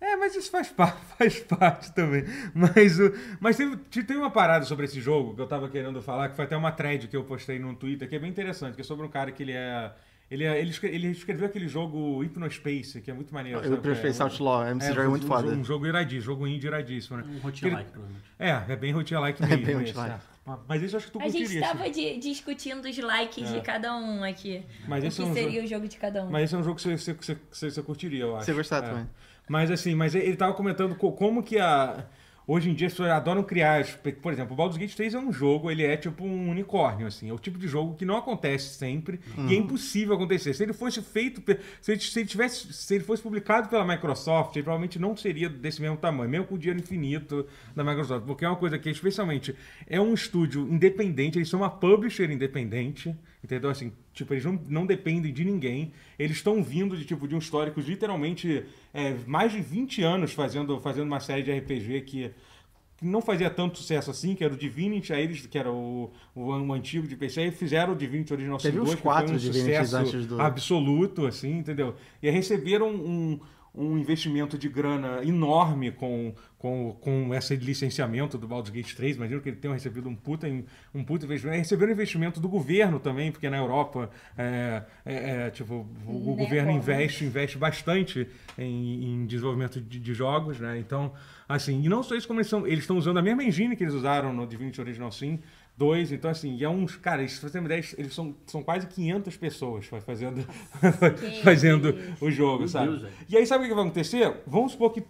B: É, mas isso faz parte, faz parte também. Mas, o, mas teve, te- tem uma parada sobre esse jogo que eu tava querendo falar, que foi até uma thread que eu postei no Twitter, que é bem interessante, que é sobre um cara que ele é. Ele, é- ele, escre- ele escreveu aquele jogo Hypnospace, que é muito maneiro. sabe?
D: Eu prefiro
B: É, um-
D: Outlaw, MC Joy é
B: um-
D: muito
B: um,
D: foda.
B: Um jogo iradíssimo, jogo indie iradíssimo, né?
C: Um
B: Aquele-
C: rotinha provavelmente.
B: É, é bem roguelike mesmo.
D: bem
B: esse,
D: roguelike.
B: é. Mas esse eu acho que tu
A: A gente
B: curtiria. assim.
A: tava de- discutindo os likes de cada um aqui.
B: Mas esse
A: o
B: é
A: que
B: um
A: seria o jogo de cada um.
B: Mas esse é um jogo que você, você, você, você- você curtiria, eu acho.
D: Você gostar
B: É.
D: também.
B: Mas assim, mas ele tava comentando co- como que a. Hoje em dia as pessoas adoram criar. as- Por exemplo, o Baldur's Gate 3 é um jogo, ele é tipo um unicórnio, assim. É o tipo de jogo que não acontece sempre
D: Uhum.
B: e é impossível acontecer. Se ele fosse feito. pe- Se ele, se ele tivesse. Se ele fosse publicado pela Microsoft, ele provavelmente não seria desse mesmo tamanho, mesmo com o dinheiro infinito da Microsoft. Porque é uma coisa que, especialmente, é um estúdio independente, eles são uma publisher independente. Entendeu? Assim, tipo, eles não, não dependem de ninguém. Eles estão vindo de tipo de um histórico de, literalmente é, mais de 20 anos fazendo, fazendo uma série de RPG que que não fazia tanto sucesso assim, que era o Divinity, aí eles, que era o, o, o antigo de PC, aí fizeram o Divinity Original Sin
D: Teve uns
B: 2, que
D: quatro
B: foi um
D: Divinities
B: sucesso
D: antes do-
B: absoluto, assim, entendeu? E aí receberam um, um investimento de grana enorme com, com, com esse licenciamento do Baldur's Gate 3, imagino que eles tenham recebido um puta, in- um puta investimento. Aí receberam investimento do governo também, porque na Europa, é, é, é, tipo, o, o
A: Né,
B: governo
A: como?
B: investe investe, investe bastante em, em desenvolvimento de, de jogos, né? Então, assim, e não só isso, como eles são- eles estão usando a mesma engine que eles usaram no Divinity Original Sim 2, então assim, e é uns, cara, eles- pra você ter uma ideia, eles- eles são, são quase 500 pessoas fa- fazendo, fazendo o jogo,
C: Meu
B: sabe?
C: Deus, velho.
B: e aí sabe o que vai acontecer? Vamos supor que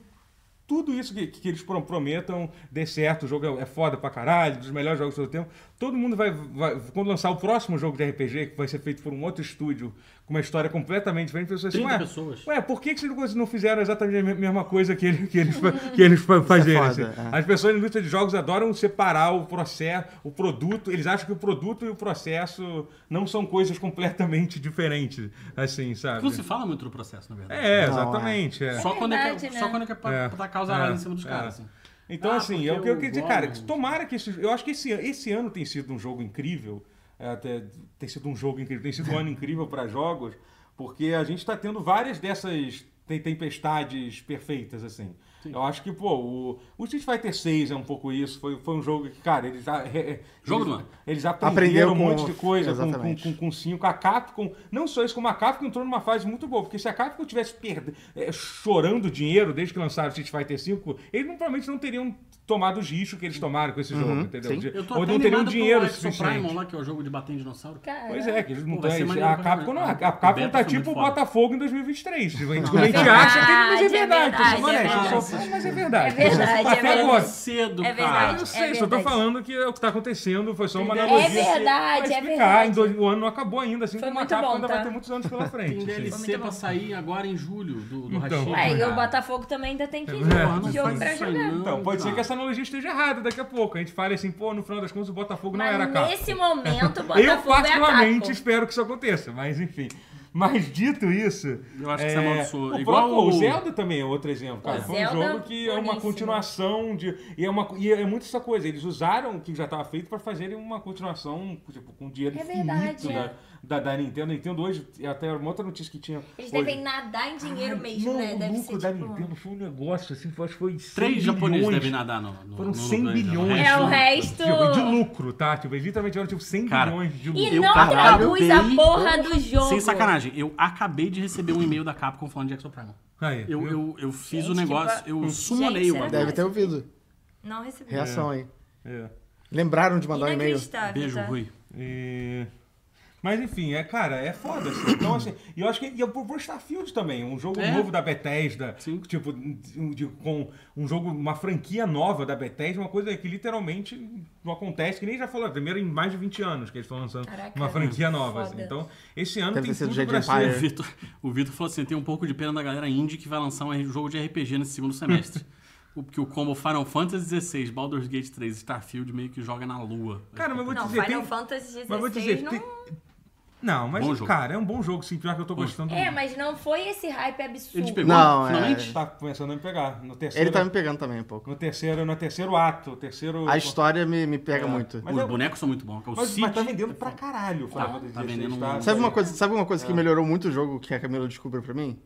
B: tudo isso que, que eles pro- prometam dê certo, o jogo é, é foda pra caralho, dos melhores jogos do todo tempo. Todo mundo vai, vai- Quando lançar o próximo jogo de RPG, que vai ser feito por um outro estúdio, com uma história completamente diferente, as pessoas
C: 30
B: assim, ué,
C: pessoas.
B: ué, por que, que vocês não cons- não fizeram exatamente a me- mesma coisa que eles, que eles, fa- que eles fa- fazerem?
D: foda,
B: assim?
D: é.
B: As pessoas na indústria de jogos adoram separar o processo, o produto, eles acham que o produto e o processo não são coisas completamente diferentes, assim, sabe?
C: Não se fala muito do processo, na verdade.
B: É,
D: Não, é.
B: exatamente. é.
C: Só, quando é que,
A: verdade, né?
C: só quando é que é pra,
B: É,
C: pra dar causa
B: é,
C: arada em cima dos
B: é.
C: caras. Assim.
B: Então,
C: Ah,
B: assim, é o que
C: porque
B: eu queria dizer,
C: o
B: cara.
C: Gollum-
B: Tomara que esse. Eu acho que esse, esse ano tem sido um jogo incrível. é, até- tem sido um jogo incrível, tem sido um ano incrível para jogos, porque a gente está tendo várias dessas tem- tempestades perfeitas, assim. Eu acho que, pô, o, o Street Fighter 6 é um pouco isso. Foi, foi um jogo que, cara, eles. a- re- re-
C: Jogo do
B: eles,
C: ano.
B: eles
D: Aprendeu
B: aprenderam um
D: com-
B: monte de coisa com, com,
D: exatamente.
B: com, com o cinco. A Capcom, não só isso, como a Capcom entrou numa fase muito boa. Porque se a Capcom tivesse perde- eh, chorando dinheiro desde que lançaram Street Fighter 5, eles não- provavelmente não teriam tomado os riscos que eles tomaram com esse jogo, entendeu?
D: sim.
B: De-
C: Uhum, Eu tô
B: Ou
C: até
B: não teriam
C: animado
B: dinheiro
C: pelo Exo
B: suficiente.
C: Primal lá, que é o jogo de bater em dinossauro.
A: Cara,
B: Pois é, que eles não
C: Pô, vai ser
B: têm.
C: maneiro
B: A
C: pra
B: Capcom, não,
C: caramba.
B: a
C: O
B: Capcom
C: beta
B: tá
C: foi muito
B: tipo
C: foda.
B: Botafogo em 2023. A gente, quando a gente
A: é
B: acha que mas é
A: verdade, é
B: verdade. tô sendo
A: verdade,
C: é
B: honesto, eu sou-
C: verdade.
B: Mas é verdade.
A: É verdade,
B: Até
A: é verdade.
B: agora.
C: Cedo,
A: É
C: cara.
A: verdade.
B: Eu sei, só tô
A: verdade.
B: falando que é o que tá acontecendo foi só uma
C: É
B: analogia. que-
A: verdade,
B: pra
A: é
B: explicar,
A: verdade.
B: em dois- O ano não acabou ainda, assim
A: Foi
B: como a
A: muito
B: Capcom
A: bom,
B: ainda vai
A: tá?
B: ter muitos anos pela frente.
C: Tem
B: assim.
A: Foi
C: DLC
A: muito
C: pra
A: bom.
C: sair agora em julho do, do
B: Então.
C: Hashira,
A: Ué, É, e
C: cara.
A: o Botafogo também ainda
B: É,
A: tem que ir
C: Porra, não
A: jogo
C: faz
A: pra
C: isso
A: jogar.
C: aí não,
B: Então, pode ser
C: cara.
B: que essa analogia esteja errada daqui a pouco. A gente fale assim, pô, no final das contas o Botafogo não
A: Mas
B: era a Capcom.
A: nesse momento, o
B: Eu
A: Botafogo é a
B: particularmente
A: Capcom.
B: espero que isso aconteça, mas enfim. Mas dito isso. é,
C: Eu acho que é você amaldiçoou.
B: O
C: Igual
B: próprio
C: o-
B: Zelda também é outro exemplo, cara.
A: O
B: Foi um
A: Zelda,
B: jogo que é uma
A: boníssimo.
B: continuação de. E é, uma, e é muito essa coisa. Eles usaram o que já estava feito para fazerem uma continuação tipo, com dinheiro
A: É
B: infinito
A: verdade, é.
B: da, da, da Nintendo. A Nintendo hoje, e até uma outra notícia que tinha.
A: Eles
B: hoje.
A: devem nadar em dinheiro
B: Ai,
A: mesmo,
B: não,
A: né?
B: O
A: Deve
B: lucro
A: ser
B: da
A: tipo...
B: Nintendo foi um negócio assim, foi- acho que foi 100
C: Três japoneses
B: bilhões.
C: devem nadar no. no então, né?
B: Foram
C: no
B: 100
C: Grand Slam.
B: bilhões.
A: É, o
B: de-
A: resto-
B: tipo, de lucro, tá? Tipo, eles literalmente eram tipo 100
C: Cara,
B: bilhões de lucro.
A: E
C: Eu,
A: não
C: caralho,
A: traduz a
C: dei-
A: porra do jogo.
C: Sem sacanagem, eu acabei de receber um e-mail da Capcom falando de Exo Primal.
B: Aí,
C: Eu,
B: viu?
C: eu, eu fiz
A: Gente,
C: o negócio,
A: que
C: eu
A: ba-
C: sumonei
A: Gente,
C: o
A: será
C: Abel.
D: Deve ter ouvido.
A: Não recebi.
D: Reação aí.
B: É.
D: Lembraram de mandar um e-mail.
A: Inacreditável,
C: Beijo,
A: tá?
C: Rui.
B: E- Mas enfim, é, cara, é foda. Assim. Então, assim, e eu acho que. E eu pro Starfield também, um jogo
C: É.
B: novo da Bethesda.
C: Sim.
B: Tipo, de- de- com um jogo, uma franquia nova da Bethesda, uma coisa que literalmente não acontece, que nem já falou, primeiro em mais de 20 anos que eles estão lançando
A: Caraca,
B: uma franquia nova.
A: foda.
B: assim. Então, esse ano
D: Deve ter
B: tem
D: sido
B: tudo
D: Jedi
B: pra
C: O
D: Empire.
B: ser.
C: Vitor, o Vitor falou assim: tem um pouco de pena da galera indie que vai lançar um jogo de RPG nesse segundo semestre. O- Porque o combo Final Fantasy XVI, Baldur's Gate 3 Starfield meio que joga na lua.
B: Cara, mas eu vou
A: Não,
B: dizer.
A: Final
B: tem-
A: Fantasy
B: mas vou
A: XVI
B: dizer,
A: não...
B: tem- Não, mas,
C: Bom jogo.
B: cara, é um bom jogo, sim. Pior que eu tô gostando.
A: É, mas não foi esse hype
C: Ele te
A: absurdo.
C: pegou?
D: Não, é-
C: finalmente?
B: Tá começando a me pegar. No terceiro,
D: Ele tá me pegando também um pouco.
B: no terceiro, no terceiro ato. o Terceiro.
D: A história me, me pega
B: É.
D: muito.
B: Mas
C: Os
B: é-
C: bonecos são muito bons. O
B: Mas,
C: City-
B: mas tá vendendo pra caralho o Final
C: Tá,
B: Fantasy
C: tá
B: XVI,
C: vendendo um-
D: é Sabe uma coisa, sabe uma coisa
B: É.
D: que melhorou muito o jogo que a Camila descobriu pra mim?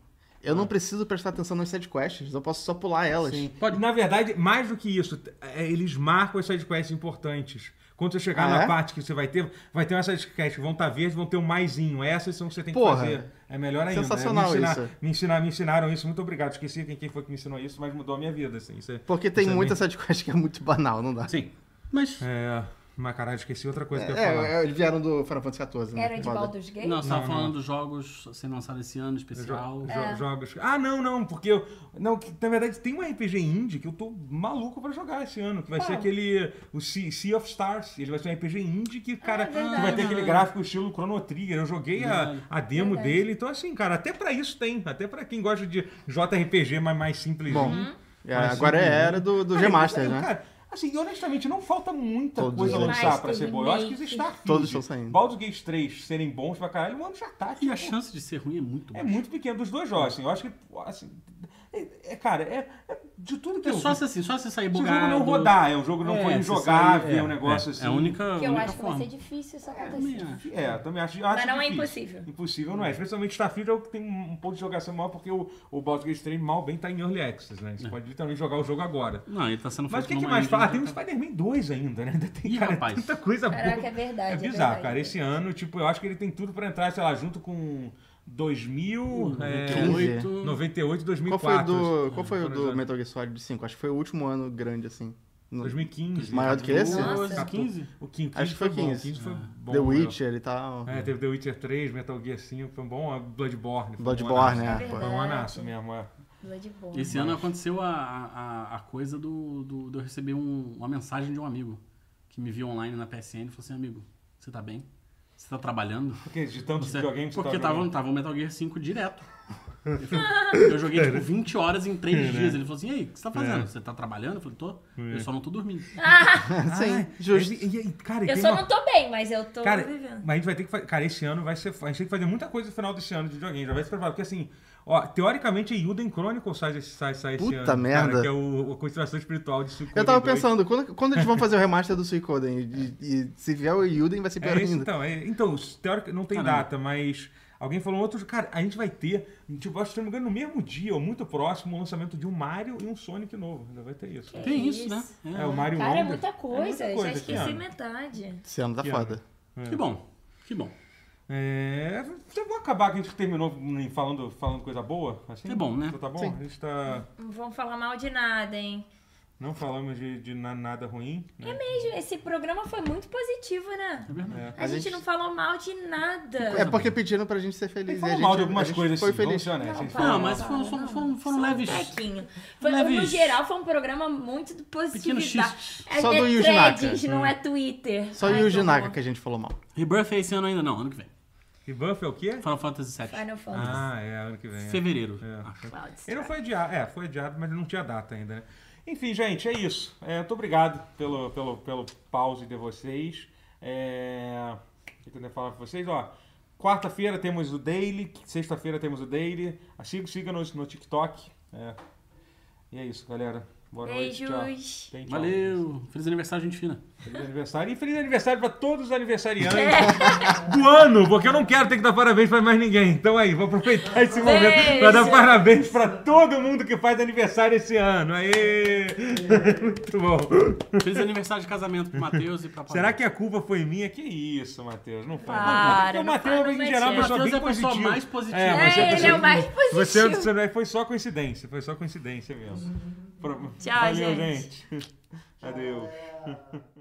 D: Eu não preciso prestar atenção nas sidequests, eu posso só pular elas.
B: Ah. Sim. Na verdade, mais do que isso, t- é, eles marcam as sidequests importantes. Quando você chegar
D: Ah,
B: na
D: é?
B: parte que você vai ter, vai ter umas sidequests que vão estar verdes, vão ter um maisinho. Essas são que você tem que
D: Porra.
B: fazer. É melhor ainda. né?
D: Sensacional
B: me
D: isso.
B: Me, ensinar, me ensinaram isso. Muito obrigado. Esqueci quem quem foi que me ensinou isso, mas mudou a minha vida. Assim. Isso é-
D: Porque tem
B: isso é
D: muita
B: bem-
D: sidequest que é muito banal, não dá.
C: Sim. Mas.
B: É, mas caralho, esqueci outra coisa que eu ia falar.
D: É, é, eles vieram do Final Fantasy XIV, né?
A: Era de
D: Foda.
A: Baldur's Gate?
C: Não, você tava
B: não.
C: falando dos jogos sendo lançados esse ano, especial.
B: Jo- jo- Jogos. Ah, não, não, porque. Eu, não, que, na verdade tem um RPG indie que eu tô maluco pra jogar esse ano, que vai ser aquele. O sea, Sea of Stars. Ele vai ser um RPG indie que, cara, que vai ter
D: Ah.
B: aquele gráfico estilo Chrono Trigger. Eu joguei a, a demo dele, então assim, cara, até pra isso tem. Até pra quem gosta de JRPG, mas mais simples.
D: Bom, é, agora
B: uhum.
D: é a era do, do
B: Cara,
D: G-Master,
B: então,
D: né?
B: Cara, assim, honestamente, não falta muita
D: Todos
B: coisa a
D: eles.
B: lançar
A: Remaster,
B: pra ser boa. Eu acho que os
A: remake.
B: Starfield,
D: Todos estão saindo.
B: Baldur's Gate 3 serem bons pra caralho, o ano já tá.
C: E a
B: tipo,
C: chance de ser ruim é muito
B: é
C: baixa.
B: muito pequeno dos dois jogos, assim. Eu acho que, assim, é, é, cara, é, é de tudo que
C: É
B: eu
C: só
B: vi.
C: se assim, só se sair
B: Se o
C: bugado.
B: jogo não rodar, é um jogo não foi
C: se
B: injogável,
C: sair-
B: é um negócio assim.
C: É a única,
A: Que eu
C: única
A: acho que vai
C: forma.
A: ser difícil isso acontecer.
B: É, eu também acho. eu
A: Mas
B: acho
A: não é
B: difícil.
A: impossível.
B: Impossível não é. Especialmente Starfield é o que tem um um ponto de jogação maior, porque o, o Baldur's Gate 3 mal bem tá em Early Access, né? Você pode literalmente jogar o jogo agora.
C: É. Não, ele tá sendo
B: Mas o que,
C: feito
B: que
C: numa
B: mais
C: engine
B: fala? Ah, tem o
C: que tá-
B: Spider-Man 2 ainda, né? Ainda tem,
C: Ih,
B: cara,
C: rapaz.
B: tanta coisa
A: Caraca,
B: boa.
A: é verdade.
B: É bizarro, cara. Esse ano, tipo, eu acho que ele tem tudo pra entrar, sei lá, junto com 2000,
C: Uhum.
B: é,
D: 15.
B: 98 e
D: Qual foi, o
B: 2004.
D: do, qual foi o
B: foram os
D: do
B: anos.
D: Metal Gear Solid 5? Acho que foi o último ano grande, assim.
B: né?
D: No-
B: 2015.
D: Maior do que esse?
A: Nossa.
C: 15?
B: O 15
D: Acho que foi
B: bom,
D: 15.
B: 15 foi bom.
D: The
B: né?
D: Witcher e tal.
B: É, teve The Witcher 3, Metal Gear 5, foi um bom. Bloodborne. foi um
D: Bloodborne,
B: bom
D: né?
B: anaço.
A: É
B: Foi um
A: verdade.
B: anaço mesmo. é.
A: Bloodborne.
C: Esse ano aconteceu a, a, a coisa do, do, de eu receber um- uma mensagem de um amigo que me viu online na PSN e falou assim: amigo, você tá bem? Você tá trabalhando?
B: Porque de tantos
C: Você- é
B: videogames que
C: porque
B: você tá
C: tava,
B: jogando.
C: tava o Metal Gear 5 direto. Eu falei- Eu joguei tipo 20 horas em 3 dias. Ele falou assim: e aí, o que você tá fazendo? Você tá trabalhando? Eu falei: tô. Eu só não tô dormindo. um-
D: Sim,
B: Ah,
D: justo.
B: e- e- e, cara,
A: Eu
B: tem
A: só
B: uma-
A: não tô bem, mas eu tô
B: Cara,
A: vivendo.
B: mas a gente vai ter que fazer. Cara, esse ano vai ser. A gente tem que fazer muita coisa no final desse ano de videogame. Já vai se preparar. Porque assim, ó, teoricamente, Yuden Chronicle sai, esse- sai, sai esse
D: Puta
B: ano. Cara,
D: merda.
B: que é o, a continuação espiritual de Suikoden
D: Eu tava
B: 2.
D: pensando, quando, quando eles vão fazer o remaster do Suicoden? E, e se vier o Yuden, vai ser pior
B: É isso,
D: ainda.
B: então. É, então, teoricamente, não tem
C: Caramba.
B: data, mas. Alguém falou um outro. Cara, a gente vai ter, tipo, acho que se não me engano, no mesmo dia, ou muito próximo, o lançamento de um Mario e um Sonic novo. Ainda vai ter isso.
A: Que
C: Tem isso,
A: isso.
C: né?
B: É, o Mario
A: Cara, é
B: Wonder.
A: muita coisa.
B: muita coisa
A: Já
B: esse
A: esqueci
B: ano.
A: metade.
D: Esse ano tá
B: Que
D: foda.
C: É. Que bom, que bom.
B: É. Eu vou acabar que a gente terminou falando, falando coisa boa. Assim?
C: É bom, né?
B: Então Tá bom?
D: Sim.
B: A gente tá.
A: Não vamos falar mal de nada, hein?
B: Não falamos de, de na- nada ruim. né?
A: Mesmo, Esse programa foi muito positivo, né?
C: É verdade.
A: A, gente, não falou mal de nada.
D: É porque pediram pra gente ser feliz.
B: Ele
D: e
B: falou
D: a gente-
B: mal de
D: a
B: algumas
D: gente
B: coisas
D: É, Foi
B: assim, vamos
D: feliz.
B: ser honestos. a gente
C: Tá, Não, é
B: falou mal.
C: mas foram, foram, foram, foram leves.
A: Tequinho. Foi, no
C: Leves.
A: geral, foi um programa muito do
C: Pequenos
A: positividade.
C: xistes.
A: É,
D: Só
A: é
D: do Yuji
A: threads,
D: Naka.
A: não é Twitter.
D: Só
B: Ah,
A: Ai,
D: o Yuji
B: então
A: que
D: Naka
A: horror.
D: que a gente falou mal.
C: Rebirth é esse ano ainda, não, ano que vem.
B: E Buff é o quê?
C: Final Fantasy VII.
A: Final Fantasy.
B: Ah, é, ano que vem. é.
C: Fevereiro,
B: É.
C: acho.
A: Cloud
B: Ele não
A: Strike.
B: foi adiado, é, foi adiado, mas não tinha data ainda, né? Enfim, gente, é isso. É, muito obrigado pelo, pelo, pelo pause de vocês. É, o que eu tenho que falar pra vocês, ó. Quarta-feira temos o Daily, sexta-feira temos o Daily. Siga- Siga-nos no TikTok. É. E é isso, galera. Boa noite.
A: Beijos.
B: Tchau. Tem tchau.
C: Valeu. Feliz aniversário, gente fina.
B: Feliz aniversário. E feliz aniversário pra todos os aniversariantes do ano, porque eu não quero ter que dar parabéns pra mais ninguém. Então aí, vou aproveitar esse momento pra dar
A: Beijo.
B: parabéns pra todo mundo que faz aniversário esse ano. Aê! Muito bom.
C: Feliz aniversário de casamento pro Matheus e pra Paola.
B: Será que a culpa foi minha? Que isso, Matheus? Não foi.
A: Para,
B: Porque o
A: não
B: Matheus,
A: fala,
B: em
A: não
B: geral, é uma
A: mete.
B: pessoa
C: Matheus
B: bem
C: é a pessoa
B: positiva.
C: mais positiva.
B: É, você
A: É, ele é o mais
B: Você,
A: positivo.
B: você foi só coincidência, foi só coincidência mesmo. Pro-
A: Tchau,
B: Valeu,
A: gente.
B: gente. Adeus.
E: É,